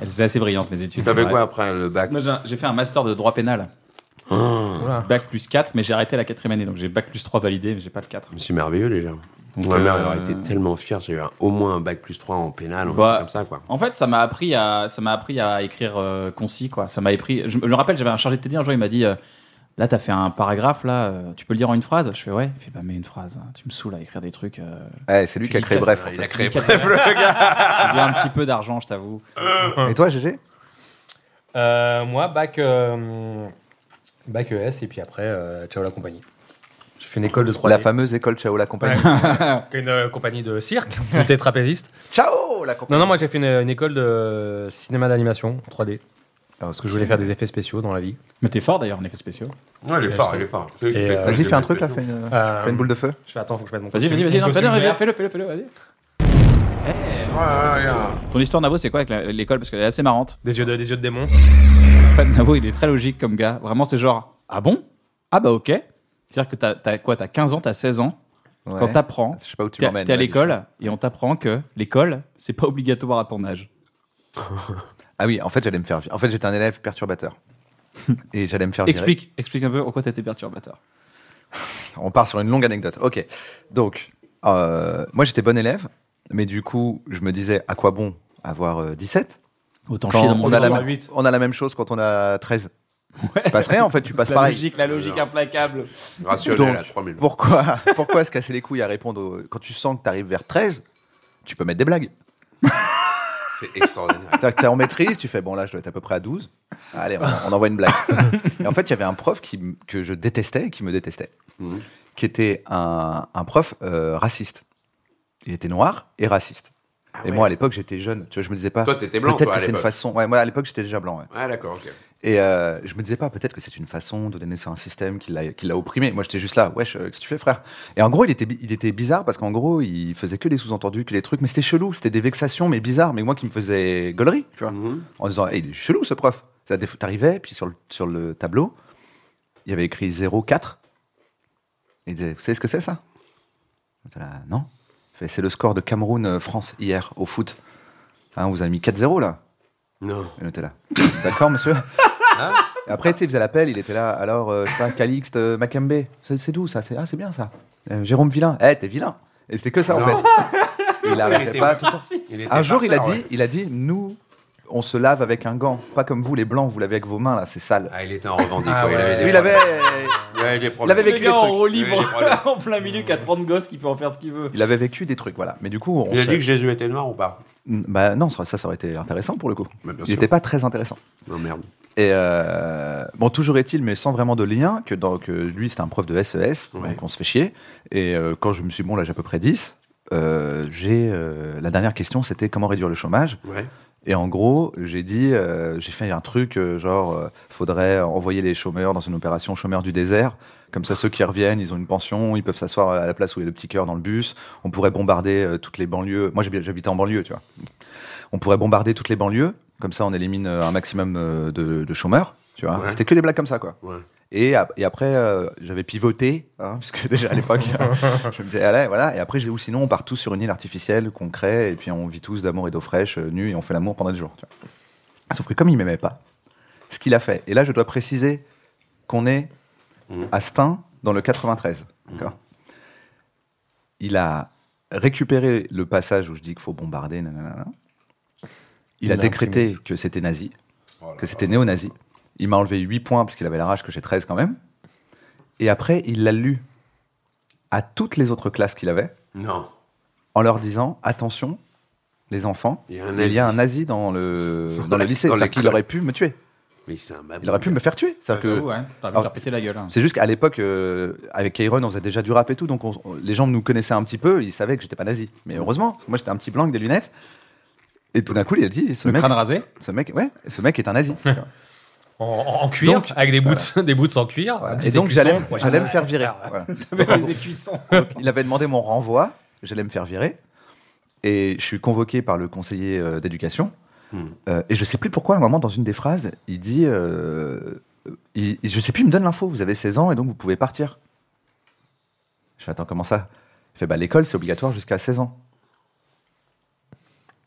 [SPEAKER 1] Elles étaient assez brillantes, mes
[SPEAKER 3] Tu
[SPEAKER 1] études.
[SPEAKER 3] t'avais
[SPEAKER 1] c'est
[SPEAKER 3] quoi
[SPEAKER 1] vrai.
[SPEAKER 3] après le bac
[SPEAKER 1] Moi, j'ai un- j'ai fait un master de droit pénal.
[SPEAKER 3] Oh,
[SPEAKER 4] Voilà.
[SPEAKER 1] Bac plus 4, mais j'ai arrêté la quatrième année, donc j'ai bac plus 3 validé, mais j'ai pas le 4.
[SPEAKER 3] Je me suis merveilleux déjà.
[SPEAKER 1] Donc,
[SPEAKER 3] Ma mère elle
[SPEAKER 1] euh,
[SPEAKER 3] aurait été tellement fière. J'ai eu un- au moins un bac plus 3 en pénal, ou
[SPEAKER 1] Bah,
[SPEAKER 3] comme ça quoi.
[SPEAKER 1] En fait, ça m'a appris à ça m'a appris à écrire euh, concis quoi. Ça m'a appris. Je me rappelle, j'avais un chargé de TD un jour, il m'a dit euh, là, t'as fait un paragraphe là, euh, tu peux le dire en une phrase. Je fais ouais. Il fait bah mais une phrase. hein, Tu me saoules à écrire des trucs. euh,
[SPEAKER 2] Eh, c'est lui qui a créé Bref. en
[SPEAKER 3] Il a
[SPEAKER 2] fait.
[SPEAKER 3] créé.
[SPEAKER 1] j'ai un petit peu d'argent, je t'avoue.
[SPEAKER 2] Et toi, GG
[SPEAKER 4] Euh, moi, bac, euh, bac ES et puis après, euh, ciao la compagnie. J'ai fait une école de 3
[SPEAKER 2] La fameuse école Ciao la compagnie.
[SPEAKER 4] Une euh, compagnie de cirque, de tétrapéziste.
[SPEAKER 2] Ciao la compagnie.
[SPEAKER 4] Non, non, moi j'ai fait une, une école de cinéma d'animation
[SPEAKER 2] Ah, Parce
[SPEAKER 4] 3D. Parce que je voulais faire des effets spéciaux dans la vie.
[SPEAKER 1] Mais t'es fort d'ailleurs en effets spéciaux.
[SPEAKER 3] Ouais, il est fort, il est fort.
[SPEAKER 4] Et, euh,
[SPEAKER 2] Vas-y, fais un truc là, fais une,
[SPEAKER 4] Euh,
[SPEAKER 2] fais une boule de feu.
[SPEAKER 4] Je fais attends, faut que je mette mon
[SPEAKER 1] Vas-y,
[SPEAKER 4] costume-
[SPEAKER 1] vas-y, vas-y.
[SPEAKER 4] mon
[SPEAKER 1] non, Fais-le,
[SPEAKER 4] costume vert.
[SPEAKER 1] fais-le, fais-le, fais-le, vas-y. Ton histoire Navo, c'est quoi avec la- l'école Parce qu'elle est assez marrante.
[SPEAKER 4] Des yeux de, des yeux de démon.
[SPEAKER 1] En fait, Navo, il est très logique comme gars. Vraiment, c'est genre ah bon Ah bah ok. C'est-à-dire que t'as t'as quoi T'as 15 ans, t'as 16 ans. Quand
[SPEAKER 2] Ouais.
[SPEAKER 1] t'apprends,
[SPEAKER 2] Je sais pas où tu
[SPEAKER 1] T'es
[SPEAKER 2] m'emmènes.
[SPEAKER 1] t'es à
[SPEAKER 2] vas-y.
[SPEAKER 1] l'école et on t'apprend que l'école, c'est pas obligatoire à ton âge.
[SPEAKER 2] Ah oui, en fait, j'allais me faire. vi- En fait, j'étais un élève perturbateur. Et j'allais me faire virer.
[SPEAKER 1] Explique, explique un peu pourquoi t'as été perturbateur.
[SPEAKER 2] On part sur une longue anecdote. Ok. Donc, euh, moi, j'étais bon élève, mais du coup, je me disais, à quoi bon avoir euh, 17
[SPEAKER 1] Autant
[SPEAKER 2] quand
[SPEAKER 1] chier dans mon
[SPEAKER 2] on, a la
[SPEAKER 1] bureau.
[SPEAKER 2] même- on a la même chose quand on a 13.
[SPEAKER 1] Ouais.
[SPEAKER 2] Il se passe rien, en fait, tu passes
[SPEAKER 1] La
[SPEAKER 2] pareil.
[SPEAKER 1] logique, la logique implacable.
[SPEAKER 3] Rationnel
[SPEAKER 2] Donc,
[SPEAKER 3] à 3000.
[SPEAKER 2] Pourquoi, pourquoi se casser les couilles à répondre aux- Quand tu sens que tu arrives vers 13, tu peux mettre des blagues.
[SPEAKER 3] C'est extraordinaire.
[SPEAKER 2] C'est-à-dire que t'es en maîtrise, tu fais bon là je dois être à peu près à 12. Allez, on, on envoie une blague. et en fait, il y avait un prof qui, m- que je détestais, et qui me détestait.
[SPEAKER 3] Mhm.
[SPEAKER 2] qui était un, un prof euh, raciste. Il était noir et raciste. et moi, à l'époque, j'étais jeune. Tu vois, je me disais pas.
[SPEAKER 3] Ah Toi, t'étais blanc,
[SPEAKER 2] Peut-être
[SPEAKER 3] toi, à
[SPEAKER 2] que c'est une
[SPEAKER 3] l'époque.
[SPEAKER 2] façon. Ouais, moi, à l'époque, j'étais déjà blanc. ouais.
[SPEAKER 3] Ah, d'accord, ok.
[SPEAKER 2] Et euh, je me disais pas, peut-être que c'est une façon de donner ça à un système qui l'a qui l'a opprimé. Moi, j'étais juste là, wesh, euh, qu'est-ce que tu fais, frère Et en gros, il était, bi- il était bizarre parce qu'en gros, il faisait que des sous-entendus, que des trucs, mais c'était chelou, c'était des vexations, mais bizarres, mais moi qui me faisais gaulerie, tu vois, en disant, hey, il est chelou ce prof. Ça, des fois, T'arrivais, puis sur le, sur le tableau, il y avait écrit 0,4. Et Il disait, vous savez ce que c'est ça J'étais là, Non. Il fait, C'est le score de Cameroun-France hier au foot. Hein, on vous a mis 4-0 là.
[SPEAKER 3] Non.
[SPEAKER 2] Il était là. D'accord, monsieur
[SPEAKER 3] Hein
[SPEAKER 2] et après, tu sais, il faisait l'appel, il était là. Alors, euh, je sais pas, Calixte euh, Macembe, c'est c'est d'où ça C'est ah, c'est bien ça. Euh, Jérôme Vilain, eh, t'es vilain. Et c'était que ça en
[SPEAKER 3] Non.
[SPEAKER 2] fait. Il arrêtait
[SPEAKER 3] était-
[SPEAKER 2] pas. tout-
[SPEAKER 3] il était
[SPEAKER 2] Un jour, il a dit,
[SPEAKER 3] farceur, ouais.
[SPEAKER 2] il a dit, nous, on se lave avec un gant, pas comme vous les blancs, vous lavez avec vos mains là, c'est sale.
[SPEAKER 3] Ah, il était en revendique.
[SPEAKER 2] Ah
[SPEAKER 3] ouais, Il
[SPEAKER 2] ouais.
[SPEAKER 3] avait des
[SPEAKER 2] Lui, il avait-
[SPEAKER 3] problèmes. Il avait des problèmes.
[SPEAKER 2] Il avait
[SPEAKER 1] Le
[SPEAKER 2] vécu des
[SPEAKER 1] gars en
[SPEAKER 2] trucs.
[SPEAKER 1] roue
[SPEAKER 3] Il
[SPEAKER 1] libre,
[SPEAKER 3] avait des problèmes.
[SPEAKER 1] en plein milieu, qui a 30 gosses qui peut en faire ce qu'il veut.
[SPEAKER 2] Il avait vécu des trucs, voilà. Mais du coup, on
[SPEAKER 3] Il a
[SPEAKER 2] se-
[SPEAKER 3] dit que Jésus était noir ou pas
[SPEAKER 2] Mm, Bah non, ça, ça ça aurait été intéressant pour le coup.
[SPEAKER 3] Mais bien
[SPEAKER 2] Il
[SPEAKER 3] sûr.
[SPEAKER 2] n'était pas très intéressant.
[SPEAKER 3] Non, merde.
[SPEAKER 2] Et euh, bon, toujours est-il, mais sans vraiment de lien, que, dans, que lui, c'était un prof de SES, donc on se fait chier. Et euh, quand je me suis dit, bon, là, j'ai à peu près 10, euh, j'ai, euh, la dernière question, c'était comment réduire le chômage.
[SPEAKER 3] Ouais.
[SPEAKER 2] Et en gros, j'ai dit, euh, j'ai fait un truc, euh, genre, euh, faudrait envoyer les chômeurs dans une opération chômeurs du désert. Comme ça, ceux qui reviennent, ils ont une pension, ils peuvent s'asseoir à la place où il y a le petit cœur dans le bus. On pourrait bombarder euh, toutes les banlieues. Moi, j'habi- j'habitais en banlieue, tu vois. On pourrait bombarder toutes les banlieues. Comme ça, on élimine euh, un maximum euh, de, de chômeurs, tu vois.
[SPEAKER 3] Ouais.
[SPEAKER 2] C'était que des blagues comme ça, quoi.
[SPEAKER 3] Ouais.
[SPEAKER 2] Et, ap- et après, euh, j'avais pivoté, hein, puisque déjà à l'époque, je me disais, allez, voilà. Et après, je disais, ou sinon, on part tous sur une île artificielle qu'on crée, et puis on vit tous d'amour et d'eau fraîche, euh, nus, et on fait l'amour pendant des jours. tu vois. Sauf que comme il m'aimait pas, ce qu'il a fait, et là, je dois préciser qu'on est
[SPEAKER 4] Mm.
[SPEAKER 2] à Stein dans le 93. d'accord Il a récupéré le passage où je dis qu'il faut bombarder, nanana. Il,
[SPEAKER 4] Il
[SPEAKER 2] a
[SPEAKER 4] l'a Oh
[SPEAKER 2] décrété que c'était nazi, que c'était néo-nazi. Il m'a enlevé 8 points parce qu'il avait la rage que j'ai 13 quand même. Et après, il l'a lu à toutes les autres classes qu'il avait
[SPEAKER 3] Non.
[SPEAKER 2] en leur disant attention, les enfants,
[SPEAKER 3] Il
[SPEAKER 2] il
[SPEAKER 3] y
[SPEAKER 2] y
[SPEAKER 3] a
[SPEAKER 2] a
[SPEAKER 3] un
[SPEAKER 2] un
[SPEAKER 3] nazi.
[SPEAKER 2] nazi, dans le
[SPEAKER 3] Dans
[SPEAKER 2] dans,
[SPEAKER 3] la-
[SPEAKER 2] le lycée,
[SPEAKER 3] dans
[SPEAKER 2] c'est-à-dire
[SPEAKER 3] l'école.
[SPEAKER 2] qu'il aurait pu me tuer.
[SPEAKER 3] Mais c'est un babou.
[SPEAKER 2] Il aurait pu me faire tuer. C'est-à-dire
[SPEAKER 1] Ouais, Bah,
[SPEAKER 2] que-
[SPEAKER 1] j'avoue, ouais. T'aurais pu
[SPEAKER 2] Alors,
[SPEAKER 1] te faire péter la gueule, hein.
[SPEAKER 2] C'est juste qu'à l'époque, euh, avec Kairon, on faisait déjà du rap et tout, donc on- on- les gens nous connaissaient un petit peu, ils savaient que j'étais pas nazi. Mais heureusement, parce que moi j'étais un petit blanc avec des lunettes. Et tout d'un coup, il a dit ce
[SPEAKER 1] Le
[SPEAKER 2] mec,
[SPEAKER 1] crâne rasé
[SPEAKER 2] ce mec, ouais, ce mec est un nazi.
[SPEAKER 4] En, en- en cuir,
[SPEAKER 2] Donc,
[SPEAKER 4] avec des boots, des boots en cuir.
[SPEAKER 1] Ah,
[SPEAKER 4] un petit
[SPEAKER 2] Et donc
[SPEAKER 4] écusson,
[SPEAKER 2] j'allais,
[SPEAKER 4] ouais.
[SPEAKER 2] j'allais me faire virer. Voilà.
[SPEAKER 1] T'avais les écuissons.
[SPEAKER 2] Donc, il avait demandé mon renvoi, j'allais me faire virer, et je suis convoqué par le conseiller euh, d'éducation.
[SPEAKER 3] Hmm.
[SPEAKER 2] Euh, et je sais plus pourquoi, à un moment, dans une des phrases, il dit euh, il- il- Je sais plus, il me donne l'info, vous avez 16 ans et donc vous pouvez partir. Je fais Attends, comment ça Il fait bah, L'école, c'est obligatoire jusqu'à 16 ans.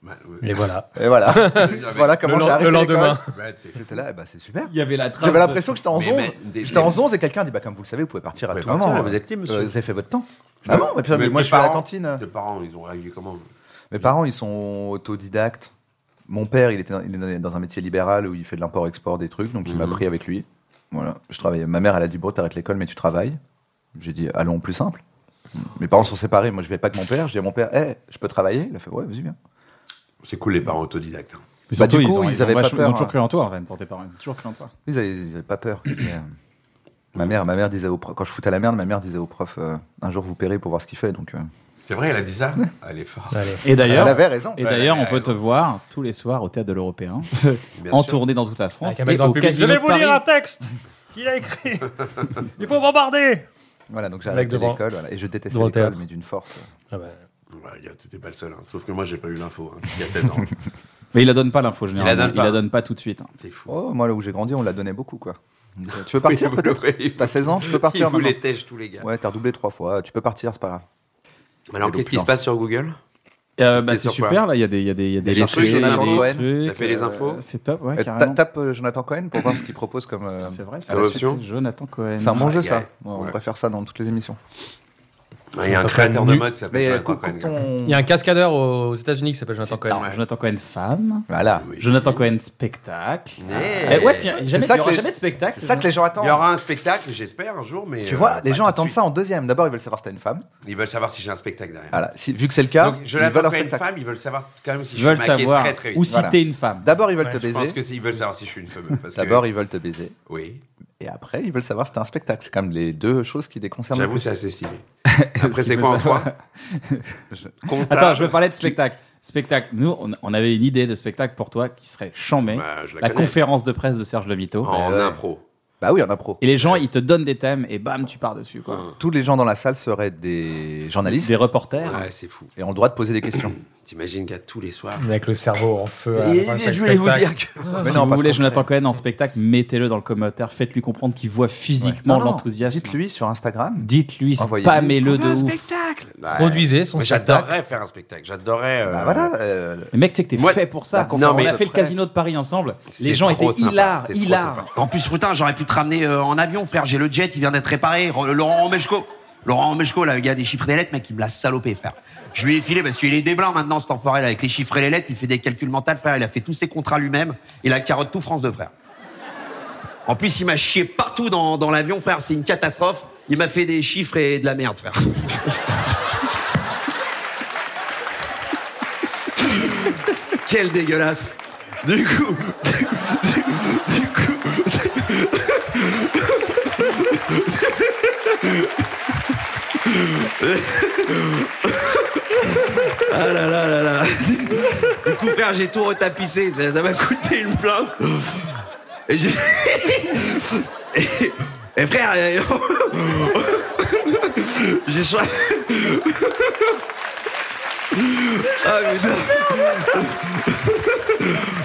[SPEAKER 3] Bah, ouais.
[SPEAKER 4] Et voilà.
[SPEAKER 2] Et voilà. voilà
[SPEAKER 4] Le
[SPEAKER 2] comment
[SPEAKER 4] lend-
[SPEAKER 2] j'ai arrêté
[SPEAKER 4] le lendemain.
[SPEAKER 2] l'école.
[SPEAKER 3] Ouais, c'est-
[SPEAKER 2] J'étais là, eh bah, c'est super.
[SPEAKER 1] Il y avait la trace.
[SPEAKER 2] J'avais
[SPEAKER 1] de-
[SPEAKER 2] l'impression que j'étais en
[SPEAKER 3] Mais
[SPEAKER 2] 11.
[SPEAKER 3] même des-
[SPEAKER 2] J'étais en 11 et quelqu'un dit bah, Comme vous le savez, vous pouvez partir à
[SPEAKER 3] Vous
[SPEAKER 2] tout
[SPEAKER 3] pouvez partir,
[SPEAKER 2] moment. Euh,
[SPEAKER 3] vous êtes libre, monsieur.
[SPEAKER 2] vous avez fait votre temps. Ah bon Mais putain, mais
[SPEAKER 3] Mais
[SPEAKER 2] moi
[SPEAKER 3] tes
[SPEAKER 2] je suis à la
[SPEAKER 3] parents-
[SPEAKER 2] cantine.
[SPEAKER 3] Tes parents, ils ont réagi comment
[SPEAKER 2] Mes parents, ils sont autodidactes. Mon père, il, était, il est dans un métier libéral où il fait de l'import-export des trucs, donc il m'a
[SPEAKER 3] Mhm.
[SPEAKER 2] pris avec lui. Voilà, je travaillais. Ma mère, elle a dit Bon, t'arrêtes l'école, mais tu travailles. J'ai dit Allons, plus simple. Mes parents sont séparés, moi je vais pas que mon père. Je dis à mon père Hé, je peux travailler Il a fait Ouais, vas-y, viens.
[SPEAKER 3] C'est cool les parents autodidactes. hein.
[SPEAKER 1] Mais
[SPEAKER 2] Bah,
[SPEAKER 1] surtout,
[SPEAKER 2] du coup,
[SPEAKER 1] ont-
[SPEAKER 2] ils avaient pas
[SPEAKER 1] vachement-
[SPEAKER 2] peur,
[SPEAKER 1] Ils ont toujours
[SPEAKER 2] hein.
[SPEAKER 1] cru en toi, en fait, pour tes parents. Ils ont toujours cru en toi.
[SPEAKER 2] Ils avaient, ils avaient pas peur. Mais, euh, ma, mère, ma mère disait au prof, quand je foutais la merde, ma mère disait au prof euh, Un jour vous paierez pour voir ce qu'il fait. Donc, euh,
[SPEAKER 3] C'est vrai, elle a dit ça Elle est forte.
[SPEAKER 4] Allez.
[SPEAKER 1] Et
[SPEAKER 2] elle
[SPEAKER 1] d'ailleurs,
[SPEAKER 2] avait raison.
[SPEAKER 1] et
[SPEAKER 3] Ouais,
[SPEAKER 1] d'ailleurs,
[SPEAKER 3] elle
[SPEAKER 1] on
[SPEAKER 3] avait
[SPEAKER 1] peut te
[SPEAKER 3] raison.
[SPEAKER 1] voir tous les soirs au théâtre de l'Européen,
[SPEAKER 3] Bien
[SPEAKER 1] en
[SPEAKER 3] sûr.
[SPEAKER 1] tournée dans toute la France
[SPEAKER 4] Avec un mec
[SPEAKER 1] et
[SPEAKER 4] dans le
[SPEAKER 1] au
[SPEAKER 4] public.
[SPEAKER 11] Je
[SPEAKER 1] Casino
[SPEAKER 11] vais
[SPEAKER 1] de
[SPEAKER 11] vous lire un
[SPEAKER 1] Paris.
[SPEAKER 11] texte qu'il a écrit. Il faut bombarder.
[SPEAKER 4] Ah,
[SPEAKER 2] Voilà, donc j'ai
[SPEAKER 4] Mec
[SPEAKER 2] arrêté
[SPEAKER 4] devant-
[SPEAKER 2] l'école. voilà. Et je détestais
[SPEAKER 4] devant le
[SPEAKER 2] l'école,
[SPEAKER 4] théâtre.
[SPEAKER 2] mais d'une force.
[SPEAKER 4] Ah bah,
[SPEAKER 3] Ouais, y a- T'étais pas le seul. hein. Sauf que moi, j'ai pas eu l'info. hein, Il y a 16 ans.
[SPEAKER 1] Mais il la donne pas l'info généralement.
[SPEAKER 3] donne
[SPEAKER 1] Il
[SPEAKER 3] pas.
[SPEAKER 1] la donne pas tout de suite. hein.
[SPEAKER 3] C'est fou.
[SPEAKER 2] Oh, moi là où j'ai grandi, on la donnait beaucoup quoi. tu veux partir
[SPEAKER 3] Oui,
[SPEAKER 2] peut-être
[SPEAKER 3] oui, oui.
[SPEAKER 2] T'as 16 ans, tu peux partir
[SPEAKER 3] Ils vous
[SPEAKER 2] maintenant.
[SPEAKER 3] les tèches, tous les gars.
[SPEAKER 2] Ouais, t'as redoublé trois fois, tu peux partir, c'est pas grave.
[SPEAKER 3] Alors, qu'est-ce qui se passe sur Google
[SPEAKER 1] Euh, bah,
[SPEAKER 3] T'es
[SPEAKER 1] c'est
[SPEAKER 3] sur quoi
[SPEAKER 1] super, là, il y a des, il y a des, il y a des,
[SPEAKER 3] des
[SPEAKER 1] chercheurs,
[SPEAKER 3] trucs,
[SPEAKER 1] il y a
[SPEAKER 3] Jonathan
[SPEAKER 1] des
[SPEAKER 2] Cohen.
[SPEAKER 1] trucs,
[SPEAKER 3] T'as fait les
[SPEAKER 1] euh,
[SPEAKER 3] infos
[SPEAKER 1] C'est top, ouais,
[SPEAKER 2] Euh,
[SPEAKER 1] carrément.
[SPEAKER 2] ta- tape euh, Jonathan Cohen pour voir ce qu'il propose comme. euh,
[SPEAKER 1] C'est vrai, c'est
[SPEAKER 2] à la
[SPEAKER 3] Comme
[SPEAKER 2] suite.
[SPEAKER 3] option.
[SPEAKER 1] Jonathan Cohen.
[SPEAKER 2] C'est un bon
[SPEAKER 3] Ouais,
[SPEAKER 2] jeu
[SPEAKER 3] gars.
[SPEAKER 2] ça. On
[SPEAKER 3] Ouais.
[SPEAKER 2] va faire ça dans toutes les émissions.
[SPEAKER 3] Il y a un
[SPEAKER 4] Jonathan
[SPEAKER 3] créateur
[SPEAKER 4] Cohen
[SPEAKER 3] de
[SPEAKER 4] nu.
[SPEAKER 3] mode qui s'appelle
[SPEAKER 2] Mais euh,
[SPEAKER 3] Jonathan
[SPEAKER 2] coupe
[SPEAKER 3] Cohen, gars.
[SPEAKER 4] Il y
[SPEAKER 2] ton.
[SPEAKER 4] a un cascadeur aux États-Unis qui s'appelle Jonathan Cohen.
[SPEAKER 1] Alors, Jonathan Cohen femme,
[SPEAKER 2] Voilà.
[SPEAKER 3] Oui.
[SPEAKER 1] Jonathan Cohen spectacle.
[SPEAKER 3] Ouais.
[SPEAKER 1] Eh, ouais, est-ce qu'il y a- jamais-
[SPEAKER 2] ça
[SPEAKER 1] il y aura
[SPEAKER 2] que les-
[SPEAKER 1] jamais de spectacle.
[SPEAKER 2] C'est ça que les gens
[SPEAKER 3] Il y
[SPEAKER 2] attendent.
[SPEAKER 3] aura un spectacle, j'espère, un jour, mais.
[SPEAKER 2] Tu
[SPEAKER 3] euh,
[SPEAKER 2] vois, les
[SPEAKER 3] pas
[SPEAKER 2] gens
[SPEAKER 3] tout de
[SPEAKER 2] attendent
[SPEAKER 3] suite.
[SPEAKER 2] ça en deuxième. D'abord, ils veulent savoir si t'as une femme.
[SPEAKER 3] Ils veulent savoir si j'ai un spectacle derrière.
[SPEAKER 2] Voilà. Si- vu que c'est le cas,
[SPEAKER 3] Donc,
[SPEAKER 2] ils veulent
[SPEAKER 3] Jonathan
[SPEAKER 2] leur
[SPEAKER 3] Cohen,
[SPEAKER 2] spectacle.
[SPEAKER 3] femme, ils veulent savoir quand même si
[SPEAKER 1] Ils
[SPEAKER 3] je suis
[SPEAKER 1] veulent
[SPEAKER 3] maqué
[SPEAKER 1] savoir
[SPEAKER 3] très très vite.
[SPEAKER 1] où si
[SPEAKER 2] Voilà.
[SPEAKER 1] t'es une femme.
[SPEAKER 2] D'abord, ils veulent
[SPEAKER 4] Ouais,
[SPEAKER 2] te
[SPEAKER 4] je
[SPEAKER 3] Je
[SPEAKER 2] baiser.
[SPEAKER 3] pense que c'est- ils veulent savoir si je suis une femme.
[SPEAKER 2] D'abord, ils veulent te baiser.
[SPEAKER 3] Oui.
[SPEAKER 2] Et après, ils veulent savoir si c'était un spectacle. C'est quand même les deux choses qui les concernent. le
[SPEAKER 3] J'avoue,
[SPEAKER 2] plus.
[SPEAKER 3] c'est assez stylé. Après, c'est
[SPEAKER 2] qu'il
[SPEAKER 3] quoi en
[SPEAKER 2] veut
[SPEAKER 3] toi
[SPEAKER 2] Je-
[SPEAKER 3] Comptable.
[SPEAKER 1] Ah, Attends, je veux parler de spectacle. Spectacle. Nous, on, on avait une idée de spectacle pour toi qui serait chambé.
[SPEAKER 3] je
[SPEAKER 1] la
[SPEAKER 3] Bah, la Ah. connais.
[SPEAKER 1] conférence de presse de Serge Lomito.
[SPEAKER 3] En
[SPEAKER 1] Ouais.
[SPEAKER 3] impro.
[SPEAKER 2] Bah oui, en impro.
[SPEAKER 1] Et les gens, ils te donnent des thèmes et bam, tu pars dessus. Quoi.
[SPEAKER 2] Tous les gens dans la salle seraient des journalistes.
[SPEAKER 1] Des reporters.
[SPEAKER 3] Ah. Ouais, c'est fou.
[SPEAKER 2] Et ont le droit de poser des questions.
[SPEAKER 3] T'imagines qu'à tous les soirs.
[SPEAKER 4] Mais avec le cerveau en feu.
[SPEAKER 3] Et je voulais vous dire que.
[SPEAKER 1] Ah, si vous voulez Jonathan Cohen en spectacle, mettez-le dans le commentaire. Faites-lui comprendre qu'il voit physiquement
[SPEAKER 2] Non, non,
[SPEAKER 1] l'enthousiasme.
[SPEAKER 2] Dites-lui sur Instagram.
[SPEAKER 1] Dites-lui,
[SPEAKER 2] Envoyez-lui.
[SPEAKER 1] spammez-le de
[SPEAKER 3] un
[SPEAKER 1] ouf.
[SPEAKER 3] spectacle Ouais.
[SPEAKER 4] Produisez son
[SPEAKER 3] Mais
[SPEAKER 4] spectacle.
[SPEAKER 3] J'adorerais faire un spectacle. J'adorerais. euh,
[SPEAKER 2] Bah voilà. euh,
[SPEAKER 1] Mais mec, tu sais que t'es
[SPEAKER 3] Moi-
[SPEAKER 1] fait pour
[SPEAKER 2] la
[SPEAKER 1] ça.
[SPEAKER 2] conférence
[SPEAKER 1] on a
[SPEAKER 3] de
[SPEAKER 1] fait le
[SPEAKER 2] presse.
[SPEAKER 1] casino de Paris ensemble.
[SPEAKER 3] C'était
[SPEAKER 1] Les gens
[SPEAKER 3] trop
[SPEAKER 1] étaient
[SPEAKER 3] sympa,
[SPEAKER 1] hilars,
[SPEAKER 3] c'était trop
[SPEAKER 1] hilars.
[SPEAKER 3] sympa.
[SPEAKER 12] En plus, putain, j'aurais pu te ramener euh, en avion, frère. J'ai le jet, il vient d'être réparé. Re- Laurent Omeshko. Laurent Omeshko, là, le gars des chiffres et des lettres, mec, il me l'a salopé, frère. Je lui ai filé parce qu'il est des blancs maintenant, cet enfoiré, là, avec les chiffres et les lettres. Il fait des calculs mentaux, frère. Il a fait tous ses contrats lui-même. Il a carotte tout France 2, frère. En plus, il m'a chié partout dans, dans l'avion, frère. C'est une catastrophe. Il m'a fait des chiffres et de la merde, frère. Quel dégueulasse. Du coup, du coup,
[SPEAKER 3] Ah là là là là. Du coup, frère, j'ai tout retapissé. Ça ça m'a coûté une plainte. Et j'ai. Et, et frère, euh, j'ai cho- Ah putain.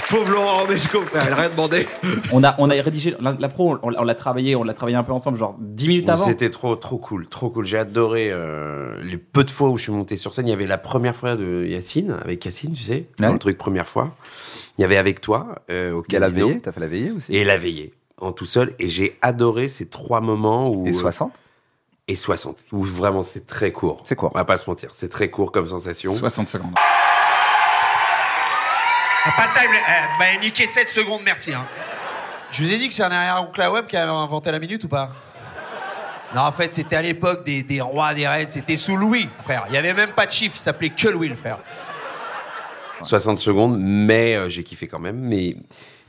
[SPEAKER 3] Pauvre Laurent Romeshko, frère, il a rien demandé.
[SPEAKER 1] On a, on a rédigé la, la pro, on, on l'a travaillé, on l'a travaillé un peu ensemble, genre 10 minutes
[SPEAKER 3] Mais
[SPEAKER 1] avant.
[SPEAKER 3] C'était trop, trop cool, trop cool. J'ai adoré euh, les peu de fois où je suis monté sur scène. Il y avait la première fois de Yacine, avec Yacine, tu sais, dans
[SPEAKER 2] Ouais.
[SPEAKER 3] le truc première fois. Il y avait avec toi euh, au
[SPEAKER 2] Il y a la
[SPEAKER 3] casino
[SPEAKER 2] veillée, t'as fait la veillée aussi.
[SPEAKER 3] et la veillée en tout seul. Et j'ai adoré ces trois moments où
[SPEAKER 2] Et
[SPEAKER 3] euh,
[SPEAKER 2] 60
[SPEAKER 3] et 60 où vraiment c'est très court.
[SPEAKER 2] C'est court.
[SPEAKER 3] On va pas se mentir, c'est très court comme sensation.
[SPEAKER 1] 60 secondes.
[SPEAKER 12] Pas de time, eh, bah, niqué 7 secondes, merci. hein. Je vous ai dit que c'est un arrière-oncle à web qui avait inventé la minute ou pas Non, en fait, c'était à l'époque des, des rois, des reines, c'était sous Louis, frère. Il y avait même pas de chiffre, il s'appelait que Louis, le frère.
[SPEAKER 3] 60 secondes, mais euh, j'ai kiffé quand même. Mais et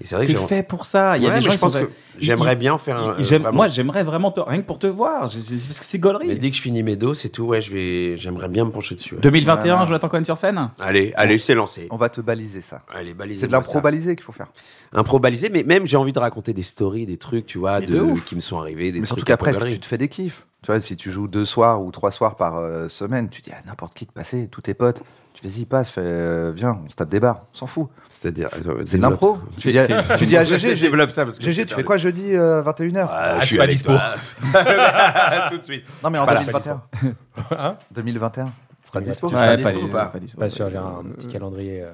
[SPEAKER 3] c'est vrai
[SPEAKER 1] T'es
[SPEAKER 3] que j'ai-
[SPEAKER 1] fait pour ça. Il y a
[SPEAKER 3] Ouais,
[SPEAKER 1] des
[SPEAKER 3] mais
[SPEAKER 1] gens
[SPEAKER 3] je
[SPEAKER 1] qui sont
[SPEAKER 3] pense
[SPEAKER 1] vra-
[SPEAKER 3] que j'aimerais
[SPEAKER 1] ils-
[SPEAKER 3] bien faire un- euh,
[SPEAKER 1] ils- j'aime-
[SPEAKER 3] vraiment.
[SPEAKER 1] moi, j'aimerais vraiment te- rien que pour te voir. Je- C'est c'est parce que c'est gaulerie.
[SPEAKER 3] mais dès que je finis mes doses et tout, ouais, je vais, j'aimerais bien me pencher dessus. ouais. Bah,
[SPEAKER 1] 2021, Jonathan Cohen sur scène
[SPEAKER 3] Allez, allez, c'est lancé.
[SPEAKER 2] On va te baliser ça.
[SPEAKER 3] Allez, balisez.
[SPEAKER 2] C'est de l'impro balisée qu'il faut faire.
[SPEAKER 3] improbalisé, mais même j'ai envie de raconter des stories, des trucs, tu vois,
[SPEAKER 2] Mais
[SPEAKER 3] de,
[SPEAKER 2] de ouf.
[SPEAKER 3] qui me sont arrivés, des
[SPEAKER 2] Mais surtout
[SPEAKER 3] trucs à
[SPEAKER 2] qu'après,
[SPEAKER 3] Paul
[SPEAKER 2] tu te fais des kiffs. Tu vois, si tu joues deux soirs ou trois soirs par euh, semaine, tu dis à n'importe qui de passer, tous tes potes. Tu vas-y, passe, fais, euh, viens, on se tape des barres, on s'en fout.
[SPEAKER 3] C'est-à-dire, euh,
[SPEAKER 2] C'est de l'impro. Tu dis à- tu dis à GG, j'ai-
[SPEAKER 3] développe ça parce que
[SPEAKER 2] GG, tu fais quoi jeudi euh, 21h
[SPEAKER 3] Ah,
[SPEAKER 4] je suis pas
[SPEAKER 3] avec
[SPEAKER 4] dispo.
[SPEAKER 3] toi. Bah, Tout de suite.
[SPEAKER 2] Non, mais en
[SPEAKER 4] pas là.
[SPEAKER 2] 2021.
[SPEAKER 4] Hein
[SPEAKER 2] 2021. Tu seras dispo
[SPEAKER 3] Tu seras
[SPEAKER 1] pas
[SPEAKER 3] dispo
[SPEAKER 1] les-
[SPEAKER 3] ou pas
[SPEAKER 1] pas dispo.
[SPEAKER 4] Pas sûr, j'ai un petit calendrier. euh,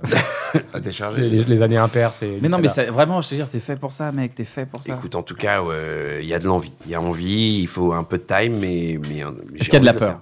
[SPEAKER 3] Ah, T'es chargé.
[SPEAKER 4] les, les années impaires, c'est.
[SPEAKER 1] Mais non, mais ça- vraiment, je te dire, t'es fait pour ça, mec. T'es fait pour ça.
[SPEAKER 3] Écoute, en tout cas, ouais, il y a de l'envie. Il y a envie, il faut un peu de time, mais. mais, un- mais j'ai
[SPEAKER 1] qu'il y a de
[SPEAKER 3] envie
[SPEAKER 1] la
[SPEAKER 3] le
[SPEAKER 1] peur
[SPEAKER 3] faire.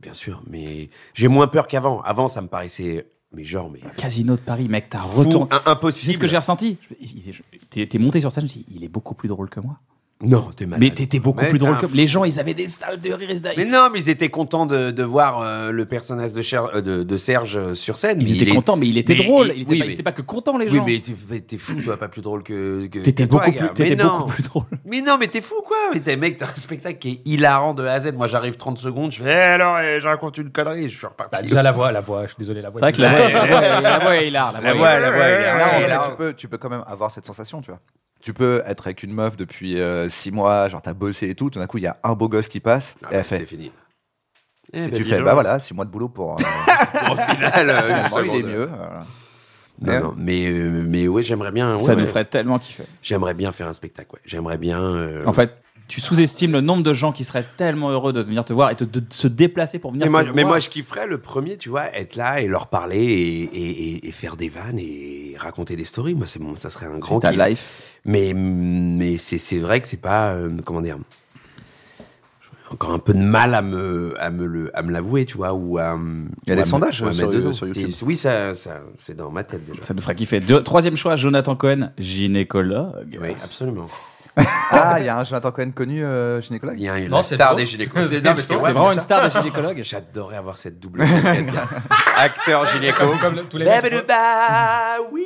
[SPEAKER 3] Bien sûr, mais j'ai moins peur qu'avant. Avant, ça me paraissait. Mais genre, mais.
[SPEAKER 1] Casino de Paris, mec, t'as
[SPEAKER 3] fou,
[SPEAKER 1] retourné.
[SPEAKER 3] un-
[SPEAKER 1] C'est
[SPEAKER 3] impossible.
[SPEAKER 1] ce que j'ai ressenti. Je- il- je- T'es t'es monté sur scène, je me suis dit, il est beaucoup plus drôle que moi.
[SPEAKER 3] Non, t'es malade.
[SPEAKER 1] Mais t'étais beaucoup
[SPEAKER 3] Bah, Mais
[SPEAKER 1] plus
[SPEAKER 3] t'es
[SPEAKER 1] drôle
[SPEAKER 3] un
[SPEAKER 1] que.
[SPEAKER 3] fou.
[SPEAKER 1] Les gens, ils avaient des salles de rire et se
[SPEAKER 3] Mais
[SPEAKER 1] dailler.
[SPEAKER 3] non, mais ils étaient contents de, de voir euh, le personnage de, Cher- euh, de, de Serge euh, sur scène.
[SPEAKER 1] Ils
[SPEAKER 3] mais
[SPEAKER 1] étaient
[SPEAKER 3] il est-
[SPEAKER 1] contents, mais il était
[SPEAKER 3] mais
[SPEAKER 1] drôle.
[SPEAKER 3] il-
[SPEAKER 1] Il était
[SPEAKER 3] oui,
[SPEAKER 1] pas-
[SPEAKER 3] mais-
[SPEAKER 1] ils étaient pas que contents, les
[SPEAKER 3] Oui,
[SPEAKER 1] gens.
[SPEAKER 3] mais t'es- mais t'es fou, toi, pas plus drôle que. que
[SPEAKER 1] T'étais
[SPEAKER 3] que toi,
[SPEAKER 1] beaucoup,
[SPEAKER 3] gars.
[SPEAKER 1] plus- t'étais
[SPEAKER 3] Mais non.
[SPEAKER 1] beaucoup plus drôle.
[SPEAKER 3] Mais non, mais t'es fou, quoi. Mais t'es- mec, t'as un spectacle qui est hilarant de A à Z. Moi, j'arrive 30 secondes, je fais, Eh, alors, eh, je raconte une connerie, et je suis reparti.
[SPEAKER 4] Bah, déjà la voix, la voix, je suis désolé, la voix.
[SPEAKER 1] C'est vrai que la voix, la voix, la voix est là. La voix, est hilar.
[SPEAKER 3] la voix, elle est
[SPEAKER 2] Non,
[SPEAKER 3] hilarante.
[SPEAKER 2] mais
[SPEAKER 3] Elle est
[SPEAKER 2] tu, peux, tu peux quand même avoir cette sensation, tu vois. Tu peux être avec une meuf depuis euh, six mois, genre t'as bossé et tout, tout d'un coup il y a un beau gosse qui passe,
[SPEAKER 3] Ah,
[SPEAKER 2] et elle
[SPEAKER 3] bah, C'est
[SPEAKER 2] fait.
[SPEAKER 3] fini.
[SPEAKER 8] Eh,
[SPEAKER 2] Et
[SPEAKER 8] ben,
[SPEAKER 2] tu fais, bah voilà, six mois de boulot pour. euh,
[SPEAKER 3] Au final, euh,
[SPEAKER 1] Ah,
[SPEAKER 3] une
[SPEAKER 2] finalement, il est
[SPEAKER 3] seconde.
[SPEAKER 2] mieux. voilà.
[SPEAKER 3] Non, non, mais, euh, mais ouais, j'aimerais bien. ouais,
[SPEAKER 1] Ça nous
[SPEAKER 3] ouais.
[SPEAKER 1] ferait tellement kiffer.
[SPEAKER 3] J'aimerais bien faire un spectacle, ouais. J'aimerais bien. euh,
[SPEAKER 1] En fait, tu sous-estimes le nombre de gens qui seraient tellement heureux de venir te voir et te- de, de se déplacer pour venir
[SPEAKER 3] Mais moi,
[SPEAKER 1] te voir.
[SPEAKER 3] mais moi, je kifferais le premier, tu vois, être là et leur parler et, et- et- et faire des vannes et raconter des stories. Moi, c'est bon, ça serait un grand
[SPEAKER 1] c'est ta
[SPEAKER 3] kiff.
[SPEAKER 1] life.
[SPEAKER 3] Mais, mais c'est c'est vrai que c'est pas. euh, comment dire J'ai encore un peu de mal à me, à me le- à me l'avouer, tu vois. Ou à,
[SPEAKER 2] Il y a
[SPEAKER 3] ou
[SPEAKER 2] des
[SPEAKER 3] à me-
[SPEAKER 2] sondages euh,
[SPEAKER 3] ou à
[SPEAKER 2] sur-
[SPEAKER 3] mettre dedans.
[SPEAKER 2] sur YouTube.
[SPEAKER 3] C'est- Oui, ça, ça- c'est dans ma tête déjà.
[SPEAKER 1] Ça nous ferait kiffer. Deux- troisième choix, Jonathan Cohen, gynécologue.
[SPEAKER 3] Oui, absolument.
[SPEAKER 2] Ah, il y a un Jonathan Cohen connu, euh,
[SPEAKER 3] Il
[SPEAKER 2] gynécologue
[SPEAKER 3] y a une
[SPEAKER 4] Non, c'est
[SPEAKER 3] star
[SPEAKER 4] drôle.
[SPEAKER 3] des gynécologues.
[SPEAKER 4] C'est-
[SPEAKER 3] Non, mais
[SPEAKER 1] C'est
[SPEAKER 3] vrai,
[SPEAKER 1] vraiment une star de gynécologue.
[SPEAKER 3] J'adorais avoir cette double casquette. Acteur gynéco.
[SPEAKER 4] Comme le- tous les
[SPEAKER 3] Bébé
[SPEAKER 4] mecs-
[SPEAKER 3] de bah, oui.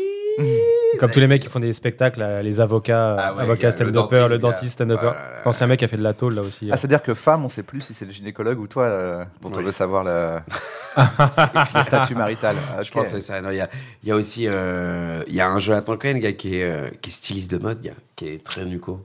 [SPEAKER 4] Comme tous les mecs qui font des spectacles, euh, les avocats,
[SPEAKER 2] Ah ouais,
[SPEAKER 4] avocats
[SPEAKER 2] il y a le
[SPEAKER 4] stand-upper,
[SPEAKER 2] dentiste, il y a-
[SPEAKER 4] le dentiste stand-upper. L'ancien mec qui a fait de la tôle là aussi.
[SPEAKER 2] Ah, c'est-à-dire que femme, on sait plus si c'est le gynécologue ou toi euh, dont on veut savoir le, le statut marital. Ah,
[SPEAKER 3] Je pense que c'est ça. Non, Il y, a- il y a aussi euh, il y a un Jonathan Cohen, gars, qui est, euh, qui est styliste de mode, gars, qui est très nuco.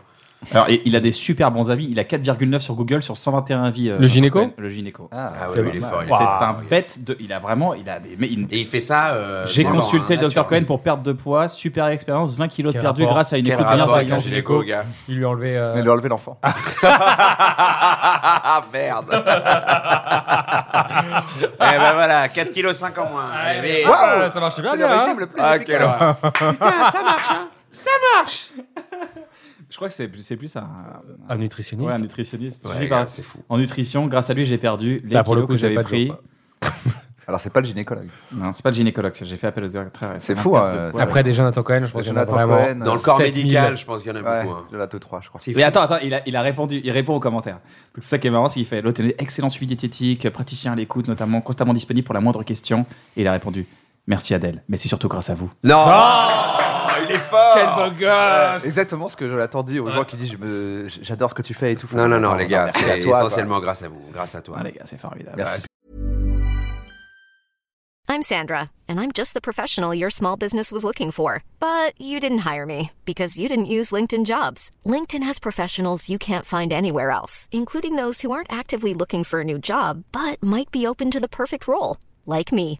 [SPEAKER 1] Alors, et- il a des super bons avis. Il a 4,9 sur Google sur 121 avis. euh,
[SPEAKER 3] Le gynéco
[SPEAKER 1] Cohen. Le gynéco.
[SPEAKER 3] Ah, ah
[SPEAKER 1] C'est
[SPEAKER 3] ouais, il est
[SPEAKER 1] pas
[SPEAKER 3] fort,
[SPEAKER 1] mal.
[SPEAKER 3] il est
[SPEAKER 1] C'est
[SPEAKER 3] fort.
[SPEAKER 1] un bête de. Il a vraiment. Il a des- mais il-
[SPEAKER 3] Et il fait ça. euh,
[SPEAKER 1] J'ai
[SPEAKER 3] vraiment,
[SPEAKER 1] consulté
[SPEAKER 3] hein,
[SPEAKER 1] le docteur
[SPEAKER 3] naturel.
[SPEAKER 1] Cohen pour perte de poids, super expérience, 20 kilos de
[SPEAKER 3] Quel
[SPEAKER 1] perdu
[SPEAKER 3] rapport
[SPEAKER 1] grâce à une
[SPEAKER 3] Quel
[SPEAKER 1] écoute
[SPEAKER 3] rapport avec un
[SPEAKER 1] bienveillante.
[SPEAKER 3] gynéco, gars
[SPEAKER 4] Il lui a enlevé. euh,
[SPEAKER 2] Il lui a enlevé l'enfant.
[SPEAKER 3] Ah merde Eh ben voilà, 4,5 kg en moins. Allez,
[SPEAKER 4] Waouh Ah, ça, ça marche super
[SPEAKER 3] C'est
[SPEAKER 4] bien.
[SPEAKER 3] le régime
[SPEAKER 4] hein.
[SPEAKER 3] le plus Ah, quelle efficace. horreur. Putain, ça marche, hein Ça marche
[SPEAKER 1] Je crois que c'est plus, c'est plus un,
[SPEAKER 4] un nutritionniste.
[SPEAKER 1] Ouais, un nutritionniste.
[SPEAKER 4] Ouais,
[SPEAKER 1] Je sais
[SPEAKER 4] gars,
[SPEAKER 1] pas.
[SPEAKER 4] c'est fou.
[SPEAKER 1] En nutrition, grâce à lui, j'ai perdu les
[SPEAKER 4] Là, Bah, pour
[SPEAKER 1] kilos
[SPEAKER 4] le coup,
[SPEAKER 1] que
[SPEAKER 4] c'est pas
[SPEAKER 1] j'avais pris.
[SPEAKER 4] de joke,
[SPEAKER 2] Alors, c'est pas le gynécologue.
[SPEAKER 1] Non, c'est pas le gynécologue. J'ai fait appel au docteur très récemment.
[SPEAKER 2] C'est fou,
[SPEAKER 1] Perte
[SPEAKER 2] hein,
[SPEAKER 1] de poids.
[SPEAKER 4] Après, des Jonathan Cohen, je pense qu'il y en a vraiment.
[SPEAKER 3] Dans le corps
[SPEAKER 4] 7000.
[SPEAKER 3] médical, je pense qu'il y en a
[SPEAKER 2] Ouais,
[SPEAKER 3] beaucoup. hein.
[SPEAKER 2] de la 3, je crois.
[SPEAKER 1] Mais attends, attends, il a, il a répondu, il répond aux commentaires. Donc c'est ça qui est marrant, c'est qu'il fait l'autre, il est excellent suivi diététique, praticien à l'écoute, notamment constamment disponible pour la moindre question. Et il a répondu, merci Adèle, mais c'est surtout grâce à vous.
[SPEAKER 3] Non
[SPEAKER 2] il est fort
[SPEAKER 3] Quel beau gosse
[SPEAKER 2] Oh, Exactement ce que Jonathan dit aux gens qui disent je me- j'adore ce que tu fais et tout.
[SPEAKER 3] Non, non, non, les gars,
[SPEAKER 2] merci à
[SPEAKER 3] c'est
[SPEAKER 2] toi, quoi.
[SPEAKER 3] essentiellement grâce à vous, grâce à toi.
[SPEAKER 1] les gars, c'est formidable.
[SPEAKER 2] Merci.
[SPEAKER 13] I'm Sandra, and I'm just the professional your small business was looking for. But you didn't hire me because you didn't use LinkedIn jobs. LinkedIn has professionals you can't find anywhere else, including those who aren't actively looking for a new job but might be open to the perfect role, like me.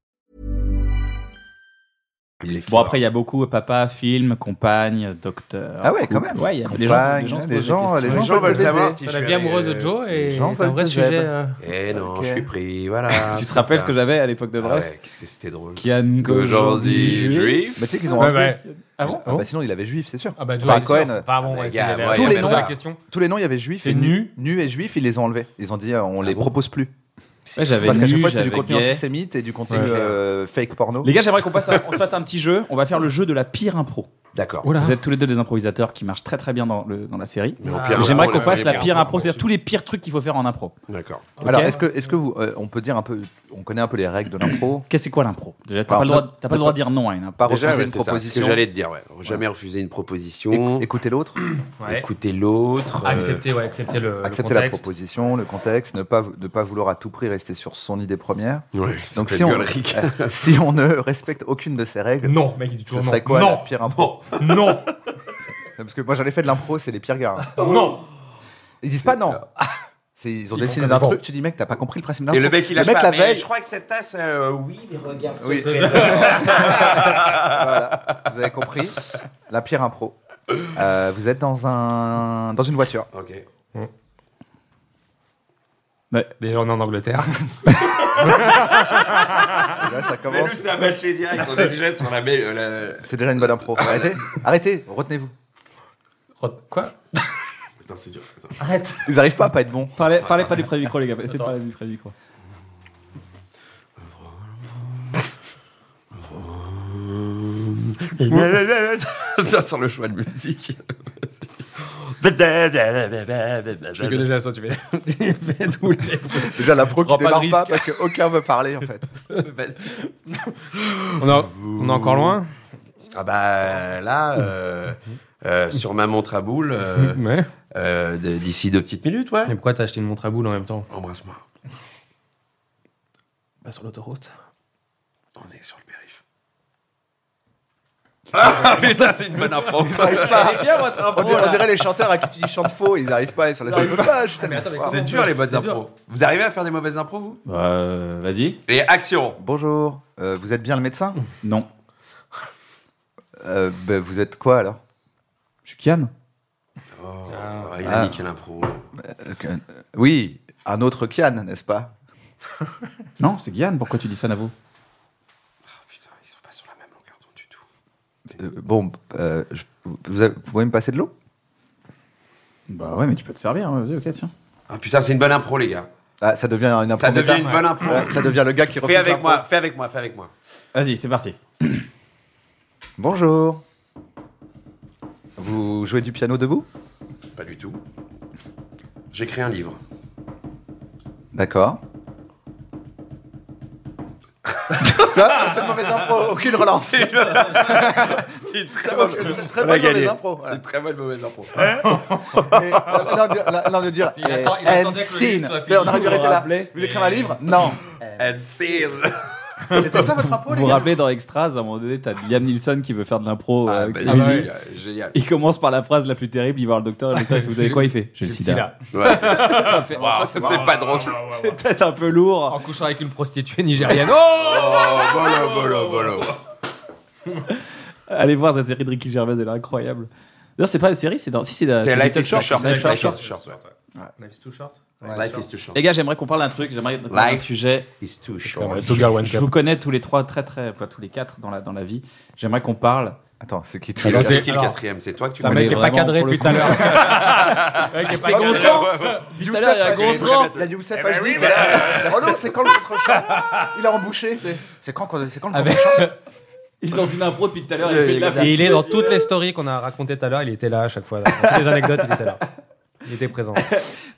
[SPEAKER 1] Bon, après, il y a beaucoup euh, papa, film, compagne, docteur.
[SPEAKER 2] Ah ouais,
[SPEAKER 1] couple.
[SPEAKER 2] quand même.
[SPEAKER 1] Ouais, il y a- les gens,
[SPEAKER 2] Compagne,
[SPEAKER 1] les gens, se
[SPEAKER 2] les
[SPEAKER 1] posent des
[SPEAKER 2] gens-
[SPEAKER 1] questions.
[SPEAKER 2] les gens veulent savoir si
[SPEAKER 4] T'as la vie amoureuse de
[SPEAKER 3] euh,
[SPEAKER 4] Joe et
[SPEAKER 3] gens
[SPEAKER 4] t'as un
[SPEAKER 3] veulent
[SPEAKER 4] vrai
[SPEAKER 3] te
[SPEAKER 4] sujet.
[SPEAKER 3] zèbre.
[SPEAKER 4] euh,
[SPEAKER 3] Eh non,
[SPEAKER 4] Ok.
[SPEAKER 3] je suis pris, voilà.
[SPEAKER 1] tu te rappelles ce que j'avais à l'époque de
[SPEAKER 3] Ah
[SPEAKER 1] Bref
[SPEAKER 3] ouais, Qu'est-ce que c'était drôle.
[SPEAKER 1] Kian
[SPEAKER 3] Qu'aujourd'hui, juif.
[SPEAKER 2] Bah, tu sais qu'ils ont
[SPEAKER 3] Ouais,
[SPEAKER 2] un peu-
[SPEAKER 3] ouais.
[SPEAKER 1] Ah bon
[SPEAKER 2] bah, Sinon, il avait juif, c'est sûr.
[SPEAKER 4] Ah bah, Joe,
[SPEAKER 2] Enfin,
[SPEAKER 4] c'est
[SPEAKER 2] Cohen.
[SPEAKER 4] sûr. Enfin, bon, ouais,
[SPEAKER 2] Les gars,
[SPEAKER 4] c'est la-
[SPEAKER 2] tous
[SPEAKER 4] la-
[SPEAKER 2] les
[SPEAKER 4] la-
[SPEAKER 2] noms,
[SPEAKER 4] la question.
[SPEAKER 2] tous les noms, il y avait juif.
[SPEAKER 4] C'est
[SPEAKER 2] et
[SPEAKER 4] nu.
[SPEAKER 2] Nu et juif, ils les ont enlevés. Ils ont dit, euh,
[SPEAKER 3] Ah
[SPEAKER 2] on les propose plus.
[SPEAKER 1] Ouais, j'avais
[SPEAKER 2] Parce qu'à chaque
[SPEAKER 1] nu,
[SPEAKER 2] fois, c'était du
[SPEAKER 1] j'avais
[SPEAKER 2] contenu
[SPEAKER 1] gay.
[SPEAKER 2] antisémite et du contenu
[SPEAKER 1] C'est clair.
[SPEAKER 2] euh, fake porno.
[SPEAKER 1] Les gars, j'aimerais qu'on passe à- on se fasse un petit jeu. On va faire le jeu de la pire impro.
[SPEAKER 3] D'accord.
[SPEAKER 4] Oula.
[SPEAKER 1] Vous êtes tous les deux des improvisateurs qui marchent très très bien dans, le- dans la série.
[SPEAKER 2] Mais au
[SPEAKER 3] Ah
[SPEAKER 2] pire impro,
[SPEAKER 1] J'aimerais
[SPEAKER 2] on
[SPEAKER 1] qu'on
[SPEAKER 2] a
[SPEAKER 1] fasse
[SPEAKER 2] fait
[SPEAKER 1] la
[SPEAKER 2] les
[SPEAKER 1] pire
[SPEAKER 2] pires
[SPEAKER 1] impro, c'est-à-dire tous les pires trucs qu'il faut faire en impro.
[SPEAKER 3] D'accord.
[SPEAKER 2] Alors, est-ce que, est-ce que vous, euh, on peut dire un peu, on connaît un peu les règles de l'impro
[SPEAKER 1] Qu'est-ce c'est quoi l'impro Déjà, t'as pas le droit- t'as pas le droit de dire non à une impro.
[SPEAKER 2] Pas
[SPEAKER 3] Déjà,
[SPEAKER 2] refuser
[SPEAKER 3] ouais,
[SPEAKER 2] une
[SPEAKER 3] c'est ça,
[SPEAKER 2] proposition.
[SPEAKER 3] C'est ce que j'allais te dire, ouais. Jamais refuser une proposition.
[SPEAKER 2] Écouter l'autre.
[SPEAKER 4] Ouais.
[SPEAKER 3] Écouter l'autre. euh,
[SPEAKER 1] Ah,
[SPEAKER 4] Accepter, ouais, accepter le- le
[SPEAKER 2] accepter la
[SPEAKER 4] contexte.
[SPEAKER 2] proposition, le contexte, ne pas, ne pas vouloir à tout prix rester sur son idée première.
[SPEAKER 3] Ouais,
[SPEAKER 2] Donc
[SPEAKER 3] ça
[SPEAKER 2] si
[SPEAKER 3] peut
[SPEAKER 2] on,
[SPEAKER 3] être gueulerie.
[SPEAKER 2] euh, si on ne respecte aucune de ces règles,
[SPEAKER 4] Non, mec, il dit toujours
[SPEAKER 2] ce serait
[SPEAKER 4] non.
[SPEAKER 2] quoi
[SPEAKER 4] Non.
[SPEAKER 2] la pire impro
[SPEAKER 4] Non
[SPEAKER 2] Parce que moi j'en ai fait de l'impro, c'est les pires gars. hein.
[SPEAKER 4] Non
[SPEAKER 2] Ils disent pas non C'est- Ils ont
[SPEAKER 3] Ils
[SPEAKER 2] décidé
[SPEAKER 3] font
[SPEAKER 2] d'un
[SPEAKER 3] comme
[SPEAKER 2] truc, tu dis mec, t'as pas compris le principe de
[SPEAKER 3] Et
[SPEAKER 2] l'impro.
[SPEAKER 3] le mec, il a
[SPEAKER 2] la veille,
[SPEAKER 3] Je crois que cette tasse, euh, oui, mais regarde. ce
[SPEAKER 2] Oui.
[SPEAKER 3] trésor.
[SPEAKER 2] Voilà, vous avez compris, la pire impro. Euh, vous êtes dans, un, dans une voiture.
[SPEAKER 3] Ok.
[SPEAKER 1] Ouais.
[SPEAKER 4] Déjà, on est en Angleterre.
[SPEAKER 2] Et là, ça
[SPEAKER 3] Mais nous,
[SPEAKER 2] commence.
[SPEAKER 3] c'est un match direct. On est déjà sur la. mais, euh, la-
[SPEAKER 2] C'est déjà une bonne impro. Arrêtez, arrêtez, retenez-vous.
[SPEAKER 4] Quoi
[SPEAKER 3] Putain, c'est dur. Attends.
[SPEAKER 4] Arrête
[SPEAKER 2] Ils arrivent pas à pas être bons.
[SPEAKER 1] Parlez, parlez pas du près du micro, les gars. Essayez de parler du près du micro.
[SPEAKER 3] Attends, sur le choix de musique.
[SPEAKER 4] Je que déjà, soit tu fais.
[SPEAKER 2] Déjà l'impro qui
[SPEAKER 4] Prends pas de
[SPEAKER 2] démarre
[SPEAKER 4] risque.
[SPEAKER 2] pas parce qu'aucun veut parler en fait.
[SPEAKER 4] On est on est encore loin
[SPEAKER 3] Ah bah là, euh, euh, sur ma montre à boules, euh,
[SPEAKER 4] Ouais.
[SPEAKER 3] euh, d- d'ici deux petites minutes, ouais.
[SPEAKER 4] Mais pourquoi t'as acheté une montre à boules en même temps
[SPEAKER 3] Embrasse-moi.
[SPEAKER 4] Bah, sur l'autoroute.
[SPEAKER 3] On est sur le périph. Ah putain, c'est une bonne impro.
[SPEAKER 2] C'est bien votre
[SPEAKER 3] Oh
[SPEAKER 2] impro. On dirait, on dirait les chanteurs à qui tu dis chante faux, ils arrivent pas, ils sont là. Je peux pas, je suis tellement fort.
[SPEAKER 3] C'est dur les bonnes impros. Vous arrivez à faire des mauvaises impros, vous
[SPEAKER 1] Bah, euh, vas-y.
[SPEAKER 3] Et action
[SPEAKER 2] Bonjour, euh, vous êtes bien le médecin
[SPEAKER 1] Non.
[SPEAKER 2] Euh, bah, vous êtes quoi alors
[SPEAKER 1] Je suis Kian.
[SPEAKER 3] Oh, Il a
[SPEAKER 2] Ah.
[SPEAKER 3] niqué l'impro. Oh,
[SPEAKER 2] Euh, que- euh, Oui, un autre Kian, n'est-ce pas
[SPEAKER 1] Non, c'est Kian. Pourquoi tu dis ça, Navo
[SPEAKER 2] Euh, Bon, euh, je- vous, avez- vous pouvez me passer de l'eau
[SPEAKER 1] Bah ouais, mais tu peux te servir. ouais, Vas-y, ok, tiens.
[SPEAKER 3] Ah putain, c'est une bonne impro, les gars.
[SPEAKER 2] Ah, ça devient une impro.
[SPEAKER 3] Ça devient
[SPEAKER 2] méta.
[SPEAKER 3] une bonne impro.
[SPEAKER 2] Ouais, ça devient le gars qui refuse
[SPEAKER 3] Fais avec
[SPEAKER 2] l'impro.
[SPEAKER 3] moi, fais avec moi, fais avec moi.
[SPEAKER 1] Vas-y, c'est parti.
[SPEAKER 2] Bonjour, Vous jouez du piano debout
[SPEAKER 3] Pas du tout. J'écris un livre.
[SPEAKER 2] D'accord. tu vois, c'est une mauvaise impro, aucune relance.
[SPEAKER 3] C'est une très bonne,
[SPEAKER 2] très bonne mauvaise impro.
[SPEAKER 3] C'est une très bonne mauvaise impro.
[SPEAKER 2] Mais, euh, non, de- la- non, de dire. euh,
[SPEAKER 3] Il attend- il attendait que le
[SPEAKER 2] Scene.
[SPEAKER 3] livre soit
[SPEAKER 2] Tu sais, On aurait
[SPEAKER 3] fini
[SPEAKER 2] dû
[SPEAKER 3] pour
[SPEAKER 2] arrêter là.
[SPEAKER 3] rappeler.
[SPEAKER 2] Vous écrivez un livre Non.
[SPEAKER 3] And seal.
[SPEAKER 2] C'était ça votre impro,
[SPEAKER 1] Vous
[SPEAKER 2] les
[SPEAKER 1] vous
[SPEAKER 2] gars
[SPEAKER 1] rappelez dans Extras, à un moment donné, t'as Liam Nielsen qui veut faire de l'impro. euh, avec
[SPEAKER 3] bah,
[SPEAKER 1] lui.
[SPEAKER 3] génial, génial.
[SPEAKER 1] Il commence par la phrase la plus terrible, il va voir le docteur, le docteur il fait, vous avez quoi Il fait J'ai le sida.
[SPEAKER 3] Ouais.
[SPEAKER 1] Il fait,
[SPEAKER 3] Waouh, c'est pas drôle.
[SPEAKER 1] C'est peut-être un peu lourd.
[SPEAKER 4] En couchant avec une prostituée nigériane.
[SPEAKER 3] Oh, bolo, bolo, bolo.
[SPEAKER 1] Allez voir cette série de Ricky Gervais, elle est incroyable. D'ailleurs, c'est pas une série, c'est dans. Si, c'est dans-
[SPEAKER 3] C'est
[SPEAKER 1] sur
[SPEAKER 3] Life
[SPEAKER 1] Little
[SPEAKER 3] is too short.
[SPEAKER 1] Life is Too Short.
[SPEAKER 4] Life is too short.
[SPEAKER 3] Life is too short.
[SPEAKER 1] Les gars, j'aimerais qu'on parle d'un truc, j'aimerais qu'on parle d'un
[SPEAKER 3] Life
[SPEAKER 1] sujet.
[SPEAKER 3] is too short.
[SPEAKER 1] Je, je vous connais tous les trois très très, enfin tous les quatre dans la, dans la vie. J'aimerais qu'on parle.
[SPEAKER 2] Attends, c'est qui
[SPEAKER 3] Qui est le- qui est le quatrième C'est toi que tu
[SPEAKER 1] Ça
[SPEAKER 3] connais
[SPEAKER 1] mec est pas
[SPEAKER 3] vraiment
[SPEAKER 1] cadré
[SPEAKER 3] pour le
[SPEAKER 1] depuis tout à
[SPEAKER 3] coup.
[SPEAKER 1] l'heure.
[SPEAKER 4] Mec est
[SPEAKER 2] C'est
[SPEAKER 4] pas
[SPEAKER 2] mon
[SPEAKER 4] cadré.
[SPEAKER 2] temps.
[SPEAKER 4] Ouais, ouais.
[SPEAKER 2] Youssef
[SPEAKER 4] Tout à l'heure, il y a
[SPEAKER 2] a dit-
[SPEAKER 4] Gontran.
[SPEAKER 2] La Youssef
[SPEAKER 4] Eh
[SPEAKER 2] a
[SPEAKER 4] ben
[SPEAKER 2] dit,
[SPEAKER 4] oui,
[SPEAKER 2] mais
[SPEAKER 4] mais-
[SPEAKER 2] là, c'est Renaud, c'est quand le contre-champ Il a embouché. c'est- C'est quand qu'on- c'est quand le
[SPEAKER 4] Avec-
[SPEAKER 2] contre-champ
[SPEAKER 1] Il est dans une impro depuis tout à l'heure.
[SPEAKER 4] Et
[SPEAKER 1] fait de la fatigue.
[SPEAKER 4] il est dans toutes les stories qu'on a racontées tout à l'heure, il était là à chaque fois. Dans toutes les anecdotes, il était là. Il était présent.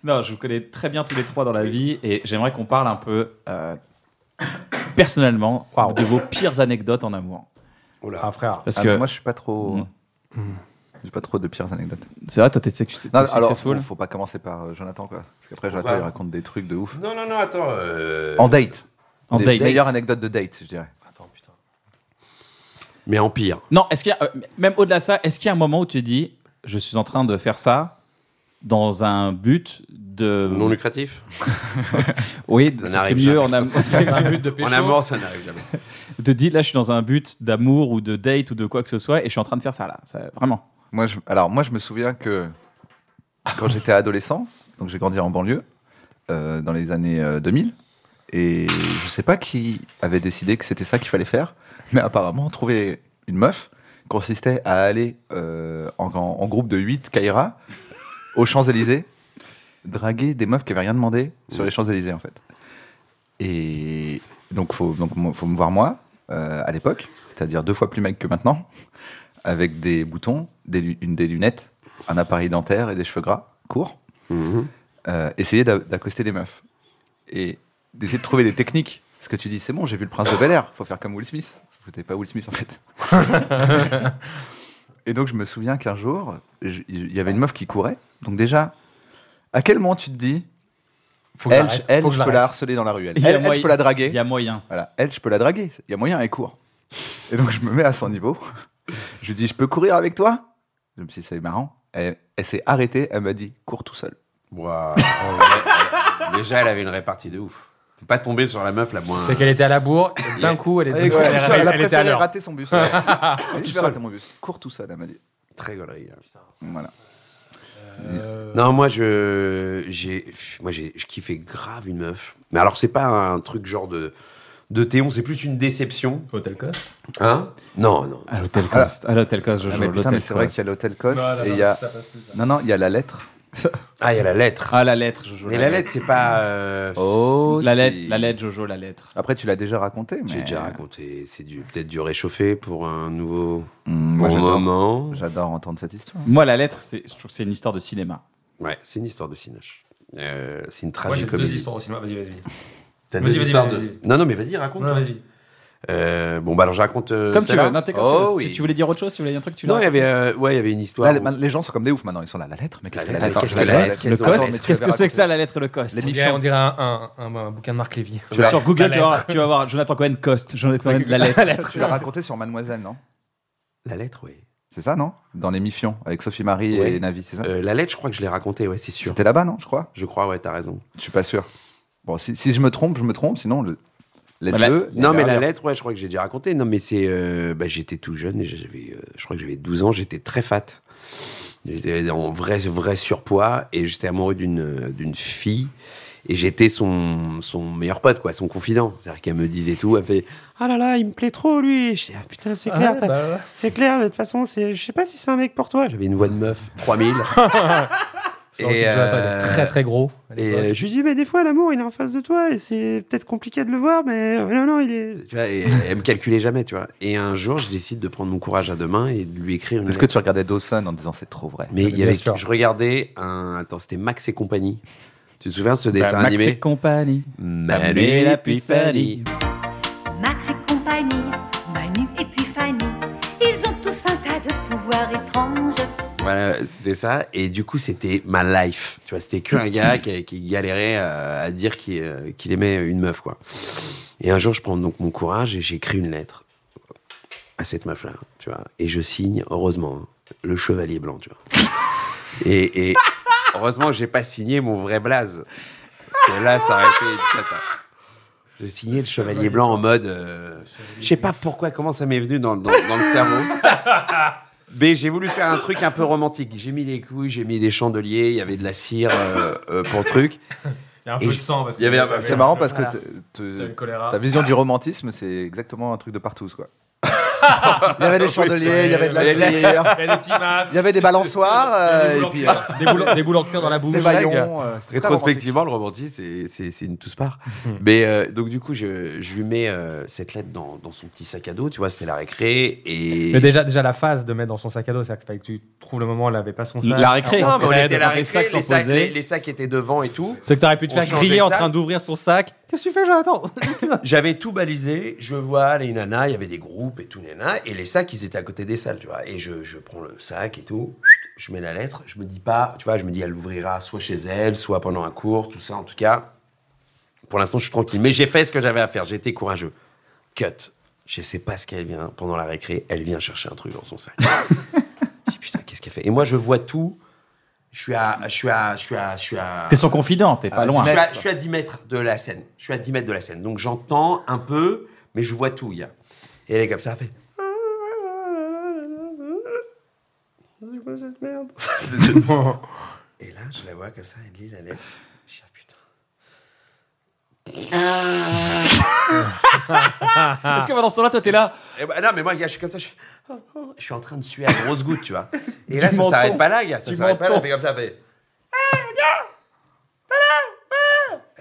[SPEAKER 1] Non, je vous connais très bien tous les trois dans la vie et j'aimerais qu'on parle un peu euh, personnellement de vos pires anecdotes en amour.
[SPEAKER 4] Ah frère.
[SPEAKER 1] Parce
[SPEAKER 2] Ah
[SPEAKER 1] que
[SPEAKER 2] non, Moi, je suis pas trop. J'ai pas trop de pires anecdotes.
[SPEAKER 1] c'est vrai, toi t'es sexu-
[SPEAKER 2] Non,
[SPEAKER 1] t'es
[SPEAKER 2] alors,
[SPEAKER 1] successful.
[SPEAKER 2] bon, faut pas commencer par euh, Jonathan, quoi. Parce
[SPEAKER 3] Pourquoi
[SPEAKER 2] qu'après, Jonathan, il raconte des trucs de ouf.
[SPEAKER 3] Non, non, non, attends. euh,
[SPEAKER 2] En date.
[SPEAKER 1] En
[SPEAKER 2] Des
[SPEAKER 1] date.
[SPEAKER 2] Meilleure anecdote de date, je dirais.
[SPEAKER 3] Mais en pire.
[SPEAKER 1] Non, est-ce qu'il y a, euh, même au-delà de ça, est-ce qu'il y a un moment où tu dis, je suis en train de faire ça dans un but de
[SPEAKER 3] Non lucratif
[SPEAKER 1] Oui,
[SPEAKER 3] Ça
[SPEAKER 1] c'est- c'est
[SPEAKER 3] n'arrive
[SPEAKER 1] mieux
[SPEAKER 3] jamais.
[SPEAKER 1] en amour. C'est
[SPEAKER 3] un but
[SPEAKER 4] de
[SPEAKER 3] En
[SPEAKER 4] pécho.
[SPEAKER 3] amour, ça n'arrive jamais.
[SPEAKER 1] te dis, là, je suis dans un but d'amour ou de date ou de quoi que ce soit, et je suis en train de faire ça là, Ça- vraiment.
[SPEAKER 2] Moi, je, alors moi, je me souviens que quand j'étais adolescent, donc j'ai grandi en banlieue euh, dans les années euh, 2000, et je sais pas qui avait décidé que c'était ça qu'il fallait faire, mais apparemment trouver une meuf consistait à aller euh, en, en- en groupe de 8 Kaira aux Champs Élysées, draguer des meufs qui avaient rien demandé sur les Champs Élysées en fait. Et donc faut donc mo- faut me voir moi euh, à l'époque, c'est-à-dire deux fois plus mec que maintenant avec des boutons, des, lu- une, des lunettes, un appareil dentaire et des cheveux gras, courts, euh, essayer d'a- d'accoster des meufs. Et d'essayer de trouver des techniques. Parce que tu dis, c'est bon, j'ai vu le prince de Bel Air, faut faire comme Will Smith. Sauf que t'es pas Will Smith en fait. et donc je me souviens qu'un jour, je- il y avait une meuf qui courait. Donc déjà, à quel moment tu te dis,
[SPEAKER 4] Faut que
[SPEAKER 2] elle,
[SPEAKER 4] j'arrête,
[SPEAKER 2] elle
[SPEAKER 4] faut que
[SPEAKER 2] je peux
[SPEAKER 4] j'arrête.
[SPEAKER 2] la harceler dans la rue, elle,
[SPEAKER 1] Il y a
[SPEAKER 2] Elle- elle, je
[SPEAKER 1] moyen-
[SPEAKER 2] peux la draguer.
[SPEAKER 1] Il y a moyen.
[SPEAKER 2] Voilà, elle, je peux la draguer. Il y a moyen, elle court. Et donc, je me mets à son niveau. Je lui dis, je peux courir avec toi Je me suis dit, c'est marrant. Elle, elle s'est arrêtée, elle m'a dit, cours tout seul.
[SPEAKER 3] Waouh. Ouais, ouais. Déjà, elle avait une répartie de ouf. T'es pas tombé sur la meuf la moins.
[SPEAKER 4] C'est qu'elle était à la bourre, et d'un coup, elle était,
[SPEAKER 2] Elle,
[SPEAKER 4] elle- elle- elle était Ah, à
[SPEAKER 2] préféré
[SPEAKER 4] l'heure.
[SPEAKER 2] rater son bus. Elle a dit, je vais rater mon bus. Cours tout seul, elle m'a dit.
[SPEAKER 3] Très gaulerie. hein. Euh.
[SPEAKER 2] Voilà.
[SPEAKER 3] Non, moi je j'ai moi j'ai je kiffais grave une meuf. Mais alors c'est pas un truc genre de de Théon, c'est plus une déception.
[SPEAKER 4] Hotel Cost.
[SPEAKER 3] Hein Non, non.
[SPEAKER 1] À l'hôtel Cost. À l'hôtel Cost, je
[SPEAKER 2] Ah, mais putain, mais c'est vrai qu'il y a l'hôtel Cost. et il y a...
[SPEAKER 4] hein.
[SPEAKER 2] Non, non, il y a la lettre.
[SPEAKER 3] Ah, il y a la lettre.
[SPEAKER 1] Ah, la lettre, Jojo.
[SPEAKER 3] Mais la lettre c'est pas euh,
[SPEAKER 2] Oh,
[SPEAKER 1] La
[SPEAKER 2] si.
[SPEAKER 1] lettre, la lettre, Jojo, la lettre.
[SPEAKER 2] Après, tu l'as déjà raconté. Mais...
[SPEAKER 3] j'ai déjà raconté, c'est du peut-être du réchauffé pour un nouveau
[SPEAKER 2] Mm, moi,
[SPEAKER 3] bon
[SPEAKER 2] j'adore-
[SPEAKER 3] moment.
[SPEAKER 2] J'adore entendre cette histoire.
[SPEAKER 1] Moi, la lettre, c'est, je trouve que c'est une histoire de cinéma.
[SPEAKER 3] Ouais, c'est une histoire de cinoche. Euh, c'est une
[SPEAKER 4] Moi j'ai
[SPEAKER 3] tragique
[SPEAKER 4] deux histoires au cinéma, vas-y, vas-y.
[SPEAKER 3] T'as
[SPEAKER 4] Vas-y,
[SPEAKER 3] deux
[SPEAKER 4] vas-y,
[SPEAKER 3] histoires
[SPEAKER 4] vas-y,
[SPEAKER 3] de-
[SPEAKER 4] vas-y.
[SPEAKER 3] Non, non, mais vas-y, raconte.
[SPEAKER 4] Non, vas-y.
[SPEAKER 3] Euh, bon, bah alors je raconte. euh,
[SPEAKER 1] Comme tu
[SPEAKER 3] celle-là.
[SPEAKER 1] veux, non, t'es comme
[SPEAKER 3] Oh,
[SPEAKER 1] tu veux.
[SPEAKER 3] oui.
[SPEAKER 1] Si tu voulais dire autre chose, tu voulais dire un truc, tu
[SPEAKER 3] Non, il y
[SPEAKER 1] l'as.
[SPEAKER 3] avait, euh, ouais, il y avait une histoire.
[SPEAKER 2] Là,
[SPEAKER 3] où-
[SPEAKER 2] les- les gens sont comme des ouf maintenant. Ils sont là, la lettre Mais qu'est-ce que
[SPEAKER 3] La
[SPEAKER 2] la
[SPEAKER 3] lettre,
[SPEAKER 2] lettre
[SPEAKER 3] qu'est-ce que la lettre
[SPEAKER 1] Le
[SPEAKER 2] Qu'est-ce que la lettre
[SPEAKER 1] Cost, qu'est-ce que c'est que ça, la lettre, le Cost
[SPEAKER 4] On dirait, on dirait un, un- un- un bouquin de Marc Lévy.
[SPEAKER 1] Tu vas
[SPEAKER 4] La-
[SPEAKER 1] Sur Google,
[SPEAKER 4] Bah, la
[SPEAKER 1] tu vas, voir,
[SPEAKER 4] lettre.
[SPEAKER 1] tu vas voir Jonathan Cohen Cost, Jonathan Cohen, la lettre.
[SPEAKER 2] Tu l'as raconté sur Mademoiselle, non
[SPEAKER 3] La lettre, oui.
[SPEAKER 2] C'est ça, non Dans les Mifions, avec Sophie Marie
[SPEAKER 3] Ouais.
[SPEAKER 2] et Navi, c'est ça
[SPEAKER 3] Euh, la lettre, je crois que je l'ai racontée, ouais, c'est sûr.
[SPEAKER 2] C'était là-bas, non Je crois.
[SPEAKER 3] Je crois, ouais, t'as raison.
[SPEAKER 2] Je suis pas sûr. Bon, si, si je me trompe, je me trompe. Sinon, le- laisse-le.
[SPEAKER 3] non, mais la
[SPEAKER 2] Derrière.
[SPEAKER 3] lettre, ouais, je crois que j'ai déjà raconté. Non, mais c'est. euh, bah, j'étais tout jeune, et j'avais, euh, je crois que j'avais 12 ans, j'étais très fat. J'étais en vrai, vrai surpoids et j'étais amoureux d'une, euh, d'une fille. Et j'étais son, son meilleur pote, quoi, son confident. C'est-à-dire qu'elle me disait tout, elle me fait
[SPEAKER 8] Ah là là, il me plaît trop lui. Je dis, ah, putain, c'est clair.
[SPEAKER 4] Ouais,
[SPEAKER 8] t'as-
[SPEAKER 4] bah ouais.
[SPEAKER 8] C'est clair, de toute façon, c'est... je sais pas si c'est un mec pour toi.
[SPEAKER 3] J'avais une voix de meuf, 3000.
[SPEAKER 4] Ça, c'est Jonathan, il est très, très gros, à
[SPEAKER 3] Et
[SPEAKER 4] l'époque.
[SPEAKER 3] euh,
[SPEAKER 8] Je lui dis, mais des fois, l'amour, il est en face de toi et c'est peut-être compliqué de le voir, mais euh, non, non, il est.
[SPEAKER 3] tu vois, et, elle me calculait jamais, tu vois. Et un jour, je décide de prendre mon courage à deux mains et de lui écrire une.
[SPEAKER 2] Est-ce que tu regardais Dawson en disant c'est trop vrai
[SPEAKER 3] Mais il y
[SPEAKER 2] Bien
[SPEAKER 3] avait,
[SPEAKER 2] sûr.
[SPEAKER 3] je regardais un. Attends, c'était Max et compagnie. Tu te souviens de ce dessin
[SPEAKER 1] Bah, Max
[SPEAKER 3] animé
[SPEAKER 1] et compagnie.
[SPEAKER 3] Manu
[SPEAKER 1] Manu et
[SPEAKER 3] et
[SPEAKER 1] la
[SPEAKER 3] puis
[SPEAKER 1] puce à
[SPEAKER 3] Fanny.
[SPEAKER 1] lit.
[SPEAKER 14] Max et compagnie, Manu et puis Fanny, ils ont tous un tas de pouvoirs étranges.
[SPEAKER 3] Voilà, c'était ça. Et du coup, c'était ma life. Tu vois, c'était que un gars qui, qui galérait à, à dire qu'il euh, qu'il aimait une meuf, quoi. Et un jour, je prends donc mon courage et j'écris une lettre à cette meuf-là, tu vois. Et je signe, heureusement, hein, le chevalier blanc, tu vois. Et, et heureusement, j'ai pas signé mon vrai blaze. Parce que là, ça aurait été une cata. J'ai signé le chevalier blanc en mode. euh, je sais pas pourquoi, comment ça m'est venu dans, dans- dans le cerveau. Mais j'ai voulu faire un truc un peu romantique. J'ai mis les couilles, j'ai mis des chandeliers, il y avait de la cire euh, euh, pour le truc.
[SPEAKER 4] Il y a un
[SPEAKER 3] Et
[SPEAKER 4] peu de
[SPEAKER 3] je-
[SPEAKER 4] sang parce
[SPEAKER 3] il y
[SPEAKER 4] que-
[SPEAKER 3] avait un-
[SPEAKER 2] C'est marrant parce que
[SPEAKER 4] Voilà.
[SPEAKER 2] te- te-
[SPEAKER 4] T'as le choléra.
[SPEAKER 2] ta vision du romantisme, c'est exactement un truc de partout, quoi. il y avait des chandeliers, il y avait de la
[SPEAKER 4] Il y avait-
[SPEAKER 2] cire,
[SPEAKER 4] il y avait des petits masques.
[SPEAKER 2] il y avait des balançoires, euh, et puis euh,
[SPEAKER 4] Des boules- des boules en cuir dans la bouche.
[SPEAKER 2] C'est vaillant. euh, c'était très romantique.
[SPEAKER 3] Rétrospectivement, le romantisme, c'est- c'est c'est une tous part. Mais euh, donc, du coup, je, je lui mets euh, cette lettre dans, dans son petit sac à dos, tu vois, c'était la récré. Et...
[SPEAKER 4] Mais déjà, déjà la phase de mettre dans son sac à dos, c'est-à-dire qu'il fallait que tu trouves le moment où elle avait pas son sac.
[SPEAKER 3] La récré.
[SPEAKER 4] Alors,
[SPEAKER 3] Non, mais on
[SPEAKER 4] elle
[SPEAKER 3] était à la
[SPEAKER 4] avait
[SPEAKER 3] récré,
[SPEAKER 4] ses sacs
[SPEAKER 3] les,
[SPEAKER 4] sans
[SPEAKER 3] sacs,
[SPEAKER 4] poser.
[SPEAKER 3] les- les sacs étaient devant et tout.
[SPEAKER 4] C'est que t'aurais pu te
[SPEAKER 3] On
[SPEAKER 4] faire
[SPEAKER 3] changeait
[SPEAKER 4] griller
[SPEAKER 3] de
[SPEAKER 4] en
[SPEAKER 3] sac.
[SPEAKER 4] train d'ouvrir son sac.
[SPEAKER 1] Ah.
[SPEAKER 4] Qu'est-ce que tu fais, Jonathan
[SPEAKER 3] J'avais tout balisé, je vois les nanas, il y avait des groupes et tout, les nanas, et les sacs, ils étaient à côté des salles, tu vois. Et je, je prends le sac et tout, je mets la lettre, je me dis pas, tu vois, je me dis, elle l'ouvrira soit chez elle, soit pendant un cours, tout ça, en tout cas. Pour l'instant, je suis tranquille, mais j'ai fait ce que j'avais à faire, j'étais courageux. Cut. Je sais pas ce qu'elle vient, pendant la récré, elle vient chercher un truc dans son sac. Je dis, putain, qu'est-ce qu'elle fait Et moi, je vois tout. Je suis à. Je suis à. Je suis à. Je suis à.
[SPEAKER 1] T'es son confident, t'es pas loin.
[SPEAKER 3] Je suis, à, je suis à 10 mètres de la scène. Je suis à 10 mètres de la scène. Donc j'entends un peu, mais je vois tout, il y a. Et elle est comme ça, elle fait.
[SPEAKER 8] C'est quoi cette merde
[SPEAKER 3] Et là, je la vois comme ça, elle lit la lettre. Je dis, ah, putain.
[SPEAKER 1] Est-ce que pendant ce temps-là, toi, t'es là
[SPEAKER 3] Eh ben, Non, mais moi, gars, je suis comme ça, je suis, oh, oh, je suis en train de suer à grosses gouttes, tu vois. Et
[SPEAKER 1] Du
[SPEAKER 3] là, ça
[SPEAKER 1] menton.
[SPEAKER 3] s'arrête pas là, gars. Ça
[SPEAKER 1] Du
[SPEAKER 3] s'arrête pas là, elle
[SPEAKER 1] menton.
[SPEAKER 3] fait comme ça, elle fait.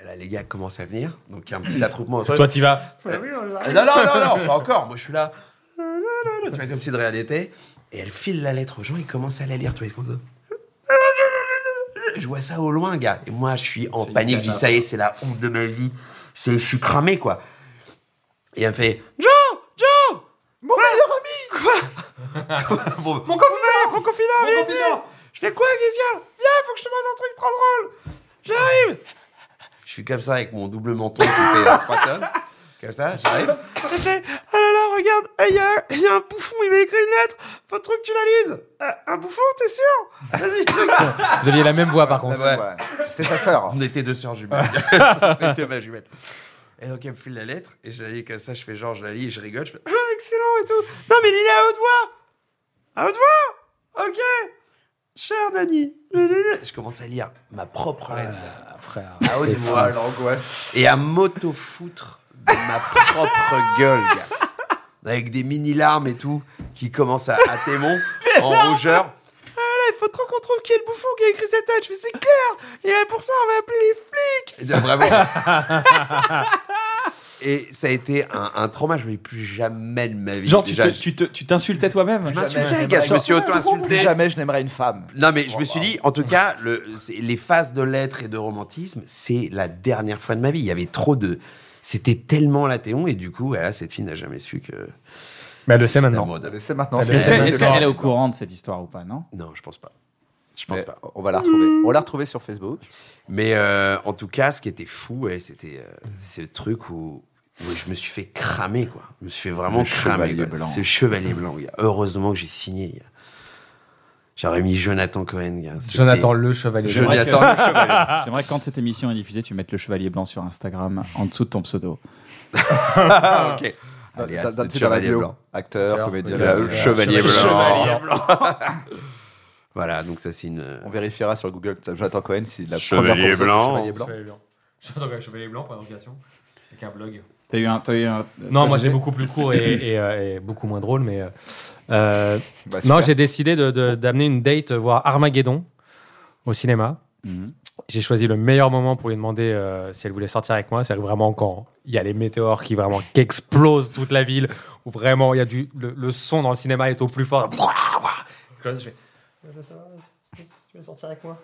[SPEAKER 3] Et Là, les gars commencent à venir, donc il y a un petit attroupement.
[SPEAKER 4] Toi, t'y vas.
[SPEAKER 3] Ouais. Euh, Non, non, non, non, pas encore. Moi, je suis là. Euh, non, non, non, Tu vois, comme si de réalité. Et elle file la lettre aux gens, ils commencent à la lire. Tu vois, ils commencent à- Je vois ça au loin, gars. Et moi, je suis en
[SPEAKER 12] une
[SPEAKER 3] panique. Je dis,
[SPEAKER 12] cata.
[SPEAKER 3] ça y est, c'est la honte de ma vie. C'est- Je suis cramé, quoi. Et elle me fait,
[SPEAKER 8] Joe Joe
[SPEAKER 3] Mon meilleur
[SPEAKER 8] ami Quoi Mon confident Mon confident, viens ici Je fais quoi, Christian Viens, Ah, faut que je te montre un truc trop drôle J'arrive
[SPEAKER 3] je suis comme ça avec mon double menton qui fait euh, 3 tonnes. Comme ça, j'arrive.
[SPEAKER 8] Elle fait, oh là là, regarde, eh, il y, a- il y a un bouffon, il m'a écrit une lettre Faut trop que tu la lises Euh, Un bouffon, t'es sûr Vas-y, truc
[SPEAKER 4] Vous aviez la même voix, par contre.
[SPEAKER 3] C'était sa sœur. Ah, On était deux sœurs jumelles. On était ma jumelle. Et donc, elle me file la lettre. Et je la lis comme ça. Je fais genre, je la lis et je rigole. Je fais,
[SPEAKER 8] Ah, excellent et tout Non, mais il est à haute voix À haute voix Ok Cher Nani
[SPEAKER 3] Je commence à lire ma
[SPEAKER 1] Ah.
[SPEAKER 3] propre lettre.
[SPEAKER 4] frère.
[SPEAKER 2] Ah,
[SPEAKER 3] À haute
[SPEAKER 12] c'est
[SPEAKER 3] voix,
[SPEAKER 12] fou.
[SPEAKER 3] l'angoisse. Et à m'auto-foutre de ma propre gueule, gars. Avec des mini-larmes et tout, qui commencent à, à témoin, en rougeur.
[SPEAKER 8] Ah là, il faut trop qu'on trouve qui est le bouffon qui a écrit cette lettre Je fais, c'est clair Et là, pour ça, on va appeler les flics
[SPEAKER 3] Et de- vraiment. Et ça a été un, un trauma, je ne vais plus jamais de ma vie.
[SPEAKER 1] Genre, tu
[SPEAKER 3] Déjà,
[SPEAKER 1] te- tu te- tu t'insultais toi-même
[SPEAKER 3] Je m'insultais, gars, je me suis auto-insulté.
[SPEAKER 2] Jamais je n'aimerais une femme.
[SPEAKER 3] Non, mais je me suis dit, en tout cas, le- c'est- les phases de lettres et de romantisme, c'est la dernière fois de ma vie. Il y avait trop de. C'était tellement la Théon, et du coup, voilà, cette fille n'a jamais su que.
[SPEAKER 4] Mais elle le sait maintenant.
[SPEAKER 3] Mode.
[SPEAKER 2] Elle le sait maintenant.
[SPEAKER 1] Est-ce que- est-ce qu'elle est au courant de cette histoire ou pas, non
[SPEAKER 3] Non, je pense pas. Je
[SPEAKER 2] Mais
[SPEAKER 3] pense pas.
[SPEAKER 2] On va la retrouver. On l'a retrouvée sur Facebook.
[SPEAKER 3] Mais euh, en tout cas, ce qui était fou, ouais, c'était euh,
[SPEAKER 2] Mhm.
[SPEAKER 3] ce truc où, où je me suis fait cramer, quoi. Je me suis fait vraiment
[SPEAKER 2] Le
[SPEAKER 3] cramer.
[SPEAKER 2] chevalier
[SPEAKER 3] quoi.
[SPEAKER 2] blanc.
[SPEAKER 3] Ce chevalier blanc, gars. Heureusement que j'ai signé, gars. J'aurais mis Jonathan Cohen, gars. C'était-
[SPEAKER 4] Jonathan le chevalier blanc.
[SPEAKER 3] Jonathan le chevalier.
[SPEAKER 2] Ah,
[SPEAKER 4] Ah.
[SPEAKER 1] J'aimerais que quand cette émission est diffusée, tu mettes le chevalier blanc sur Instagram en dessous de ton pseudo.
[SPEAKER 3] Ah, ok.
[SPEAKER 2] Dans-
[SPEAKER 3] Alias,
[SPEAKER 2] dans- dans-
[SPEAKER 3] le
[SPEAKER 2] c'est dans la
[SPEAKER 3] chevalier
[SPEAKER 2] bio.
[SPEAKER 3] blanc.
[SPEAKER 2] Acteur, Acteur, comédien,
[SPEAKER 3] Le
[SPEAKER 2] euh,
[SPEAKER 3] chevalier blanc.
[SPEAKER 2] chevalier blanc.
[SPEAKER 3] voilà, donc ça c'est une. euh,
[SPEAKER 2] On vérifiera sur Google Jonathan Cohen si la
[SPEAKER 3] Chevalier
[SPEAKER 2] première conversation,
[SPEAKER 3] blanc.
[SPEAKER 2] c'est Chevalier blanc.
[SPEAKER 4] Chevalier blanc. J'entends quand même chevalier blanc, pour interrogation. Avec un blog.
[SPEAKER 1] T'as eu un. t'as eu un-
[SPEAKER 4] Non,
[SPEAKER 1] toi,
[SPEAKER 4] moi
[SPEAKER 1] José
[SPEAKER 4] c'est beaucoup plus court et, et, euh, et beaucoup moins drôle, mais euh, euh,
[SPEAKER 1] Bah,
[SPEAKER 4] non,
[SPEAKER 1] super.
[SPEAKER 4] j'ai décidé de- de- d'amener une date voir euh, Armageddon au cinéma.
[SPEAKER 1] Mhm.
[SPEAKER 4] J'ai choisi le meilleur moment pour lui demander euh, si elle voulait sortir avec moi. C'est vraiment quand il y a les météores qui vraiment qui explosent toute la ville, où vraiment il y a du le, le son dans le cinéma est au plus fort. Je fais,
[SPEAKER 11] Tu veux sortir avec moi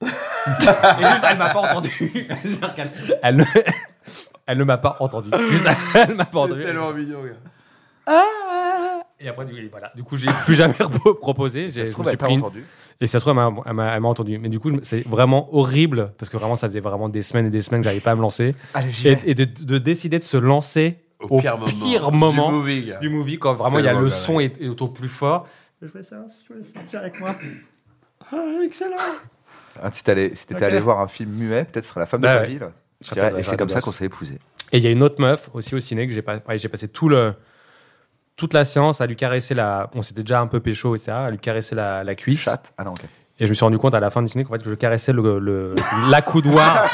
[SPEAKER 4] Et juste, elle m'a pas entendu. C'est-à-dire qu'elle- elle, ne- elle ne m'a pas entendu. Juste, elle m'a pas entendu.
[SPEAKER 3] tellement mignon,
[SPEAKER 4] Et après, du coup, voilà. Du coup, j'ai plus jamais rep- proposé. J'ai-
[SPEAKER 2] se
[SPEAKER 4] je
[SPEAKER 2] trouve,
[SPEAKER 4] me suis
[SPEAKER 2] elle t'a
[SPEAKER 4] pris une-
[SPEAKER 2] entendu.
[SPEAKER 4] Et si ça se trouve, elle m'a- elle m'a elle m'a entendu. Mais du coup, je me- c'est vraiment horrible parce que vraiment, ça faisait vraiment des semaines et des semaines que j'arrivais pas à me lancer.
[SPEAKER 2] Allez, j'y
[SPEAKER 4] et
[SPEAKER 2] vais.
[SPEAKER 4] et de, de décider de se lancer au,
[SPEAKER 3] pire moment. Du
[SPEAKER 4] moment
[SPEAKER 3] movie, gars.
[SPEAKER 4] du movie, quand vraiment
[SPEAKER 3] C'est
[SPEAKER 4] il y a
[SPEAKER 3] le moment,
[SPEAKER 4] le son est, est au plus fort.
[SPEAKER 11] Je voulais savoir si tu voulais sortir avec moi. Ah, excellent
[SPEAKER 2] Ah, si t'allais- si t'étais
[SPEAKER 11] Ok.
[SPEAKER 2] allé voir un film muet, peut-être ce serait la femme
[SPEAKER 4] Bah
[SPEAKER 2] de ta
[SPEAKER 4] ouais.
[SPEAKER 2] ville.
[SPEAKER 4] Je
[SPEAKER 2] Je dirais,
[SPEAKER 4] rappelle,
[SPEAKER 2] et c'est
[SPEAKER 4] j'aurais
[SPEAKER 2] comme
[SPEAKER 4] dit
[SPEAKER 2] ça
[SPEAKER 4] bien
[SPEAKER 2] qu'on
[SPEAKER 4] ça.
[SPEAKER 2] s'est épousés.
[SPEAKER 4] Et il y a une autre meuf aussi au ciné que j'ai pas, pareil, j'ai passé tout le, toute la séance à lui caresser la. On s'était déjà un peu pécho, etc. À lui caresser la, la cuisse.
[SPEAKER 2] Chatte. Ah non, ok.
[SPEAKER 4] Et je me suis rendu compte à la fin du ciné qu'en fait, que je caressais le, le, l'accoudoir,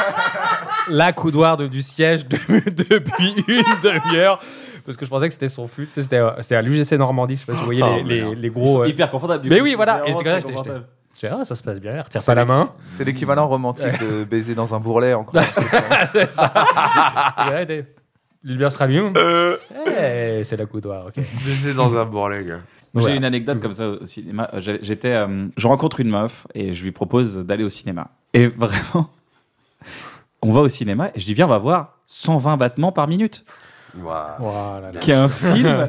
[SPEAKER 4] l'accoudoir de- du siège de- depuis une demi-heure. Parce que je pensais que c'était son flux. Tu sais, c'était, euh, c'était à l'UGC Normandie. Je sais pas si vous voyez
[SPEAKER 1] Oh,
[SPEAKER 4] les, les,
[SPEAKER 1] merde.
[SPEAKER 4] les
[SPEAKER 1] Ils sont
[SPEAKER 4] gros. euh,
[SPEAKER 1] hyper confortables, du
[SPEAKER 4] Mais
[SPEAKER 1] coup,
[SPEAKER 4] oui,
[SPEAKER 1] c'est
[SPEAKER 4] voilà.
[SPEAKER 1] vraiment
[SPEAKER 4] Et j'étais-
[SPEAKER 1] très
[SPEAKER 4] j'étais- j'étais-
[SPEAKER 1] confortable.
[SPEAKER 4] j'étais, ah, ça se passe bien, elle retire
[SPEAKER 2] C'est
[SPEAKER 4] pas la
[SPEAKER 2] l'équ-
[SPEAKER 4] main.
[SPEAKER 2] C'est l'équivalent romantique de baiser dans un bourrelet encore.
[SPEAKER 4] Et là, les lumières se rallument.
[SPEAKER 1] Euh.
[SPEAKER 4] Eh, c'est l'accoudoir, ok.
[SPEAKER 3] J'étais dans un bourrelet, gars.
[SPEAKER 4] Ouais.
[SPEAKER 1] J'ai une anecdote comme ça au cinéma. Euh, j'ai- J'étais, euh, je rencontre une meuf et je lui propose d'aller au cinéma. Et vraiment, on va au cinéma et je dis viens, on va voir 120 battements par minute,
[SPEAKER 4] Voilà.
[SPEAKER 1] qui est un film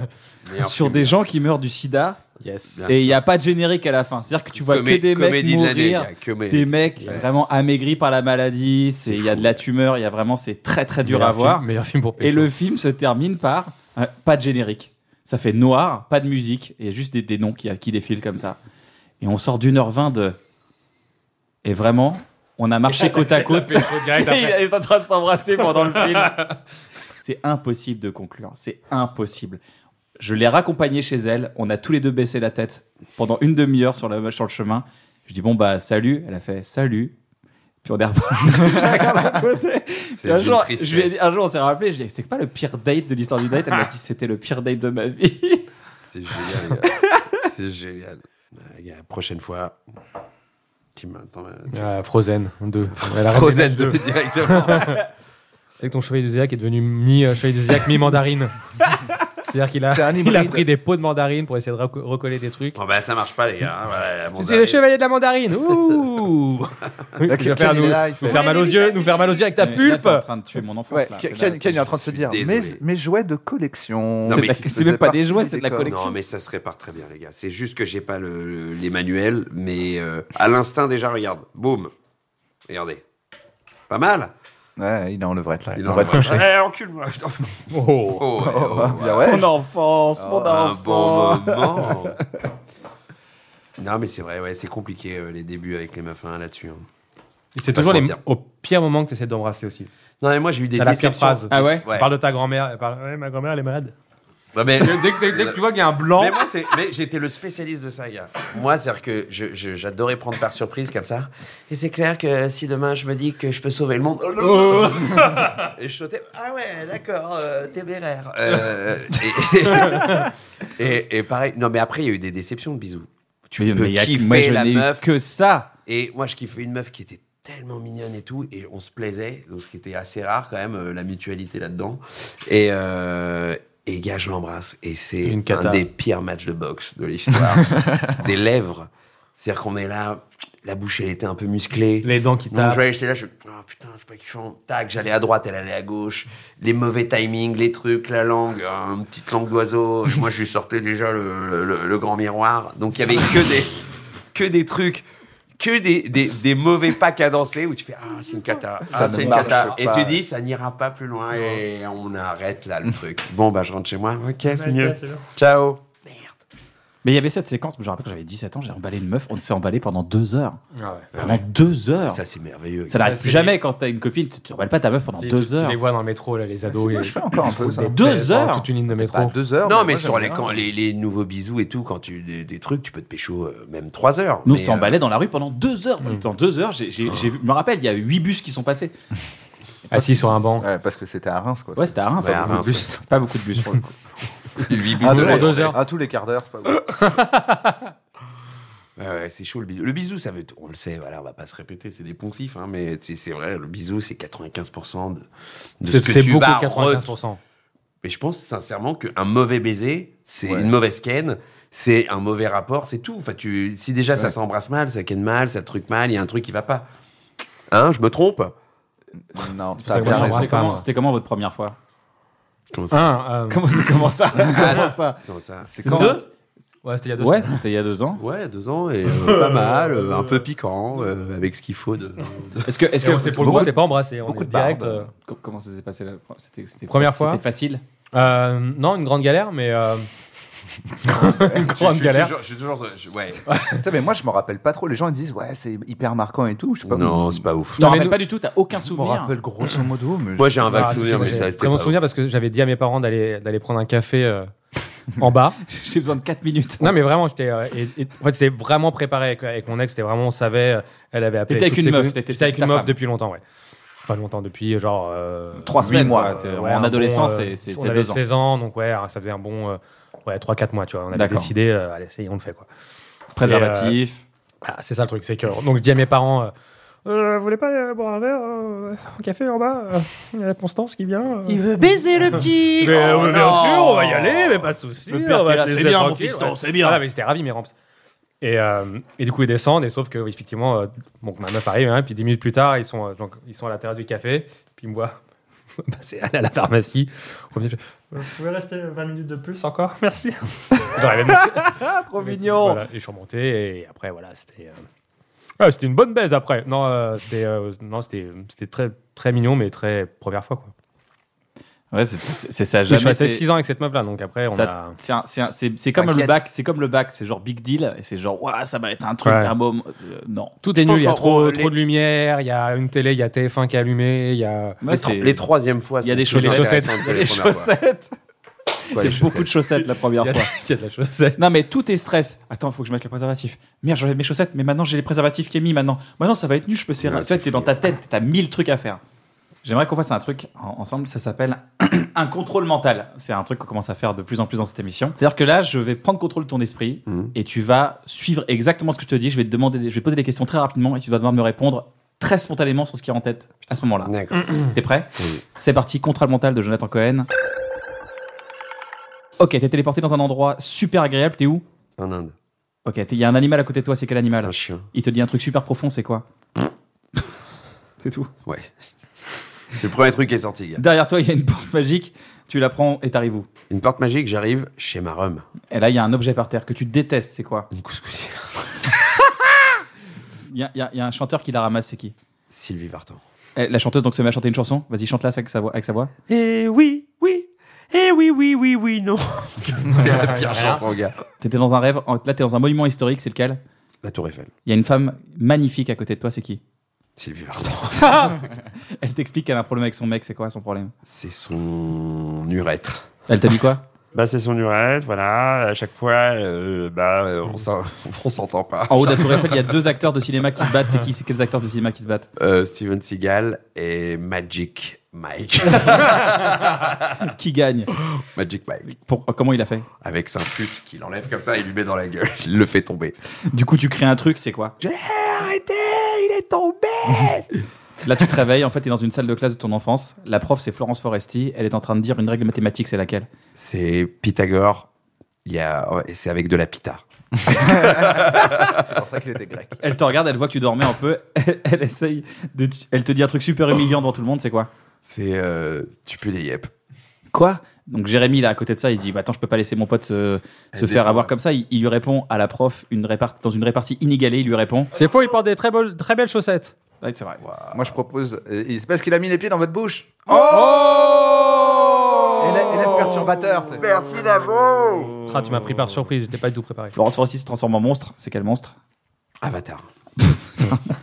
[SPEAKER 3] Meilleur
[SPEAKER 1] sur
[SPEAKER 3] film.
[SPEAKER 1] des gens qui meurent du SIDA.
[SPEAKER 4] Yes.
[SPEAKER 1] Et il n'y a pas de générique à la fin. C'est-à-dire que tu vois
[SPEAKER 3] Comé-
[SPEAKER 1] que des mecs
[SPEAKER 3] comédie de l'année,
[SPEAKER 1] mourir,
[SPEAKER 3] gars, comédie.
[SPEAKER 1] des mecs
[SPEAKER 3] Yes.
[SPEAKER 1] vraiment amaigris par la maladie. C'est il y a de la tumeur, il y a vraiment c'est très très dur à
[SPEAKER 4] Meilleur film-
[SPEAKER 1] voir.
[SPEAKER 4] meilleur film pour
[SPEAKER 1] Et
[SPEAKER 4] Pécho.
[SPEAKER 1] le film se termine par euh, pas de générique. Ça fait noir, pas de musique, et juste des, des noms qui, qui défilent comme ça. Et on sort d'une heure vingt de. Et vraiment, on a marché côte à côte.
[SPEAKER 4] Il est
[SPEAKER 1] en train de s'embrasser pendant le film. C'est impossible de conclure. C'est impossible. Je l'ai raccompagnée chez elle. On a tous les deux baissé la tête pendant une demi-heure sur, la, sur le chemin. Je dis bon bah salut. Elle a fait salut. Puis on est reparti chacun d'un côté.
[SPEAKER 3] C'est
[SPEAKER 1] Puis Un
[SPEAKER 3] d'une
[SPEAKER 1] jour,
[SPEAKER 3] tristesse.
[SPEAKER 1] je lui ai dit- un jour, on s'est rappelé. Je lui ai dit c'est pas le pire date de l'histoire du date. Elle m'a dit c'était le pire date de ma vie.
[SPEAKER 3] C'est génial, les gars. C'est génial. Euh, gars, prochaine fois. Tim, attends, euh, tu-
[SPEAKER 4] Ah, Frozen 2. Elle a raté
[SPEAKER 3] Frozen
[SPEAKER 4] Match
[SPEAKER 3] 2, directement.
[SPEAKER 4] Tu sais que ton chevalier du Zodiac est devenu mi-chevalier du Zodiac, mi-mandarine. C'est-à-dire qu'il a,
[SPEAKER 3] C'est un
[SPEAKER 4] il a
[SPEAKER 3] hybride.
[SPEAKER 4] pris des pots de mandarine pour essayer de reco- recoller des trucs.
[SPEAKER 3] Bon, bah, ça marche pas, les gars. hein, voilà, la
[SPEAKER 4] Je
[SPEAKER 3] bande
[SPEAKER 4] suis le
[SPEAKER 3] arrive.
[SPEAKER 4] chevalier de la mandarine. Ouh Il va
[SPEAKER 2] Ken,
[SPEAKER 4] faire
[SPEAKER 2] il
[SPEAKER 4] nous,
[SPEAKER 2] est là, il fait-
[SPEAKER 4] nous faire mal aux yeux, nous faire mal aux yeux avec ta
[SPEAKER 1] Mais là,
[SPEAKER 4] pulpe.
[SPEAKER 1] t'es en train de tuer mon enfance.
[SPEAKER 2] Ouais,
[SPEAKER 1] là.
[SPEAKER 2] Ken,
[SPEAKER 1] C'est là.
[SPEAKER 2] Ken est en train de se dire
[SPEAKER 3] désolé.
[SPEAKER 2] mes, mes jouets de collection.
[SPEAKER 3] Non, mais
[SPEAKER 2] qui
[SPEAKER 3] c'est
[SPEAKER 2] faisaient
[SPEAKER 1] même pas des
[SPEAKER 2] partie
[SPEAKER 1] jouets,
[SPEAKER 2] du
[SPEAKER 1] c'est de la
[SPEAKER 2] décor.
[SPEAKER 1] collection.
[SPEAKER 3] Non, mais ça se répare très bien, les gars. C'est juste que j'ai pas le, les manuels, mais euh, à l'instinct, déjà, regarde. Boum. Regardez. Pas mal.
[SPEAKER 2] Ouais, il est en levrette là. Il est en
[SPEAKER 3] en levrette.
[SPEAKER 2] levrette.
[SPEAKER 11] Eh, encule-moi
[SPEAKER 4] Oh.
[SPEAKER 3] Oh, ouais, oh,
[SPEAKER 2] Bien,
[SPEAKER 3] ouais. Ah,
[SPEAKER 2] ouais.
[SPEAKER 1] Mon enfance, mon
[SPEAKER 3] Un bon
[SPEAKER 1] enfance.
[SPEAKER 3] moment. non, mais c'est vrai, ouais, c'est compliqué euh, les débuts avec les meufs hein, là-dessus. hein.
[SPEAKER 4] Et C'est
[SPEAKER 3] Faut pas
[SPEAKER 4] toujours
[SPEAKER 3] se
[SPEAKER 4] les-
[SPEAKER 3] mentir.
[SPEAKER 4] au pire moment que tu essaies d'embrasser aussi.
[SPEAKER 3] Non, mais moi j'ai eu des
[SPEAKER 4] T'as la pire
[SPEAKER 3] déceptions.
[SPEAKER 4] phrase.
[SPEAKER 1] Ah ouais
[SPEAKER 4] Tu parles de ta grand-mère. Elle parle, ouais, ma grand-mère, elle est malade.
[SPEAKER 3] Non, mais...
[SPEAKER 4] Dès, que- dès que- dès que tu vois qu'il y a un blanc.
[SPEAKER 3] Mais moi, c'est- mais j'étais le spécialiste de ça, gars. Moi, c'est-à-dire que je- je- j'adorais prendre par surprise comme ça. Et c'est clair que si demain je me dis que je peux sauver le monde. Oh, non. et je sautais. Ah ouais, d'accord, euh, téméraire. Euh, et, et- et pareil. Non, mais après, il y a eu des déceptions de bisous. Tu
[SPEAKER 1] Mais-
[SPEAKER 3] peux
[SPEAKER 1] mais y a-
[SPEAKER 3] kiffer
[SPEAKER 1] moi, je
[SPEAKER 3] la
[SPEAKER 1] n'ai eu
[SPEAKER 3] meuf.
[SPEAKER 1] que ça.
[SPEAKER 3] Et moi, je kiffais une meuf qui était tellement mignonne et tout, et on se plaisait, donc ce qui était assez rare quand même, euh, la mutualité là-dedans. Et, euh, et gars, je l'embrasse. Et c'est
[SPEAKER 4] Une cata.
[SPEAKER 3] un des pires matchs de boxe de l'histoire. des lèvres. C'est-à-dire qu'on est là, la bouche, elle était un peu musclée.
[SPEAKER 4] Les dents qui
[SPEAKER 3] Donc
[SPEAKER 4] tapent.
[SPEAKER 3] j'allais, j'étais là, je oh, putain, je sais pas kiffant. Tac, j'allais à droite, elle allait à gauche. Les mauvais timings, les trucs, la langue, euh, une petite langue d'oiseau. Et moi, je lui sortais déjà le, le- le grand miroir. Donc il y avait que des, que des trucs, que des, des, des mauvais pas cadencés où tu fais ah c'est une cata, ah,
[SPEAKER 2] Ça ne
[SPEAKER 3] c'est une
[SPEAKER 2] marche
[SPEAKER 3] cata.
[SPEAKER 2] pas.
[SPEAKER 3] Et tu dis ça n'ira pas plus loin et on arrête là le truc. Bon bah je rentre chez moi. Ok c'est mieux. Ciao.
[SPEAKER 1] Mais il y avait cette séquence, je me rappelle que j'avais 17 ans, j'ai emballé une meuf, on s'est emballé pendant deux heures.
[SPEAKER 4] Ah ouais.
[SPEAKER 1] Pendant deux heures.
[SPEAKER 3] Ça c'est merveilleux.
[SPEAKER 1] Ça
[SPEAKER 4] Ouais,
[SPEAKER 1] n'arrive
[SPEAKER 4] c'est-
[SPEAKER 1] plus jamais quand t'as une copine, tu tu remballes pas ta meuf pendant
[SPEAKER 4] Tu-
[SPEAKER 1] deux
[SPEAKER 4] tu- Tu
[SPEAKER 1] heures.
[SPEAKER 4] les vois dans le métro, là, les ados.
[SPEAKER 2] Ouais,
[SPEAKER 4] et-
[SPEAKER 2] je fais encore un peu hein. ça.
[SPEAKER 1] Deux
[SPEAKER 4] pendant
[SPEAKER 1] heures
[SPEAKER 4] Toute une ligne de métro.
[SPEAKER 2] Pas deux heures.
[SPEAKER 3] Non, mais,
[SPEAKER 2] moi,
[SPEAKER 3] sur
[SPEAKER 2] j'aime
[SPEAKER 3] les,
[SPEAKER 2] bien.
[SPEAKER 3] quand, les, les nouveaux bisous et tout, quand tu des, des trucs, tu peux te pécho euh, même trois heures.
[SPEAKER 1] Nous, on
[SPEAKER 3] Mais, euh, Hmm.
[SPEAKER 1] s'emballait dans la rue pendant deux heures. Dans deux heures, j'ai- j'ai- j'ai vu- je me rappelle, il y a huit bus qui sont passés.
[SPEAKER 4] Assis sur un banc.
[SPEAKER 2] Ouais, parce que c'était à Reims quoi.
[SPEAKER 1] Ouais, c'était à Reims.
[SPEAKER 3] Ouais,
[SPEAKER 1] pas,
[SPEAKER 3] à
[SPEAKER 1] beaucoup
[SPEAKER 3] Reims,
[SPEAKER 1] de bus. pas beaucoup de bus pour le coup.
[SPEAKER 3] huit
[SPEAKER 2] À
[SPEAKER 4] en
[SPEAKER 2] Ah,
[SPEAKER 3] bisous.
[SPEAKER 4] deux heures.
[SPEAKER 2] À tous les quarts d'heure, c'est pas grave.
[SPEAKER 3] Ouais, ouais, c'est chaud le bisou. Le bisou, ça veut, tout- on le sait, voilà, on va pas se répéter, c'est des poncifs, hein, mais c'est c'est vrai, le bisou, c'est 95% de, de ce
[SPEAKER 4] C'est
[SPEAKER 3] que
[SPEAKER 4] c'est
[SPEAKER 3] tu
[SPEAKER 4] beaucoup
[SPEAKER 3] vas
[SPEAKER 4] 95%.
[SPEAKER 3] Mais je pense sincèrement qu'un mauvais baiser, c'est une mauvaise ken, c'est un mauvais rapport, c'est tout. Enfin, tu, si déjà ça s'embrasse mal, ça ken mal, ça truc mal, il y a un truc qui va pas. Hein, je me trompe
[SPEAKER 2] Non,
[SPEAKER 1] C'était comment, c'était comment- c'était comment votre première fois
[SPEAKER 3] Comment
[SPEAKER 4] ça Ah, euh,
[SPEAKER 1] comment, comment ça Comment ça
[SPEAKER 3] Comment ça C'est
[SPEAKER 1] C'est
[SPEAKER 3] quand
[SPEAKER 1] deux
[SPEAKER 4] Ouais, c'était il y a deux
[SPEAKER 1] Ouais,
[SPEAKER 4] semaines.
[SPEAKER 1] c'était il y a deux ans.
[SPEAKER 3] Ouais, deux ans et euh, pas mal, euh, un peu piquant, euh, avec ce qu'il faut de.
[SPEAKER 1] Est-ce que, est-ce que
[SPEAKER 4] c'est pour le coup, c'est pas embrassé. on
[SPEAKER 1] Beaucoup
[SPEAKER 4] est
[SPEAKER 1] de bah.
[SPEAKER 4] direct,
[SPEAKER 1] direct.
[SPEAKER 4] euh,
[SPEAKER 1] Comment ça s'est passé la c'était, c'était-
[SPEAKER 4] Première fois
[SPEAKER 1] C'était facile.
[SPEAKER 4] Euh, non, une grande galère, mais. euh, une grande galère.
[SPEAKER 3] Je suis toujours. je- ouais.
[SPEAKER 2] Putain, mais moi, je m'en rappelle pas trop. Les gens ils disent, ouais, c'est hyper marquant et tout. Je sais pas,
[SPEAKER 3] Non, c'est pas ouf.
[SPEAKER 1] Tu t'en rappelles pas du tout, t'as aucun
[SPEAKER 2] Je m'en
[SPEAKER 1] souvenir.
[SPEAKER 2] rappelle grosso modo. Mais
[SPEAKER 3] Moi, j'ai un vague
[SPEAKER 4] Ah, si,
[SPEAKER 3] souvenir,
[SPEAKER 4] si,
[SPEAKER 3] mais
[SPEAKER 4] j'ai
[SPEAKER 3] ça.
[SPEAKER 4] Très bon souvenir parce que j'avais dit à mes parents d'aller d'aller prendre un café euh, en bas.
[SPEAKER 1] J'ai besoin de 4 minutes.
[SPEAKER 4] Non, mais vraiment, j'étais. euh, et- et- en fait, c'était vraiment préparé avec, avec mon ex. C'était vraiment, on savait. euh, Elle avait appelé.
[SPEAKER 1] T'étais avec
[SPEAKER 4] toutes
[SPEAKER 1] une
[SPEAKER 4] ses
[SPEAKER 1] meuf,
[SPEAKER 4] copines.
[SPEAKER 1] t'étais-
[SPEAKER 4] J'étais avec
[SPEAKER 1] c'était
[SPEAKER 4] une
[SPEAKER 1] ta
[SPEAKER 4] meuf
[SPEAKER 1] femme.
[SPEAKER 4] depuis longtemps, ouais. Enfin, longtemps, depuis genre. euh,
[SPEAKER 2] Trois
[SPEAKER 4] huit
[SPEAKER 2] semaines, quoi.
[SPEAKER 4] mois,
[SPEAKER 1] C'est-
[SPEAKER 4] euh,
[SPEAKER 1] en
[SPEAKER 4] un
[SPEAKER 1] adolescence,
[SPEAKER 4] euh,
[SPEAKER 1] c'est- c'est-
[SPEAKER 4] On
[SPEAKER 1] c'est
[SPEAKER 4] avait
[SPEAKER 1] deux ans.
[SPEAKER 4] 16 ans, donc ouais, ça faisait un bon. euh, ouais, 3-4 mois, tu vois. On avait
[SPEAKER 1] D'accord.
[SPEAKER 4] décidé, euh, allez, ça y est, on le fait, quoi. Et,
[SPEAKER 1] Préservatif.
[SPEAKER 4] euh, ah, c'est ça le truc, c'est que. Donc, je dis à mes parents. euh,
[SPEAKER 11] Euh, vous voulez pas euh, boire un verre euh, Un café en bas euh, Il y a la Constance qui vient. euh.
[SPEAKER 4] Il veut baiser le petit
[SPEAKER 11] Mais, euh,
[SPEAKER 4] Oh
[SPEAKER 11] mais bien
[SPEAKER 4] non
[SPEAKER 11] sûr, on va y aller, mais pas de soucis.
[SPEAKER 4] Le père
[SPEAKER 11] on va
[SPEAKER 4] qui est là,
[SPEAKER 11] te
[SPEAKER 4] c'est
[SPEAKER 11] laisser
[SPEAKER 4] bien, mon
[SPEAKER 11] tranquille,
[SPEAKER 4] fiston,
[SPEAKER 11] ouais.
[SPEAKER 4] c'est bien. Ah, mais c'était ravi, mes ramps. Et, euh, et du coup, ils descendent, et sauf que, effectivement, euh, bon, ma meuf arrive, hein, puis 10 minutes plus tard, ils sont, euh, donc, ils sont à la terrasse du café, puis ils me voient passer à la pharmacie. On vient, je-
[SPEAKER 11] Vous pouvez rester 20 minutes de plus encore Merci.
[SPEAKER 4] Dans la même-
[SPEAKER 11] Trop
[SPEAKER 4] euh, Voilà, et je suis remonté, et après, voilà, c'était. euh, ouais, c'était une bonne baise après. Non, euh, c'était euh, non, c'était- c'était très, très mignon, mais très première fois. Quoi.
[SPEAKER 1] Ouais, c'est, c'est- c'est- ça a
[SPEAKER 4] Mais je suis
[SPEAKER 1] jamais
[SPEAKER 4] resté
[SPEAKER 1] été-
[SPEAKER 4] 6 ans avec cette meuf-là, donc après, on
[SPEAKER 1] ça-
[SPEAKER 4] a.
[SPEAKER 1] c'est, un- c'est un- c'est- c'est comme le
[SPEAKER 4] T'inquiète.
[SPEAKER 1] bac, c'est comme le bac, c'est genre big deal et c'est genre ouah, ça va être un truc,
[SPEAKER 4] Ouais.
[SPEAKER 1] un moment. euh, non,
[SPEAKER 4] Tout est
[SPEAKER 3] Je pense
[SPEAKER 4] nul, il y a
[SPEAKER 3] qu'on-
[SPEAKER 4] trop,
[SPEAKER 3] on-
[SPEAKER 4] trop de lumière, il y a une télé, il y a TF1 qui est allumé, il y a...
[SPEAKER 1] Ouais,
[SPEAKER 3] les, tro-
[SPEAKER 1] c'est-
[SPEAKER 3] les troisièmes fois,
[SPEAKER 1] Il y a
[SPEAKER 3] sont
[SPEAKER 1] des
[SPEAKER 3] plus
[SPEAKER 1] chaussettes.
[SPEAKER 3] intéressantes que
[SPEAKER 1] Il y a
[SPEAKER 3] les
[SPEAKER 1] des
[SPEAKER 3] premières fois.
[SPEAKER 1] chaussettes.
[SPEAKER 3] Quoi,
[SPEAKER 1] Il y
[SPEAKER 3] les
[SPEAKER 1] a beaucoup de chaussettes la première
[SPEAKER 4] Il y a-
[SPEAKER 1] fois.
[SPEAKER 4] il y a de la chaussette.
[SPEAKER 1] Non, mais tout est stress. Attends, faut que je mette les préservatifs. Merde, j'enlève mes chaussettes, mais maintenant j'ai les préservatifs qui est mis maintenant. Maintenant, ça va être nu, je peux serrer.
[SPEAKER 3] Ouais,
[SPEAKER 1] tu vois,
[SPEAKER 3] c'est
[SPEAKER 1] t'es dans ta tête, t'as mille trucs à faire. J'aimerais qu'on fasse un truc en- ensemble, ça s'appelle un contrôle mental. C'est un truc qu'on commence à faire de plus en plus dans cette émission. C'est-à-dire que là, je vais prendre contrôle de ton esprit
[SPEAKER 3] Mhm.
[SPEAKER 1] et tu vas suivre exactement ce que je te dis. Je vais te demander, des- je vais poser des questions très rapidement et tu vas devoir me répondre très spontanément sur ce qui est en tête à ce moment-là.
[SPEAKER 3] D'accord.
[SPEAKER 1] T'es prêt
[SPEAKER 3] Oui.
[SPEAKER 1] C'est parti, contrôle mental de Jonathan Cohen. Ok, t'es téléporté dans un endroit super agréable, t'es où
[SPEAKER 3] En Inde,
[SPEAKER 1] Ok, il y a un animal à côté de toi, c'est quel animal
[SPEAKER 3] un chien.
[SPEAKER 1] Il te dit un truc super profond, c'est quoi C'est tout.
[SPEAKER 3] Ouais. C'est le premier truc qui est sorti, gars.
[SPEAKER 1] Derrière toi, il y a une porte magique, tu la prends et t'arrives où
[SPEAKER 3] Une porte magique, j'arrive chez ma rhum.
[SPEAKER 1] Et là, il y a un objet par terre que tu détestes, c'est quoi
[SPEAKER 3] Une couscoussière.
[SPEAKER 1] Il y a, il y a- il y a un chanteur qui la ramasse, c'est qui
[SPEAKER 3] Sylvie Vartan.
[SPEAKER 1] Eh, La chanteuse, donc, se met à chanter une chanson. Vas-y, chante-la avec sa voix. Avec sa voix.
[SPEAKER 8] Eh
[SPEAKER 11] Et oui, oui. Et oui, oui, oui, oui, non.
[SPEAKER 3] C'est la pire chanson, gars.
[SPEAKER 1] T'étais dans un rêve, en- là, t'es dans un monument historique, c'est lequel
[SPEAKER 3] La Tour Eiffel.
[SPEAKER 1] Il y a une femme magnifique à côté de toi, c'est qui
[SPEAKER 3] Sylvie Vartan.
[SPEAKER 1] Elle t'explique qu'elle a un problème avec son mec, c'est quoi son problème
[SPEAKER 3] C'est son urètre.
[SPEAKER 1] Elle t'a dit quoi
[SPEAKER 11] Bah, c'est son urètre, voilà. À chaque fois, euh, bah, euh, on
[SPEAKER 3] On s'en- on s'entend pas.
[SPEAKER 1] En haut de la tour Eiffel, il y a deux acteurs de cinéma qui se battent. C'est qui C'est quels acteurs de cinéma qui se battent
[SPEAKER 3] Euh, Steven Seagal et Magic Mike.
[SPEAKER 1] Qui gagne
[SPEAKER 3] Magic Mike.
[SPEAKER 1] Pour- Comment il a fait
[SPEAKER 3] Avec sa flûte qu'il enlève comme ça et lui met dans la gueule. Il le fait tomber.
[SPEAKER 1] Du coup, tu crées un truc, c'est quoi
[SPEAKER 3] Arrêtez, il est tombé
[SPEAKER 1] Là, tu te réveilles, en fait, tu es dans une salle de classe de ton enfance. La prof, c'est Florence Foresti. Elle est en train de dire une règle mathématique, c'est laquelle
[SPEAKER 3] C'est Pythagore. Il y a... ouais, et c'est avec de la pita.
[SPEAKER 2] C'est pour ça qu'il était grec.
[SPEAKER 1] Elle te regarde, elle voit que tu dormais un peu. Elle, elle essaye de. t- Elle te dit un truc super humiliant devant tout le monde, c'est quoi
[SPEAKER 3] C'est euh, tu peux les yep.
[SPEAKER 1] Quoi Donc Jérémy, là, à côté de ça, il dit bah, Attends, je peux pas laisser mon pote se, se
[SPEAKER 3] Elle
[SPEAKER 1] faire
[SPEAKER 3] défend.
[SPEAKER 1] avoir comme ça. Il, il lui répond à la prof une répart- dans une répartie inégalée. Il lui répond
[SPEAKER 4] C'est faux, il porte des très, belles- très belles chaussettes.
[SPEAKER 1] Ouais, C'est vrai.
[SPEAKER 2] Moi, je propose. euh, il- C'est parce qu'il a mis les pieds dans votre bouche.
[SPEAKER 3] Oh
[SPEAKER 2] Élève, élève perturbateur. t'sais.
[SPEAKER 3] Merci d'avant.
[SPEAKER 4] Ah, tu m'as pris par surprise, j'étais pas du tout préparé.
[SPEAKER 1] Florence Foresti se transforme en monstre. C'est quel monstre
[SPEAKER 3] Avatar.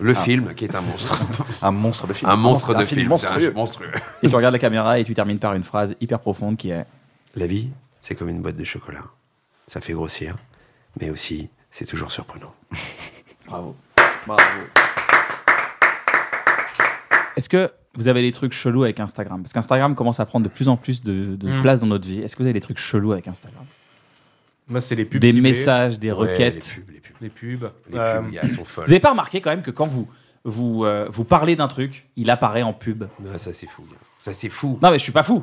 [SPEAKER 3] Le film qui est un monstre.
[SPEAKER 2] Un monstre de film.
[SPEAKER 3] Un monstre de
[SPEAKER 2] film
[SPEAKER 3] film. C'est un
[SPEAKER 2] monstrueux.
[SPEAKER 3] monstrueux.
[SPEAKER 1] Et tu regardes la caméra et tu termines par une phrase hyper profonde qui est
[SPEAKER 3] La vie, c'est comme une boîte de chocolat. Ça fait grossir, mais aussi c'est toujours surprenant.
[SPEAKER 1] Bravo. Bravo. Est-ce que vous avez des trucs chelous avec Instagram Parce qu'Instagram commence à prendre de plus en plus de, de
[SPEAKER 4] Mm.
[SPEAKER 1] place dans notre vie. Est-ce que vous avez des trucs chelous avec Instagram
[SPEAKER 4] Moi, c'est les pubs.
[SPEAKER 1] Des
[SPEAKER 4] ciblées.
[SPEAKER 1] messages, des requêtes.
[SPEAKER 4] Les pubs.
[SPEAKER 1] Les
[SPEAKER 4] Euh,
[SPEAKER 1] pubs, Vous n'avez pas remarqué quand même que quand vous vous, euh, vous parlez d'un truc, il apparaît en pub.
[SPEAKER 3] Non, ça c'est fou. Ça c'est fou.
[SPEAKER 1] Non mais je suis pas fou.
[SPEAKER 3] Non,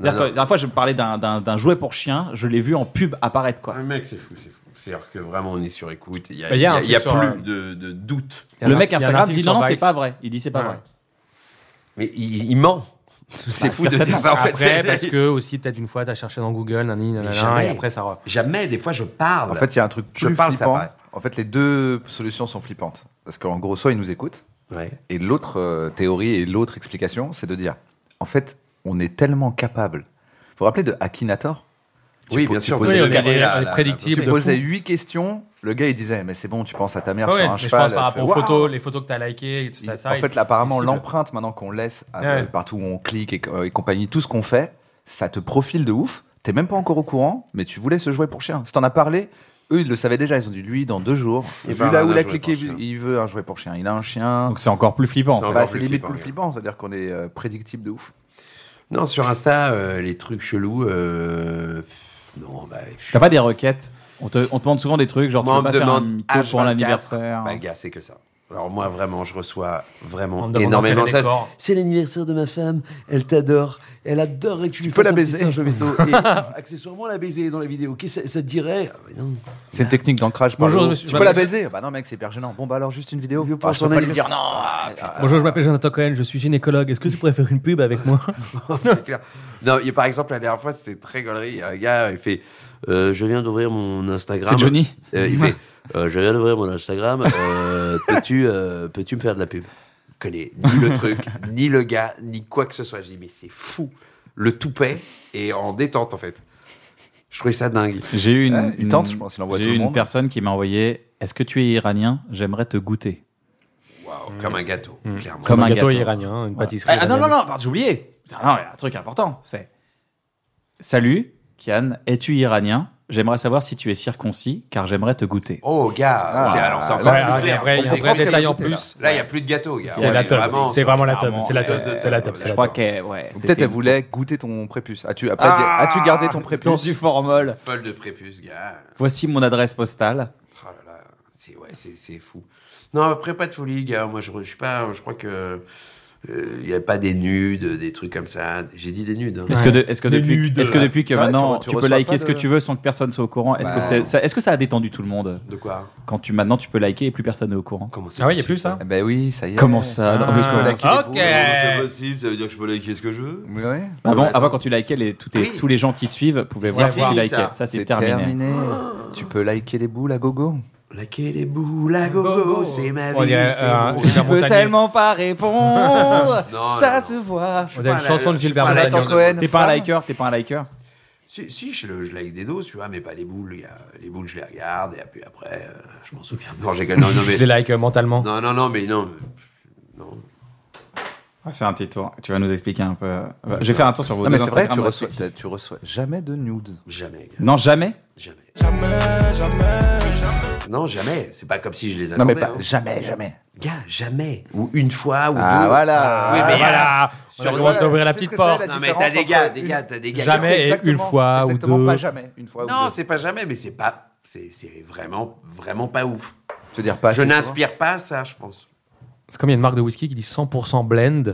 [SPEAKER 1] C'est-à-dire que
[SPEAKER 3] non.
[SPEAKER 1] La dernière fois je me parlais d'un- d'un d'un jouet pour chien, je l'ai vu en pub apparaître quoi.
[SPEAKER 3] Le mec c'est fou, c'est fou. C'est-à-dire que vraiment on est sur écoute. Il y a,
[SPEAKER 1] Bah,
[SPEAKER 3] il
[SPEAKER 1] il
[SPEAKER 3] y
[SPEAKER 1] y a
[SPEAKER 3] a-
[SPEAKER 1] un
[SPEAKER 3] il y a
[SPEAKER 1] truc sur un-
[SPEAKER 3] plus de, de doute.
[SPEAKER 1] Le mec Instagram dit non non c'est pas vrai. Il dit c'est pas
[SPEAKER 3] Ouais.
[SPEAKER 1] vrai.
[SPEAKER 3] Mais il, il ment. C'est fou de dire ça en fait.
[SPEAKER 4] Après,
[SPEAKER 3] C'est-
[SPEAKER 4] parce que aussi, peut-être une fois, t'as cherché dans Google, nanani, nanana,
[SPEAKER 3] jamais.
[SPEAKER 4] et après, ça re...
[SPEAKER 3] Jamais, des fois, je parle.
[SPEAKER 2] En fait, il y a un truc
[SPEAKER 4] Je
[SPEAKER 2] plus
[SPEAKER 4] parle, ça
[SPEAKER 2] flippant.
[SPEAKER 4] paraît.
[SPEAKER 2] En fait, les deux solutions sont flippantes. Parce qu'en gros, soit ils nous écoutent, et l'autre euh, théorie et l'autre explication, c'est de dire en fait, on est tellement capable. Vous vous rappelez de Akinator
[SPEAKER 3] Oui,
[SPEAKER 2] po-
[SPEAKER 3] bien sûr,
[SPEAKER 2] posais
[SPEAKER 3] oui,
[SPEAKER 2] le
[SPEAKER 3] on est-
[SPEAKER 2] gars-
[SPEAKER 3] on est-
[SPEAKER 2] la-
[SPEAKER 3] on est
[SPEAKER 2] la-
[SPEAKER 4] prédictible
[SPEAKER 2] Tu
[SPEAKER 4] de
[SPEAKER 2] posais
[SPEAKER 4] fou.
[SPEAKER 2] huit questions, le gars il disait mais c'est bon, tu penses à ta mère
[SPEAKER 4] Ah ouais,
[SPEAKER 2] sur un
[SPEAKER 4] mais je
[SPEAKER 2] cheval.
[SPEAKER 4] pense par
[SPEAKER 2] elle
[SPEAKER 4] rapport
[SPEAKER 2] fait,
[SPEAKER 4] aux
[SPEAKER 2] Waouh
[SPEAKER 4] photos, les photos que t'as likées, et tout ça, ça,
[SPEAKER 2] en
[SPEAKER 4] et
[SPEAKER 2] fait,
[SPEAKER 4] tu-
[SPEAKER 2] là, apparemment,
[SPEAKER 4] tu cibles.
[SPEAKER 2] l'empreinte maintenant qu'on laisse euh,
[SPEAKER 4] Ouais.
[SPEAKER 2] partout où on clique et, co- et compagnie, tout ce qu'on fait, ça te profile de ouf. T'es même pas encore au courant, mais tu voulais ce jouet pour chien. Si t'en as parlé, eux, ils le savaient déjà. Ils ont dit, lui, dans deux jours,
[SPEAKER 1] Il
[SPEAKER 2] vu
[SPEAKER 1] va
[SPEAKER 2] là
[SPEAKER 1] avoir
[SPEAKER 2] où
[SPEAKER 1] un
[SPEAKER 2] il a
[SPEAKER 1] jouet
[SPEAKER 2] cliqué, il veut un jouet pour chien. Il a un chien.
[SPEAKER 1] Donc c'est encore plus flippant.
[SPEAKER 2] C'est
[SPEAKER 1] en fait.
[SPEAKER 2] bah, c'est limite plus flippant, c'est-à-dire qu'on est euh, prédictible de ouf.
[SPEAKER 3] Non, sur Insta, euh, les trucs chelous. euh, Non, bah.
[SPEAKER 1] T'as pas des requêtes On te, on te demande souvent des trucs genre
[SPEAKER 3] Moi,
[SPEAKER 1] tu
[SPEAKER 3] on
[SPEAKER 1] peux
[SPEAKER 3] me
[SPEAKER 1] pas faire un
[SPEAKER 3] demande
[SPEAKER 1] mytho pour
[SPEAKER 3] H24.
[SPEAKER 1] l'anniversaire.
[SPEAKER 3] Bah, gars, c'est que ça. Alors, moi, vraiment, je reçois
[SPEAKER 1] On
[SPEAKER 3] vraiment
[SPEAKER 1] me demande
[SPEAKER 3] énormément
[SPEAKER 1] d'enterrer des
[SPEAKER 3] ça.
[SPEAKER 1] corps.
[SPEAKER 3] C'est l'anniversaire de ma femme, elle t'adore, elle adorerait que tu, lui
[SPEAKER 2] peux
[SPEAKER 3] fasses
[SPEAKER 2] la
[SPEAKER 3] un petit
[SPEAKER 2] baiser.
[SPEAKER 3] singe au veto. Et accessoirement, la baiser dans la vidéo. Qu'est-ce que ça, ça te dirait Ah, mais non.
[SPEAKER 2] C'est une technique d'ancrage. par
[SPEAKER 4] Bonjour,
[SPEAKER 2] le haut.
[SPEAKER 4] je me suis-
[SPEAKER 2] Tu peux la baiser Bah non, mec, c'est hyper gênant. Bon, bah alors, juste une vidéo. Ah, je peux pas lui dire non. ah, putain.
[SPEAKER 4] Bonjour, je m'appelle Jonathan Cohen, je suis gynécologue. Est-ce que tu pourrais faire une pub avec moi
[SPEAKER 3] C'est clair. Non, il- par exemple, la dernière fois, c'était très gaulerie. Il y a Un gars, il fait euh, Je viens d'ouvrir mon Instagram.
[SPEAKER 1] C'est Johnny
[SPEAKER 3] Euh, Il fait euh, Je viens d'ouvrir mon Instagram. euh, Peux-tu euh, peux-tu me faire de la pub Je connais ni le truc, ni le gars, ni quoi que ce soit. Je dis Mais c'est fou. Le toupet est en détente, en fait. Je trouvais ça dingue.
[SPEAKER 1] J'ai eu une,
[SPEAKER 3] Ouais, il tente, je pense, il envoie
[SPEAKER 1] j'ai
[SPEAKER 3] tout
[SPEAKER 1] eu
[SPEAKER 3] le
[SPEAKER 1] une
[SPEAKER 3] monde.
[SPEAKER 1] personne qui m'a envoyé Est-ce que tu es iranien J'aimerais te goûter.
[SPEAKER 3] Waouh,
[SPEAKER 1] Mmh.
[SPEAKER 3] Comme un gâteau, clairement.
[SPEAKER 1] Comme un gâteau.
[SPEAKER 4] iranien, une
[SPEAKER 1] Voilà.
[SPEAKER 4] pâtisserie
[SPEAKER 1] Ah, ah, non, non,
[SPEAKER 4] iranienne.
[SPEAKER 1] non, pardon, j'ai oublié. Ah, Non, il y a un truc important, c'est Salut, Kian, es-tu iranien J'aimerais savoir si tu es circoncis, car j'aimerais te goûter.
[SPEAKER 3] Oh, gars,
[SPEAKER 1] Ah,
[SPEAKER 3] c'est- alors c'est encore
[SPEAKER 1] ouais,
[SPEAKER 3] plus
[SPEAKER 1] ouais,
[SPEAKER 3] clair.
[SPEAKER 1] ouais,
[SPEAKER 3] On
[SPEAKER 1] il y a un
[SPEAKER 3] comprend
[SPEAKER 1] vrai
[SPEAKER 3] ce qu'elle
[SPEAKER 1] détail en
[SPEAKER 3] goûtait, là.
[SPEAKER 1] plus.
[SPEAKER 3] Là, il n'y a plus de gâteau, gars.
[SPEAKER 4] C'est la teub, c'est vraiment la teub, c'est la teub, c'est la teub, c'est
[SPEAKER 1] Je
[SPEAKER 4] la
[SPEAKER 1] crois
[SPEAKER 4] teub.
[SPEAKER 1] que, ouais.
[SPEAKER 2] Ou
[SPEAKER 1] c'était-
[SPEAKER 2] Peut-être elle voulait goûter ton prépuce. As-tu après, elle dit,
[SPEAKER 1] Ah,
[SPEAKER 2] as-tu gardé ton prépuce
[SPEAKER 1] Dans du formol.
[SPEAKER 3] Folle de prépuce, gars.
[SPEAKER 1] Voici mon adresse postale.
[SPEAKER 3] Oh là là, c'est ouais, c'est- c'est fou. Non, après, pas de folie, gars. Moi, je, je suis pas. Je crois que. Il n'y a pas des nudes, des trucs comme ça. J'ai dit des nudes. hein.
[SPEAKER 1] Est-ce que, de- est-ce que depuis, est-ce que depuis que maintenant tu, peux liker ce que tu veux sans que personne soit au courant, est-ce
[SPEAKER 3] Bah,
[SPEAKER 1] que c'est-
[SPEAKER 3] non.
[SPEAKER 1] ça, est-ce que ça a détendu tout le monde
[SPEAKER 3] De quoi
[SPEAKER 1] Quand tu maintenant tu peux liker et plus personne n'est au courant.
[SPEAKER 3] Comment
[SPEAKER 4] Ah ouais, il y a plus ça
[SPEAKER 2] Ben oui, ça y est.
[SPEAKER 1] Comment ça
[SPEAKER 4] Ah,
[SPEAKER 1] Non, mais je peux liker.
[SPEAKER 4] ok.
[SPEAKER 3] C'est possible, ça veut dire que je peux liker ce que je veux.
[SPEAKER 2] Mais ouais.
[SPEAKER 1] Avant, avant quand tu likais, les, tous tes-
[SPEAKER 3] Oui.
[SPEAKER 1] tous les gens qui te suivent pouvaient
[SPEAKER 3] C'est
[SPEAKER 1] voir ce que tu
[SPEAKER 3] fini,
[SPEAKER 1] likais.
[SPEAKER 3] ça.
[SPEAKER 1] Ça, c'est terminé.
[SPEAKER 2] Tu peux liker les boules à gogo.
[SPEAKER 3] Liker les boules à gogo, c'est ma
[SPEAKER 4] On
[SPEAKER 3] vie.
[SPEAKER 4] dirait,
[SPEAKER 3] c'est
[SPEAKER 4] euh,
[SPEAKER 3] mon-
[SPEAKER 4] Gilbert
[SPEAKER 3] Je peux
[SPEAKER 4] Montagnier.
[SPEAKER 1] Tellement pas répondre,
[SPEAKER 3] Non,
[SPEAKER 1] ça se voit.
[SPEAKER 4] On dirait une chanson de
[SPEAKER 3] Ah,
[SPEAKER 4] Gilbert Montagnier.
[SPEAKER 1] T'es pas un liker, t'es pas un liker.
[SPEAKER 3] Si, si, je, le- je like des doses, tu vois, mais pas les boules. il y a- Les boules, je les regarde, et puis après, euh, je m'en souviens. Non, j'ai non, non, mais.
[SPEAKER 4] Je les like euh, mentalement.
[SPEAKER 3] Non, non, non, mais non. Non.
[SPEAKER 1] On va faire un petit tour. Tu vas nous expliquer un peu. Je vais faire un tour sur vos
[SPEAKER 2] Non, mais
[SPEAKER 1] deux
[SPEAKER 2] c'est vrai,
[SPEAKER 1] Instagram
[SPEAKER 2] tu reçois,
[SPEAKER 1] respectifs.
[SPEAKER 2] t'as- tu reçois jamais de nudes.
[SPEAKER 3] Jamais.
[SPEAKER 1] Non, jamais.
[SPEAKER 3] Non, jamais. C'est pas comme si je les
[SPEAKER 2] Non,
[SPEAKER 3] attendais.
[SPEAKER 2] mais pas-
[SPEAKER 3] hein.
[SPEAKER 2] jamais, jamais.
[SPEAKER 3] Gars, jamais. Ou une fois, ou
[SPEAKER 2] Ah,
[SPEAKER 3] deux.
[SPEAKER 2] voilà.
[SPEAKER 3] Oui, mais
[SPEAKER 4] voilà. On
[SPEAKER 3] sur-
[SPEAKER 4] a commencé à ouvrir la
[SPEAKER 2] C'est ce
[SPEAKER 4] petite
[SPEAKER 2] que c'est,
[SPEAKER 4] porte.
[SPEAKER 2] la
[SPEAKER 3] Non, mais
[SPEAKER 2] différence
[SPEAKER 3] t'as des
[SPEAKER 2] entre
[SPEAKER 3] gars, des
[SPEAKER 2] une-
[SPEAKER 3] gars, t'as des gars qui
[SPEAKER 4] Jamais,
[SPEAKER 3] sont
[SPEAKER 4] une
[SPEAKER 2] exactement-
[SPEAKER 4] fois ou
[SPEAKER 2] exactement
[SPEAKER 4] deux.
[SPEAKER 2] pas jamais, une fois ou
[SPEAKER 3] Non,
[SPEAKER 2] deux.
[SPEAKER 3] c'est pas jamais, mais c'est pas. C'est c'est vraiment, vraiment pas ouf.
[SPEAKER 2] Je veux dire pas
[SPEAKER 3] je
[SPEAKER 2] assez
[SPEAKER 3] n'inspire pas à ça, je pense.
[SPEAKER 4] C'est comme il y a une marque de whisky qui dit 100% blend,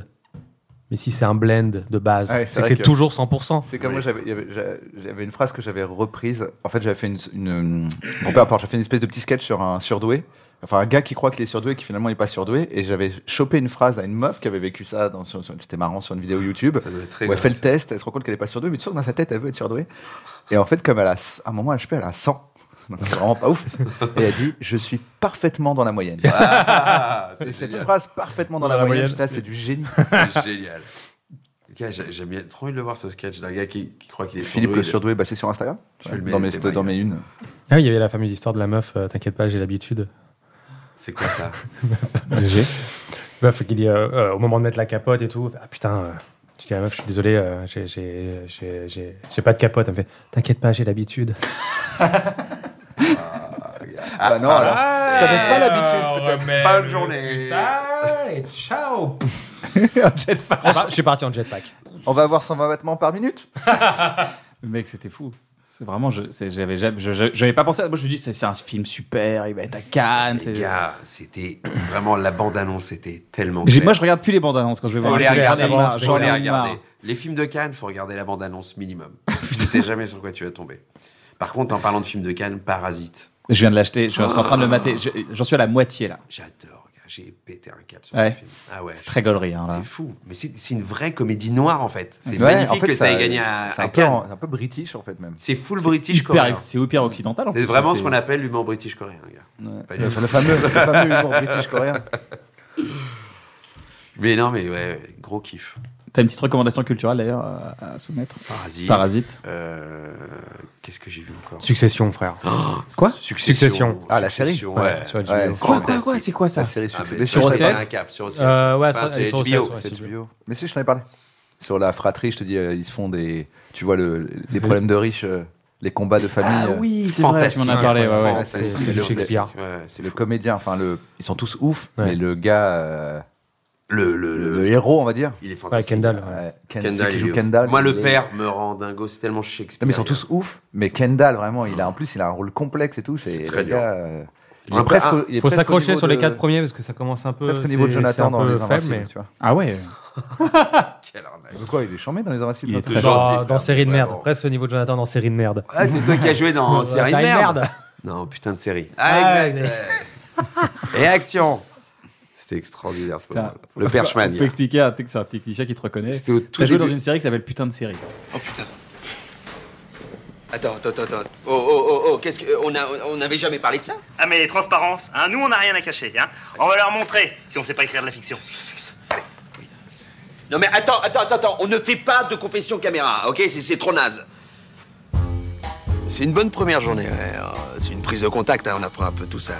[SPEAKER 4] mais si c'est un blend de base,
[SPEAKER 2] Ouais,
[SPEAKER 4] c'est que
[SPEAKER 2] vrai
[SPEAKER 4] c'est
[SPEAKER 2] que-
[SPEAKER 4] toujours 100%.
[SPEAKER 2] C'est comme moi, j'avais- il y avait- j'a- j'avais une phrase que j'avais reprise. En fait, j'avais fait une. une- bon, peu importe, j'avais fait une espèce de petit sketch sur un surdoué. Enfin, un gars qui croit qu'il est surdoué, qui finalement n'est pas surdoué. Et j'avais chopé une phrase à une meuf qui avait vécu ça. dans- sur- sur- C'était marrant sur une vidéo YouTube.
[SPEAKER 3] très
[SPEAKER 2] où elle
[SPEAKER 3] grave,
[SPEAKER 2] fait le test, elle se rend compte qu'elle n'est pas surdouée, mais tu sens que dans sa tête, elle veut être surdouée. Et en fait, comme elle a, c- à un moment, elle, je sais pas, elle a 100. Donc c'est vraiment pas ouf. Et elle dit Je suis parfaitement dans la moyenne.
[SPEAKER 3] Ah,
[SPEAKER 2] Et cette
[SPEAKER 3] génial.
[SPEAKER 2] phrase parfaitement dans, la, moyenne, putain, c'est du génie.
[SPEAKER 3] C'est génial. Gars, j'ai- J'aime bien trop envie de le voir ce sketch d'un gars qui, qui croit qu'il est
[SPEAKER 2] Philippe
[SPEAKER 3] surdoué.
[SPEAKER 2] le surdoué, bah, c'est sur Instagram.
[SPEAKER 3] Je vais le
[SPEAKER 2] dans mes,
[SPEAKER 3] mettre,
[SPEAKER 2] dans mes une.
[SPEAKER 4] Ah oui, il y avait la fameuse histoire de la meuf, euh, t'inquiète pas, j'ai l'habitude.
[SPEAKER 3] C'est quoi ça
[SPEAKER 4] Léger. Meuf qui dit euh, euh, au moment de mettre la capote et tout, ah putain, euh, tu dis à la meuf, je suis désolé, euh, j'ai- j'ai- j'ai j'ai- j'ai pas de capote. Elle me fait, t'inquiète pas, j'ai l'habitude.
[SPEAKER 2] bah
[SPEAKER 3] Ah,
[SPEAKER 2] non, alors. si t'avais pas l'habitude, peut-être.
[SPEAKER 3] Pas une journée.
[SPEAKER 4] Et ciao Je suis parti en jetpack.
[SPEAKER 2] On va avoir 120 battements par minute.
[SPEAKER 1] Mec, c'était fou. C'est vraiment, je, c'est- j'avais, jamais- je- je- j'avais pas pensé. à- Moi, je me dis, c'est, c'est un film super, il va être à Cannes. c'est-
[SPEAKER 3] Les gars, c'était vraiment la bande-annonce, c'était tellement.
[SPEAKER 1] J'ai-
[SPEAKER 3] clair.
[SPEAKER 1] moi, je regarde plus les bandes annonces quand je vais
[SPEAKER 3] Faut
[SPEAKER 1] voir.
[SPEAKER 3] les
[SPEAKER 1] un film.
[SPEAKER 3] regarder,
[SPEAKER 1] J'en ai marre,
[SPEAKER 3] faut les
[SPEAKER 1] j'en ai
[SPEAKER 3] regarder.
[SPEAKER 1] marre.
[SPEAKER 3] Les films de Cannes, faut regarder la bande-annonce minimum. tu sais jamais sur quoi tu vas tomber. Par contre, en parlant de films de Cannes, Parasite.
[SPEAKER 1] Je viens de l'acheter, je suis en train de le mater. Je- J'en suis à la moitié là.
[SPEAKER 3] J'adore, gars, j'ai pété un cap sur
[SPEAKER 1] Ouais.
[SPEAKER 3] ce film. Ah ouais,
[SPEAKER 1] C'est très gaulerie, hein, là.
[SPEAKER 3] C'est fou, mais c'est c'est une vraie comédie noire en fait. C'est
[SPEAKER 2] Ouais,
[SPEAKER 3] magnifique
[SPEAKER 2] en fait,
[SPEAKER 3] que ça
[SPEAKER 2] ça-
[SPEAKER 3] ait gagné à,
[SPEAKER 2] c'est
[SPEAKER 3] à
[SPEAKER 2] un peu en-
[SPEAKER 3] Cannes.
[SPEAKER 2] c'est un peu british, en fait, même.
[SPEAKER 3] C'est full
[SPEAKER 2] C'est
[SPEAKER 3] british
[SPEAKER 2] hyper-
[SPEAKER 3] coréen.
[SPEAKER 1] c'est hyper occidental, en
[SPEAKER 3] C'est
[SPEAKER 1] plus,
[SPEAKER 3] vraiment
[SPEAKER 1] c'est-
[SPEAKER 3] ce qu'on appelle l'humour british coréen, gars. Pas du
[SPEAKER 2] Le-
[SPEAKER 3] tout.
[SPEAKER 2] le fameux- le fameux humour british coréen.
[SPEAKER 3] Mais non, mais ouais, gros kiff.
[SPEAKER 1] T'as une petite recommandation culturelle d'ailleurs à, à soumettre
[SPEAKER 3] Parasite.
[SPEAKER 1] Parasite.
[SPEAKER 3] Euh, Qu'est-ce que j'ai vu encore
[SPEAKER 4] Succession, frère.
[SPEAKER 3] Oh,
[SPEAKER 1] Quoi
[SPEAKER 3] Succession.
[SPEAKER 4] Succession.
[SPEAKER 3] Ah, la série
[SPEAKER 4] Succession,
[SPEAKER 3] Ouais.
[SPEAKER 4] ouais, sur
[SPEAKER 3] Ouais,
[SPEAKER 4] HBO.
[SPEAKER 3] c'est Quoi, quoi, fantastique. quoi,
[SPEAKER 1] c'est quoi ça
[SPEAKER 2] La série
[SPEAKER 3] Ah,
[SPEAKER 2] Succession.
[SPEAKER 3] mais
[SPEAKER 2] Je
[SPEAKER 3] sur
[SPEAKER 2] t'en ai
[SPEAKER 3] OCS?
[SPEAKER 2] parlé.
[SPEAKER 3] Un cap, sur OCS.
[SPEAKER 4] Euh, ouais,
[SPEAKER 3] Enfin,
[SPEAKER 4] ça,
[SPEAKER 3] c'est
[SPEAKER 4] sur
[SPEAKER 3] HBO,
[SPEAKER 4] OCS, ouais,
[SPEAKER 3] c'est
[SPEAKER 4] c'est
[SPEAKER 3] HBO.
[SPEAKER 4] HBO.
[SPEAKER 2] Mais si, je t'en ai parlé. Sur la fratrie, je te dis, euh, ils se font des. Tu vois, le- les problèmes de riches, euh, les combats de famille.
[SPEAKER 1] Ah
[SPEAKER 2] euh,
[SPEAKER 1] oui, c'est vrai, tu m'en as parlé, ouais, ouais.
[SPEAKER 2] fantastique.
[SPEAKER 1] C'est- c'est du
[SPEAKER 2] Le-
[SPEAKER 1] Shakespeare.
[SPEAKER 2] le comédien, enfin, le, ils sont tous ouf,
[SPEAKER 1] Ouais.
[SPEAKER 2] mais le gars. euh,
[SPEAKER 3] le, le,
[SPEAKER 2] héros, on va dire.
[SPEAKER 3] Il est fantastique.
[SPEAKER 2] Ouais, Ken-
[SPEAKER 3] Kendall,
[SPEAKER 2] celui qui
[SPEAKER 3] il
[SPEAKER 2] joue
[SPEAKER 3] est ouf.
[SPEAKER 2] Kendall,
[SPEAKER 3] Moi,
[SPEAKER 2] il
[SPEAKER 3] le
[SPEAKER 2] est-
[SPEAKER 3] père me rend dingo. C'est tellement
[SPEAKER 2] Non,
[SPEAKER 3] Shakespeare.
[SPEAKER 2] mais ils sont tous ouf, mais Kendall, vraiment, il a, en plus, il a un rôle complexe et tout. C'est
[SPEAKER 3] très
[SPEAKER 2] le
[SPEAKER 3] dur.
[SPEAKER 2] gars, euh, il est
[SPEAKER 3] Après,
[SPEAKER 2] presque-
[SPEAKER 3] ah,
[SPEAKER 2] il est
[SPEAKER 4] Faut
[SPEAKER 2] presque au
[SPEAKER 4] s'accrocher
[SPEAKER 2] niveau
[SPEAKER 4] sur les
[SPEAKER 2] de-
[SPEAKER 4] quatre premiers parce que ça commence un peu.
[SPEAKER 2] Presque au niveau de
[SPEAKER 4] c'est-
[SPEAKER 2] Jonathan
[SPEAKER 4] c'est un
[SPEAKER 2] dans
[SPEAKER 4] peu
[SPEAKER 2] Les
[SPEAKER 4] faible,
[SPEAKER 2] Invincibles,
[SPEAKER 4] mais-
[SPEAKER 2] tu vois.
[SPEAKER 1] Ah ouais.
[SPEAKER 2] Mais Quoi, il est chambé dans les invincibles
[SPEAKER 4] Il est
[SPEAKER 2] notre
[SPEAKER 4] très
[SPEAKER 2] gars.
[SPEAKER 4] dans, dans série de merde. Presque au niveau de Jonathan dans série de merde.
[SPEAKER 3] Ah, c'est toi qui as joué dans
[SPEAKER 4] Ouais,
[SPEAKER 3] série de
[SPEAKER 4] série de
[SPEAKER 3] merde.
[SPEAKER 4] merde.
[SPEAKER 3] Non, putain de série.
[SPEAKER 4] Ah,
[SPEAKER 3] Ah, exact. Et action. C'était extraordinaire. ce moment. Le perchman.
[SPEAKER 1] Tu
[SPEAKER 3] gars.
[SPEAKER 1] peux expliquer à c'est un technicien qui te reconnaît.
[SPEAKER 3] C'était au tout
[SPEAKER 1] T'as joué
[SPEAKER 3] début.
[SPEAKER 1] dans une série qui s'appelle Putain de série.
[SPEAKER 6] Oh putain. Attends, attends, attends, attends. Oh, oh, oh, oh, qu'est-ce que. On a- on n'avait jamais parlé de ça
[SPEAKER 15] Ah mais transparence, hein, nous on n'a rien à cacher, hein. On va leur montrer si on sait pas écrire de la fiction.
[SPEAKER 6] Non mais attends, attends, attends, attends, on ne fait pas de confession caméra, ok C'est- C'est trop naze. C'est une bonne première journée, ouais. Euh, c'est une prise de contact, hein, on apprend un peu tout ça,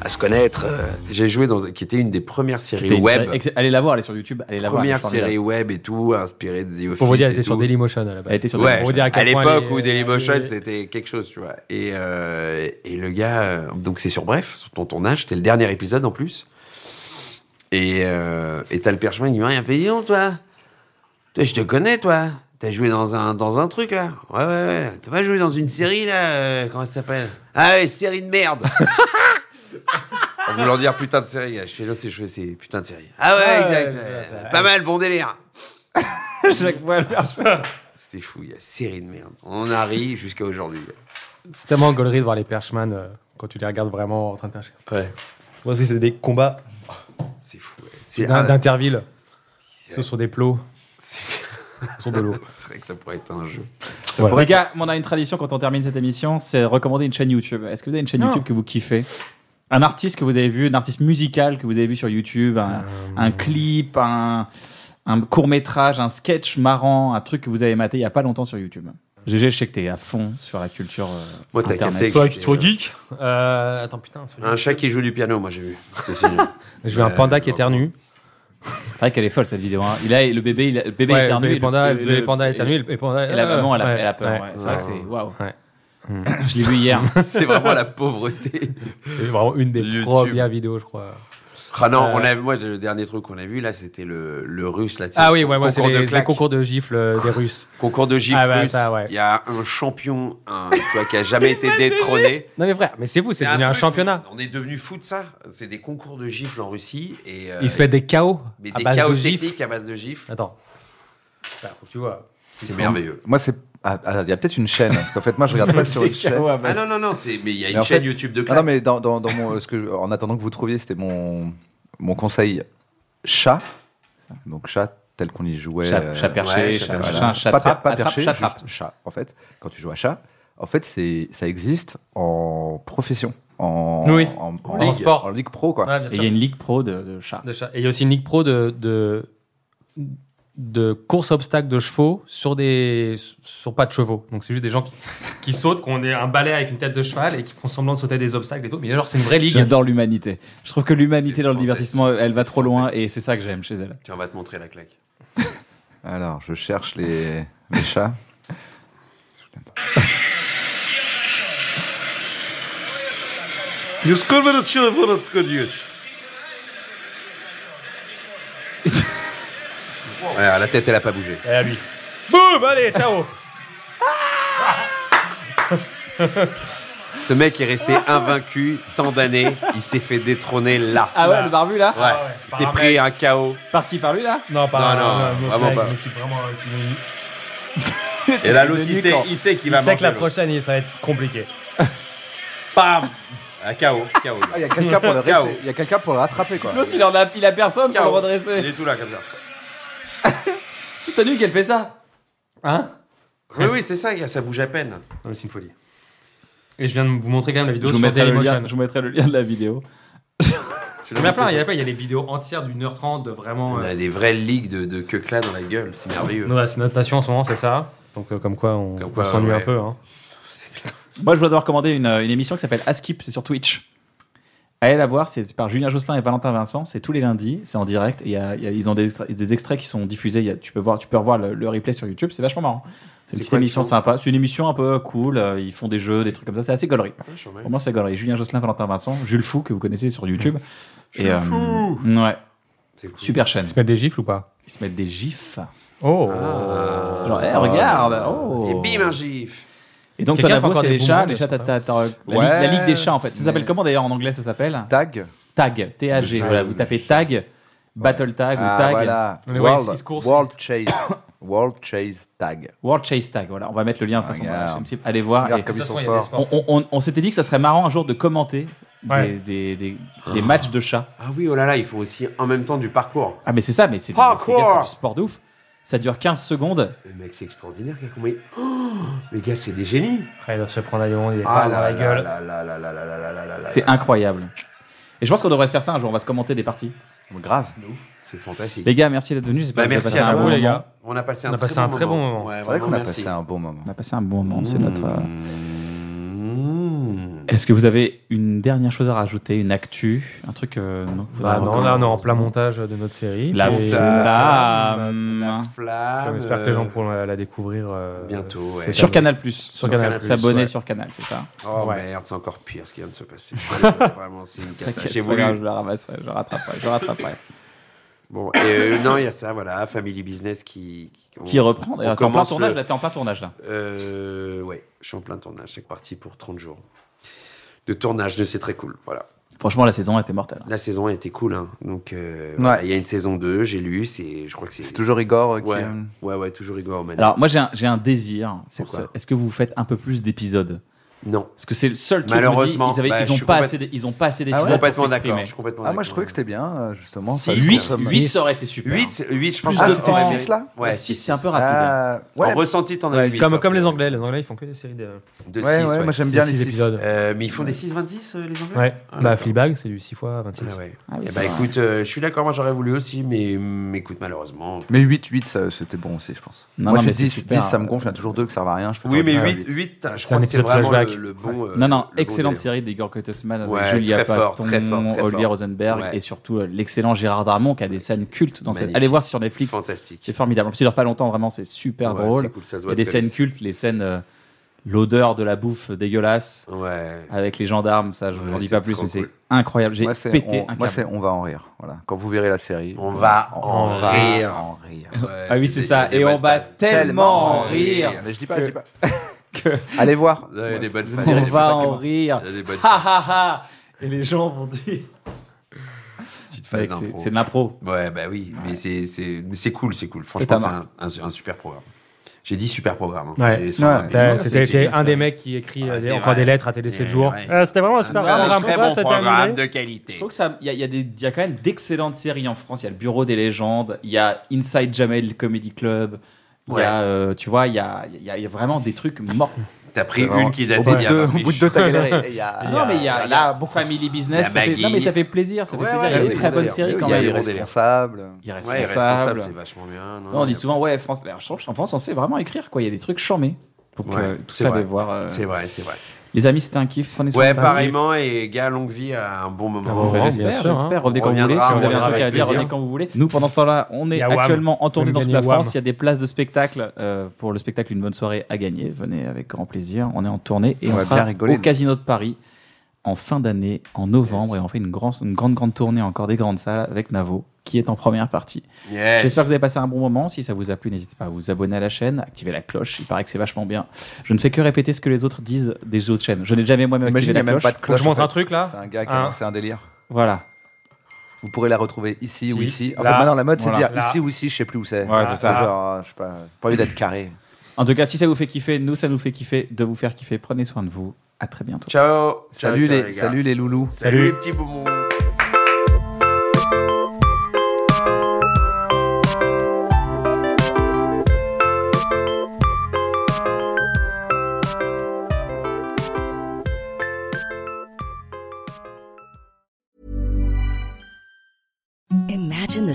[SPEAKER 6] à se connaître. euh.
[SPEAKER 3] J'ai joué dans qui était une des premières séries
[SPEAKER 1] C'était une
[SPEAKER 3] web.
[SPEAKER 1] série ex- Allez la voir, allez sur YouTube. Allez la voir.
[SPEAKER 3] première
[SPEAKER 1] c'est formidable.
[SPEAKER 3] série web et tout, inspirée de The Office.
[SPEAKER 4] Pour vous dire, elle
[SPEAKER 3] et
[SPEAKER 4] était sur
[SPEAKER 3] tout.
[SPEAKER 4] Dailymotion à la base.
[SPEAKER 1] Elle était sur
[SPEAKER 3] Ouais,
[SPEAKER 4] Pour vous dire à
[SPEAKER 3] à,
[SPEAKER 4] quel point
[SPEAKER 3] l'époque
[SPEAKER 4] elle est-
[SPEAKER 3] où Dailymotion
[SPEAKER 4] elle est-
[SPEAKER 3] c'était quelque chose, tu vois. Et, euh, et le gars, euh, donc c'est sur Bref, sur ton tournage, c'était le dernier épisode en plus. Et euh, et t'as le perchemin qui vient, il fait Dis donc, toi, toi je te connais, toi. T'as joué dans un, dans un truc là Ouais, ouais, ouais. T'as pas joué dans une série là euh, Comment ça s'appelle Ah ouais, série de merde En voulant dire putain de série, gars. je fais là, c'est chouette, c'est putain de série. Ah ouais,
[SPEAKER 12] Ah ouais,
[SPEAKER 3] exact.
[SPEAKER 12] c'est vrai, c'est vrai.
[SPEAKER 3] pas mal, bon délire.
[SPEAKER 1] Chaque fois, le perchemin.
[SPEAKER 3] C'était fou, il y a série de merde. On en arrive jusqu'à aujourd'hui.
[SPEAKER 4] C'est tellement gaulerie de voir les perchman euh, quand tu les regardes vraiment en train de percher.
[SPEAKER 3] Ouais.
[SPEAKER 4] Moi aussi, c'est des combats.
[SPEAKER 3] C'est fou.
[SPEAKER 4] C'est d'un- D'interville. Ils sont sur des plots. Sur de l'eau.
[SPEAKER 3] ah, C'est vrai que ça pourrait être un jeu.
[SPEAKER 1] Voilà. Les gars, on a une tradition quand on termine cette émission, c'est recommander une chaîne YouTube. Est-ce que vous avez une chaîne
[SPEAKER 4] Non.
[SPEAKER 1] YouTube que vous kiffez Un artiste que vous avez vu, un artiste musical que vous avez vu sur YouTube, un, un clip, un, court métrage, un sketch marrant, un truc que vous avez maté il y a pas longtemps sur YouTube. GG, je sais que t'es à fond sur la culture euh,
[SPEAKER 3] Moi, t'as
[SPEAKER 1] internet.
[SPEAKER 3] capté que Soit- j'étais, soit euh,
[SPEAKER 4] geek. Euh, attends, putain. celui-là.
[SPEAKER 3] Un chat qui joue du piano, moi j'ai vu.
[SPEAKER 4] Je veux un panda qui éternue.
[SPEAKER 1] C'est vrai qu'elle est folle cette vidéo. hein. Il a le bébé, il a- le bébé
[SPEAKER 4] Ouais, le
[SPEAKER 1] éternue.
[SPEAKER 4] bébé panda, le bébé panda
[SPEAKER 1] et-
[SPEAKER 4] éternue, le bébé panda-
[SPEAKER 1] Et la
[SPEAKER 4] euh,
[SPEAKER 1] maman, elle a,
[SPEAKER 4] ouais,
[SPEAKER 1] elle a peur.
[SPEAKER 4] ouais.
[SPEAKER 1] ouais. C'est vrai que
[SPEAKER 4] Ouais.
[SPEAKER 1] c'est waouh.
[SPEAKER 4] Ouais.
[SPEAKER 1] Je l'ai vu hier.
[SPEAKER 3] C'est vraiment la pauvreté.
[SPEAKER 4] C'est vraiment une des premières vidéos, je crois.
[SPEAKER 3] Ah non,
[SPEAKER 4] Euh,
[SPEAKER 3] on a, moi le dernier truc qu'on a vu là, c'était le, le russe là. tu sais,
[SPEAKER 4] Ah oui, ouais, moi, c'est
[SPEAKER 3] concours de
[SPEAKER 4] les, les
[SPEAKER 3] claques.
[SPEAKER 4] concours de gifles euh, des Russes.
[SPEAKER 3] Concours de gifles
[SPEAKER 4] Ah bah,
[SPEAKER 3] russes.
[SPEAKER 4] ça, ouais.
[SPEAKER 3] Il y a un champion, un, tu vois, qui a jamais été détrôné.
[SPEAKER 4] Non, mais frère, mais c'est vous, c'est devenu un,
[SPEAKER 3] truc,
[SPEAKER 4] championnat.
[SPEAKER 3] On est devenu fou de ça. C'est des concours de gifles en Russie et euh,
[SPEAKER 4] Ils se mettent des KO
[SPEAKER 3] mais
[SPEAKER 4] à
[SPEAKER 3] des
[SPEAKER 4] base
[SPEAKER 3] chaos
[SPEAKER 4] de Ah,
[SPEAKER 3] techniques
[SPEAKER 4] gifles.
[SPEAKER 3] à base de gifles.
[SPEAKER 4] Attends. Putain, faut que tu vois.
[SPEAKER 3] C'est merveilleux.
[SPEAKER 2] Moi, c'est. ah, ah, Il y a peut-être une chaîne, parce qu'en fait, moi, je regarde pas sur une chaîne.
[SPEAKER 4] bah,
[SPEAKER 3] Ah non non non, c'est mais il y a
[SPEAKER 2] Mais
[SPEAKER 3] une
[SPEAKER 2] en
[SPEAKER 3] chaîne
[SPEAKER 2] fait-
[SPEAKER 3] YouTube de
[SPEAKER 2] Ah
[SPEAKER 3] claques.
[SPEAKER 2] non, mais dans, dans, dans mon, euh, ce que je- en attendant que vous trouviez, c'était mon, mon conseil chat. Donc chat tel qu'on y jouait.
[SPEAKER 1] Chat-
[SPEAKER 2] euh,
[SPEAKER 1] chat perché, chat machin, chat
[SPEAKER 2] pas, per-
[SPEAKER 1] trappe,
[SPEAKER 2] pas
[SPEAKER 1] attrape,
[SPEAKER 2] perché,
[SPEAKER 1] chat
[SPEAKER 2] juste chat. En fait, quand tu joues à chat, en fait, c'est ça existe en profession, en,
[SPEAKER 4] Oui.
[SPEAKER 2] en,
[SPEAKER 4] En sport.
[SPEAKER 2] en ligue pro quoi.
[SPEAKER 4] Ouais, bien
[SPEAKER 1] Et il y a une ligue pro de, de chats.
[SPEAKER 4] De chat. Et il y a aussi une ligue pro de, de, de course obstacle de chevaux sur des sur pas de chevaux. Donc c'est juste des gens qui, qui sautent, qui ont des- un balai avec une tête de cheval et qui font semblant de sauter des obstacles et tout. Mais genre c'est une vraie ligue.
[SPEAKER 1] J'adore l'humanité. Je trouve que l'humanité dans le divertissement, elle va trop loin et c'est ça que j'aime chez elle.
[SPEAKER 3] Tiens, on va te montrer la claque.
[SPEAKER 2] Alors, je cherche les, les chats.
[SPEAKER 3] Voilà, la tête elle a pas bougé.
[SPEAKER 4] Et à lui. Boum, allez, ciao.
[SPEAKER 3] Ce mec est resté invaincu tant d'années, il s'est fait détrôner là.
[SPEAKER 1] Ah ouais, le barbu, là
[SPEAKER 3] Ouais,
[SPEAKER 1] Ah ouais,
[SPEAKER 3] il
[SPEAKER 1] par
[SPEAKER 3] s'est
[SPEAKER 1] un
[SPEAKER 3] pris un KO.
[SPEAKER 1] Parti par lui là
[SPEAKER 4] Non,
[SPEAKER 3] par- Non, non, un autre vraiment mec, pas. mais
[SPEAKER 4] euh,
[SPEAKER 3] Et là, l'autre, il sait- il sait qu'il va
[SPEAKER 4] Il sait
[SPEAKER 3] manger
[SPEAKER 4] que la
[SPEAKER 3] l'autre.
[SPEAKER 4] prochaine, il- ça va être compliqué.
[SPEAKER 3] Pam Un KO. KO.
[SPEAKER 2] Ah, il y a quelqu'un pour, le
[SPEAKER 3] KO.
[SPEAKER 2] rester- il y a quelqu'un pour le rattraper, quoi.
[SPEAKER 1] L'autre, il en a, il a personne pour le
[SPEAKER 3] K.O.
[SPEAKER 1] redresser.
[SPEAKER 3] Il est tout là, comme ça.
[SPEAKER 1] C'est sa nuit qu'elle fait ça.
[SPEAKER 4] Hein
[SPEAKER 3] Oui, oui, c'est ça, gars, ça bouge à peine.
[SPEAKER 4] Non, mais c'est une folie. Et je viens de vous montrer quand même la vidéo
[SPEAKER 1] Je vous,
[SPEAKER 4] sur
[SPEAKER 1] mettrai le lien,
[SPEAKER 4] Dailymotion.
[SPEAKER 1] je vous mettrai le lien de la vidéo.
[SPEAKER 4] Il y en a plein, il y en a plein, il y a les vidéos entières d'une heure trente de vraiment.
[SPEAKER 3] On a des vraies ligues de, de queuclas dans la gueule, c'est merveilleux.
[SPEAKER 4] Ouais, c'est notre passion en ce moment, c'est ça. Donc, euh, comme quoi, on,
[SPEAKER 3] quoi,
[SPEAKER 4] on s'ennuie
[SPEAKER 3] ouais.
[SPEAKER 4] un peu. Hein.
[SPEAKER 1] Moi, je voudrais devoir commander une, euh, une émission qui s'appelle Askip, c'est sur Twitch. Allez la voir, c'est par Julien Josselin et Valentin Vincent, c'est tous les lundis, c'est en direct. et il y a- il y a- ils ont des, extra- des extraits qui sont diffusés, il y a- tu, peux voir, tu peux revoir le, le replay sur YouTube, c'est vachement marrant. C'est une petite émission sympa, c'est une émission un peu cool, euh, ils font des jeux, des trucs comme ça, c'est assez gaulerie.
[SPEAKER 3] je suis en
[SPEAKER 1] Pour moi, c'est gaulerie. Julien Josselin, Valentin Vincent, Jules Fou, que vous connaissez sur YouTube. euh,
[SPEAKER 4] Jules Fou
[SPEAKER 1] Ouais. Super chaîne.
[SPEAKER 4] Ils se mettent des gifles ou pas
[SPEAKER 1] Ils se mettent des gifs.
[SPEAKER 4] Oh
[SPEAKER 3] Ah,
[SPEAKER 1] Genre, eh, regarde oh.
[SPEAKER 3] Euh, Et bim, un gif
[SPEAKER 1] Et donc,
[SPEAKER 4] Quelqu'un
[SPEAKER 1] Tonavo,
[SPEAKER 4] fait encore
[SPEAKER 1] c'est les
[SPEAKER 4] des
[SPEAKER 1] chats,
[SPEAKER 4] boomerangs,
[SPEAKER 1] les chats,
[SPEAKER 4] ça,
[SPEAKER 1] t'as- t'as- t'as- la,
[SPEAKER 2] Ouais,
[SPEAKER 1] ligue, la ligue des chats en fait. Ça s'appelle comment d'ailleurs en anglais Ça s'appelle
[SPEAKER 2] Tag.
[SPEAKER 1] Tag, T-A-G. Voilà, vous tapez tag, battle tag
[SPEAKER 2] Ah,
[SPEAKER 1] ou tag.
[SPEAKER 2] voilà. World, World Chase. World Chase Tag.
[SPEAKER 1] World Chase Tag, voilà, on va mettre le lien de toute façon.
[SPEAKER 2] Regarde.
[SPEAKER 1] voilà, sur le site. Allez voir. Ah,
[SPEAKER 2] Regarde
[SPEAKER 1] Et-
[SPEAKER 2] comme ils sont
[SPEAKER 1] on-
[SPEAKER 2] forts.
[SPEAKER 1] On, on- on s'était dit que ça serait marrant un jour de commenter des-
[SPEAKER 3] Ouais.
[SPEAKER 1] des, des-
[SPEAKER 3] Ah.
[SPEAKER 1] des matchs de chats.
[SPEAKER 3] Ah oui, oh là là, il faut aussi en même temps du parcours.
[SPEAKER 1] Ah, mais c'est ça, mais c'est
[SPEAKER 3] Ah,
[SPEAKER 1] c'est- les gars,
[SPEAKER 3] quoi
[SPEAKER 1] c'est du sport de ouf. Ça dure 15 secondes.
[SPEAKER 3] Le mec, c'est extraordinaire, regarde comment il- Oh, les gars, c'est des génies.
[SPEAKER 4] Après, il doit se prendre à Lyon, il est
[SPEAKER 3] Ah
[SPEAKER 4] pas dans
[SPEAKER 3] là
[SPEAKER 4] la
[SPEAKER 3] là
[SPEAKER 4] gueule.
[SPEAKER 3] là là là là là là là là là là.
[SPEAKER 1] C'est incroyable. Et je pense qu'on devrait se faire ça un jour, on va se commenter des parties.
[SPEAKER 2] Grave.
[SPEAKER 3] C'est fantastique.
[SPEAKER 1] Les gars, merci d'être venus. j'espère que
[SPEAKER 3] Bah,
[SPEAKER 1] vous avez
[SPEAKER 3] merci
[SPEAKER 1] passé
[SPEAKER 3] à
[SPEAKER 1] un
[SPEAKER 3] vous,
[SPEAKER 1] Ah, bon
[SPEAKER 3] les
[SPEAKER 1] moment.
[SPEAKER 3] gars. On a passé un,
[SPEAKER 4] On a
[SPEAKER 3] très,
[SPEAKER 4] passé
[SPEAKER 3] bon
[SPEAKER 4] un très bon
[SPEAKER 3] moment.
[SPEAKER 4] moment.
[SPEAKER 3] Ouais,
[SPEAKER 2] C'est vrai
[SPEAKER 3] Ah, vraiment,
[SPEAKER 2] qu'on a
[SPEAKER 3] merci.
[SPEAKER 2] passé un bon moment.
[SPEAKER 1] On a passé un bon moment, c'est notre. euh, Est-ce que vous avez une dernière chose à rajouter, une actu, un truc euh, non, vous
[SPEAKER 4] Bah
[SPEAKER 1] avez-
[SPEAKER 4] non, là, on est en plein montage de notre série.
[SPEAKER 1] La
[SPEAKER 4] Et-
[SPEAKER 1] flamme.
[SPEAKER 4] On espère que les gens pourront la, la découvrir euh,
[SPEAKER 3] bientôt, ouais.
[SPEAKER 4] cette
[SPEAKER 1] Sur
[SPEAKER 4] année.
[SPEAKER 1] Canal Plus.
[SPEAKER 4] Sur Canal Plus.
[SPEAKER 1] S'abonner
[SPEAKER 4] ouais.
[SPEAKER 1] sur Canal, c'est ça.
[SPEAKER 3] Oh
[SPEAKER 4] Ouais.
[SPEAKER 3] merde, c'est encore pire ce qui vient de se passer. Vraiment, c'est une catastrophe.
[SPEAKER 1] T'inquiète,
[SPEAKER 3] J'ai
[SPEAKER 1] c'est pas grave,
[SPEAKER 3] voulu.
[SPEAKER 1] je la ramasserai, je la rattraperai, je la rattraperai.
[SPEAKER 3] Bon, et euh, non, il y a ça, voilà, Family Business qui.
[SPEAKER 1] Qui reprend, d'ailleurs, t'es en plein
[SPEAKER 3] commence
[SPEAKER 1] tournage,
[SPEAKER 3] le-
[SPEAKER 1] là, t'es en plein tournage, là.
[SPEAKER 3] Euh, ouais, je suis en plein tournage. C'est parti pour 30 jours de tournage, de c'est très cool. Voilà.
[SPEAKER 1] Franchement, la saison était mortelle.
[SPEAKER 3] La saison a été cool, hein. donc euh, voilà, il y a une saison 2, j'ai lu, c'est, je crois que c'est... C'est
[SPEAKER 2] toujours Igor euh, qui...
[SPEAKER 3] Ouais,
[SPEAKER 2] euh,
[SPEAKER 3] ouais, ouais, toujours Igor Romano.
[SPEAKER 1] Alors, moi, j'ai un, j'ai un désir.
[SPEAKER 3] C'est
[SPEAKER 1] pour
[SPEAKER 3] quoi
[SPEAKER 1] ça. Est-ce que vous faites un peu plus d'épisodes
[SPEAKER 3] Non.
[SPEAKER 1] Parce que c'est le seul truc.
[SPEAKER 3] Malheureusement,
[SPEAKER 1] je me dis, ils,
[SPEAKER 3] bah,
[SPEAKER 1] avaient,
[SPEAKER 3] je
[SPEAKER 1] ils, ont
[SPEAKER 3] suis
[SPEAKER 1] pas
[SPEAKER 3] complète-
[SPEAKER 1] assez, d- ils ont pas assez
[SPEAKER 3] Ah
[SPEAKER 1] d'épisodes
[SPEAKER 3] ouais,
[SPEAKER 1] pour
[SPEAKER 3] complètement d'accord,
[SPEAKER 1] s'exprimer.
[SPEAKER 3] je suis complètement
[SPEAKER 2] Ah, moi,
[SPEAKER 3] d'accord.
[SPEAKER 2] je trouvais que c'était bien, euh, justement.
[SPEAKER 3] Six,
[SPEAKER 2] ça-
[SPEAKER 1] 8,
[SPEAKER 2] ça me-
[SPEAKER 1] 8, ça aurait été super.
[SPEAKER 3] 8, 8, je pense
[SPEAKER 1] Plus
[SPEAKER 3] que
[SPEAKER 1] de
[SPEAKER 3] c'est-
[SPEAKER 1] temps.
[SPEAKER 3] ouais,
[SPEAKER 2] Six, là
[SPEAKER 3] ouais,
[SPEAKER 1] 6, c'est un peu rapide.
[SPEAKER 2] Ah, ouais.
[SPEAKER 3] En ressenti, t'en as
[SPEAKER 4] Ouais,
[SPEAKER 3] 8.
[SPEAKER 4] comme, comme les Anglais, les Anglais ils font que des séries de,
[SPEAKER 3] De
[SPEAKER 2] Ouais,
[SPEAKER 3] six,
[SPEAKER 2] ouais, moi, j'aime bien
[SPEAKER 4] de
[SPEAKER 2] les
[SPEAKER 4] six
[SPEAKER 2] six.
[SPEAKER 4] épisodes.
[SPEAKER 3] Euh, mais ils font des 6-26, euh, les Anglais
[SPEAKER 4] Ouais,
[SPEAKER 3] Ah,
[SPEAKER 4] bah
[SPEAKER 3] d'accord.
[SPEAKER 4] Fleabag c'est du 6 fois 26.
[SPEAKER 3] Ah ouais.
[SPEAKER 1] Ah oui,
[SPEAKER 3] Eh
[SPEAKER 1] c'est
[SPEAKER 3] bah,
[SPEAKER 1] vrai.
[SPEAKER 3] écoute, euh, je suis d'accord, moi j'aurais voulu aussi, mais hum, écoute, malheureusement...
[SPEAKER 2] Mais 8, 8, ça, c'était bon aussi, je pense.
[SPEAKER 1] Non,
[SPEAKER 2] moi,
[SPEAKER 1] non,
[SPEAKER 2] c'est
[SPEAKER 1] mais c'est
[SPEAKER 2] 10,
[SPEAKER 1] super. hein.
[SPEAKER 2] 10, ça me gonfle, il y a toujours 2 qui servent à rien. Je fais
[SPEAKER 3] Oui,
[SPEAKER 2] quand
[SPEAKER 3] mais
[SPEAKER 2] même
[SPEAKER 3] 8, 8 je
[SPEAKER 4] un
[SPEAKER 3] crois que c'est
[SPEAKER 4] épisode
[SPEAKER 3] vraiment le,
[SPEAKER 4] flashback.
[SPEAKER 3] le bon... euh,
[SPEAKER 1] Non, non,
[SPEAKER 3] le bon
[SPEAKER 1] excellente
[SPEAKER 3] délire.
[SPEAKER 1] série d'Igor Kotesman avec
[SPEAKER 3] Ouais,
[SPEAKER 1] Julia
[SPEAKER 3] très fort,
[SPEAKER 1] Patton,
[SPEAKER 3] très fort, très
[SPEAKER 1] Olivier
[SPEAKER 3] fort.
[SPEAKER 1] Rosenberg
[SPEAKER 3] Ouais.
[SPEAKER 1] et surtout euh, l'excellent Gérard Darmon qui a des scènes cultes dans cette.
[SPEAKER 3] Magnifique.
[SPEAKER 1] Allez voir sur Netflix,
[SPEAKER 3] Fantastique.
[SPEAKER 1] c'est formidable. En plus, il dure pas longtemps, vraiment, c'est super
[SPEAKER 3] Ouais,
[SPEAKER 1] drôle.
[SPEAKER 3] c'est cool, ça se
[SPEAKER 1] Il y
[SPEAKER 3] voit
[SPEAKER 1] a des
[SPEAKER 3] très
[SPEAKER 1] scènes
[SPEAKER 3] vite.
[SPEAKER 1] cultes, les scènes. euh, L'odeur de la bouffe dégueulasse
[SPEAKER 3] Ouais.
[SPEAKER 1] avec les gendarmes, ça je vous
[SPEAKER 3] Ouais,
[SPEAKER 1] en dis
[SPEAKER 3] c'est
[SPEAKER 1] pas plus,
[SPEAKER 3] trop
[SPEAKER 1] mais c'est
[SPEAKER 3] cool.
[SPEAKER 1] incroyable. J'ai
[SPEAKER 2] Moi, c'est-
[SPEAKER 1] pété
[SPEAKER 2] on-
[SPEAKER 1] un
[SPEAKER 2] Moi,
[SPEAKER 1] câble.
[SPEAKER 2] c'est on va en rire. Voilà. Quand vous verrez la série,
[SPEAKER 3] On va en
[SPEAKER 2] va
[SPEAKER 3] rire.
[SPEAKER 2] en rire.
[SPEAKER 3] Ouais,
[SPEAKER 1] Ah oui, c'est
[SPEAKER 3] des-
[SPEAKER 1] ça.
[SPEAKER 3] des
[SPEAKER 1] Et
[SPEAKER 3] bonnes
[SPEAKER 1] on va
[SPEAKER 3] phases.
[SPEAKER 1] tellement en rire.
[SPEAKER 2] Mais je dis pas, je dis pas. Allez voir.
[SPEAKER 3] Ouais, des bonnes phases.
[SPEAKER 1] On
[SPEAKER 3] C'est pour ça
[SPEAKER 1] va
[SPEAKER 3] que-
[SPEAKER 1] en rire. Ah,
[SPEAKER 3] Il y a des bonnes
[SPEAKER 1] Ha ha ha. Et les gens vont dire.
[SPEAKER 3] petites phases
[SPEAKER 1] Mec, c'est-
[SPEAKER 3] d'impro.
[SPEAKER 1] C'est de l'impro.
[SPEAKER 3] Ouais, bah oui, mais c'est- c'est mais c'est cool, c'est cool. Franchement,
[SPEAKER 1] ta
[SPEAKER 3] c'est un, un- un super programme. J'ai dit super programme. hein.
[SPEAKER 4] Ouais.
[SPEAKER 3] J'ai-
[SPEAKER 4] T'as- t'as-
[SPEAKER 3] c'est-
[SPEAKER 4] T'as été
[SPEAKER 3] c'est-
[SPEAKER 4] un des mecs qui écrit
[SPEAKER 3] Ah,
[SPEAKER 4] euh, des-
[SPEAKER 3] c'est
[SPEAKER 4] encore
[SPEAKER 3] vrai.
[SPEAKER 4] des lettres à télé 7
[SPEAKER 3] Eh,
[SPEAKER 4] jours.
[SPEAKER 3] ouais.
[SPEAKER 11] Euh, c'était vraiment un
[SPEAKER 3] Un
[SPEAKER 11] super
[SPEAKER 3] très
[SPEAKER 11] programme.
[SPEAKER 3] très
[SPEAKER 11] Bravo,
[SPEAKER 3] bon
[SPEAKER 11] ça a été
[SPEAKER 3] programme
[SPEAKER 11] animé.
[SPEAKER 3] de
[SPEAKER 1] Je
[SPEAKER 3] qualité.
[SPEAKER 1] trouve que ça, il y, a- il y a des- il y a quand même d'excellentes séries en France. Il y a le Bureau des légendes, il y a Inside Jamel Comedy Club. Il y
[SPEAKER 3] Ouais.
[SPEAKER 1] a, euh, tu vois, il y a, il y a- il y a vraiment des trucs morts.
[SPEAKER 3] T'as pris
[SPEAKER 2] Vraiment,
[SPEAKER 3] une qui hein. datait
[SPEAKER 2] au bout
[SPEAKER 3] d'il y
[SPEAKER 2] de
[SPEAKER 3] a
[SPEAKER 2] deux-
[SPEAKER 3] vingt
[SPEAKER 2] au bout de deux,
[SPEAKER 3] piges.
[SPEAKER 2] t'as galéré. Et il y a-
[SPEAKER 1] non, mais il y a, il y a Family Business.
[SPEAKER 3] la
[SPEAKER 1] Ça fait, non,
[SPEAKER 3] Maggie.
[SPEAKER 1] mais ça fait plaisir. Ça fait
[SPEAKER 3] Ouais,
[SPEAKER 1] plaisir.
[SPEAKER 3] ouais,
[SPEAKER 1] il y a
[SPEAKER 3] ouais,
[SPEAKER 1] des très bonnes
[SPEAKER 3] d'ailleurs.
[SPEAKER 1] séries quand
[SPEAKER 2] Il y a
[SPEAKER 3] les
[SPEAKER 1] même.
[SPEAKER 3] Irresponsables.
[SPEAKER 2] Irresponsable.
[SPEAKER 3] Ouais, responsable, c'est vachement bien. non,
[SPEAKER 1] Non, on
[SPEAKER 3] il y
[SPEAKER 1] dit
[SPEAKER 3] a-
[SPEAKER 1] souvent, ouais, France. Alors, je trouve qu'en France, on sait vraiment écrire, quoi. Il y a des trucs charmés. Donc,
[SPEAKER 3] Ouais,
[SPEAKER 1] euh, tout
[SPEAKER 3] c'est
[SPEAKER 1] ça,
[SPEAKER 3] vrai.
[SPEAKER 1] allez voir. euh,
[SPEAKER 3] C'est vrai, c'est vrai.
[SPEAKER 1] Les amis, c'était un kiff. Prenez soin
[SPEAKER 3] Ouais,
[SPEAKER 1] de vous.
[SPEAKER 3] pareillement, et gars, longue vie à un bon
[SPEAKER 4] Ah
[SPEAKER 3] moment.
[SPEAKER 4] bon,
[SPEAKER 1] Bah,
[SPEAKER 4] bien
[SPEAKER 1] j'espère,
[SPEAKER 4] sûr,
[SPEAKER 1] j'espère.
[SPEAKER 4] hein.
[SPEAKER 1] Revenez
[SPEAKER 3] On
[SPEAKER 1] quand vous voulez.
[SPEAKER 3] reviendra,
[SPEAKER 1] Si
[SPEAKER 3] on
[SPEAKER 1] vous avez un
[SPEAKER 3] reviendra
[SPEAKER 1] truc à
[SPEAKER 3] avec
[SPEAKER 1] dire,
[SPEAKER 3] plaisir.
[SPEAKER 1] revenez quand vous voulez. Nous, pendant ce temps-là, on
[SPEAKER 4] Il
[SPEAKER 1] est
[SPEAKER 4] y a Wham.
[SPEAKER 1] actuellement en tournée
[SPEAKER 4] Vous
[SPEAKER 1] dans
[SPEAKER 4] pouvez
[SPEAKER 1] toute la
[SPEAKER 4] gagner Wham.
[SPEAKER 1] France. Il y a des places de spectacle euh, pour le spectacle Une bonne soirée à gagner. Venez avec grand plaisir. On est en tournée et
[SPEAKER 2] On
[SPEAKER 1] on,
[SPEAKER 2] va
[SPEAKER 1] sera
[SPEAKER 2] bien rigoler,
[SPEAKER 1] au
[SPEAKER 2] nous.
[SPEAKER 1] Casino de Paris en fin d'année, en novembre, et on fait une, grand- une grande, grande tournée, encore des grandes salles avec Navo, qui est en première partie.
[SPEAKER 3] Yes.
[SPEAKER 1] J'espère que vous avez passé un bon moment. Si ça vous a plu, n'hésitez pas à vous abonner à la chaîne, activer la cloche. Il paraît que c'est vachement bien. Je ne fais que répéter ce que les autres disent des autres chaînes. Je n'ai jamais moi-même
[SPEAKER 2] Imagine,
[SPEAKER 1] activé
[SPEAKER 2] il y
[SPEAKER 1] la
[SPEAKER 2] a même
[SPEAKER 1] cloche.
[SPEAKER 2] pas de cloche,
[SPEAKER 1] je montre
[SPEAKER 2] en fait.
[SPEAKER 1] un truc là
[SPEAKER 2] C'est un gars qui
[SPEAKER 1] Hein.
[SPEAKER 2] c'est un délire.
[SPEAKER 1] Voilà.
[SPEAKER 2] Vous pourrez la retrouver ici
[SPEAKER 1] Si,
[SPEAKER 2] ou ici. Enfin,
[SPEAKER 1] là,
[SPEAKER 2] maintenant, la mode, c'est de
[SPEAKER 1] voilà,
[SPEAKER 2] dire
[SPEAKER 1] là.
[SPEAKER 2] ici ou ici, je sais plus où c'est.
[SPEAKER 1] Ouais, c'est ça.
[SPEAKER 2] Genre, euh, je sais pas, pas envie d'être carré.
[SPEAKER 1] En tout cas, si ça vous fait kiffer, nous, ça nous fait kiffer de vous faire kiffer. Prenez soin de vous. À très bientôt.
[SPEAKER 3] Ciao. Ciao,
[SPEAKER 2] Salut,
[SPEAKER 3] ciao,
[SPEAKER 2] les,
[SPEAKER 3] les gars.
[SPEAKER 2] salut les loulous.
[SPEAKER 3] Salut les petits bonbons.
[SPEAKER 16] Imagine the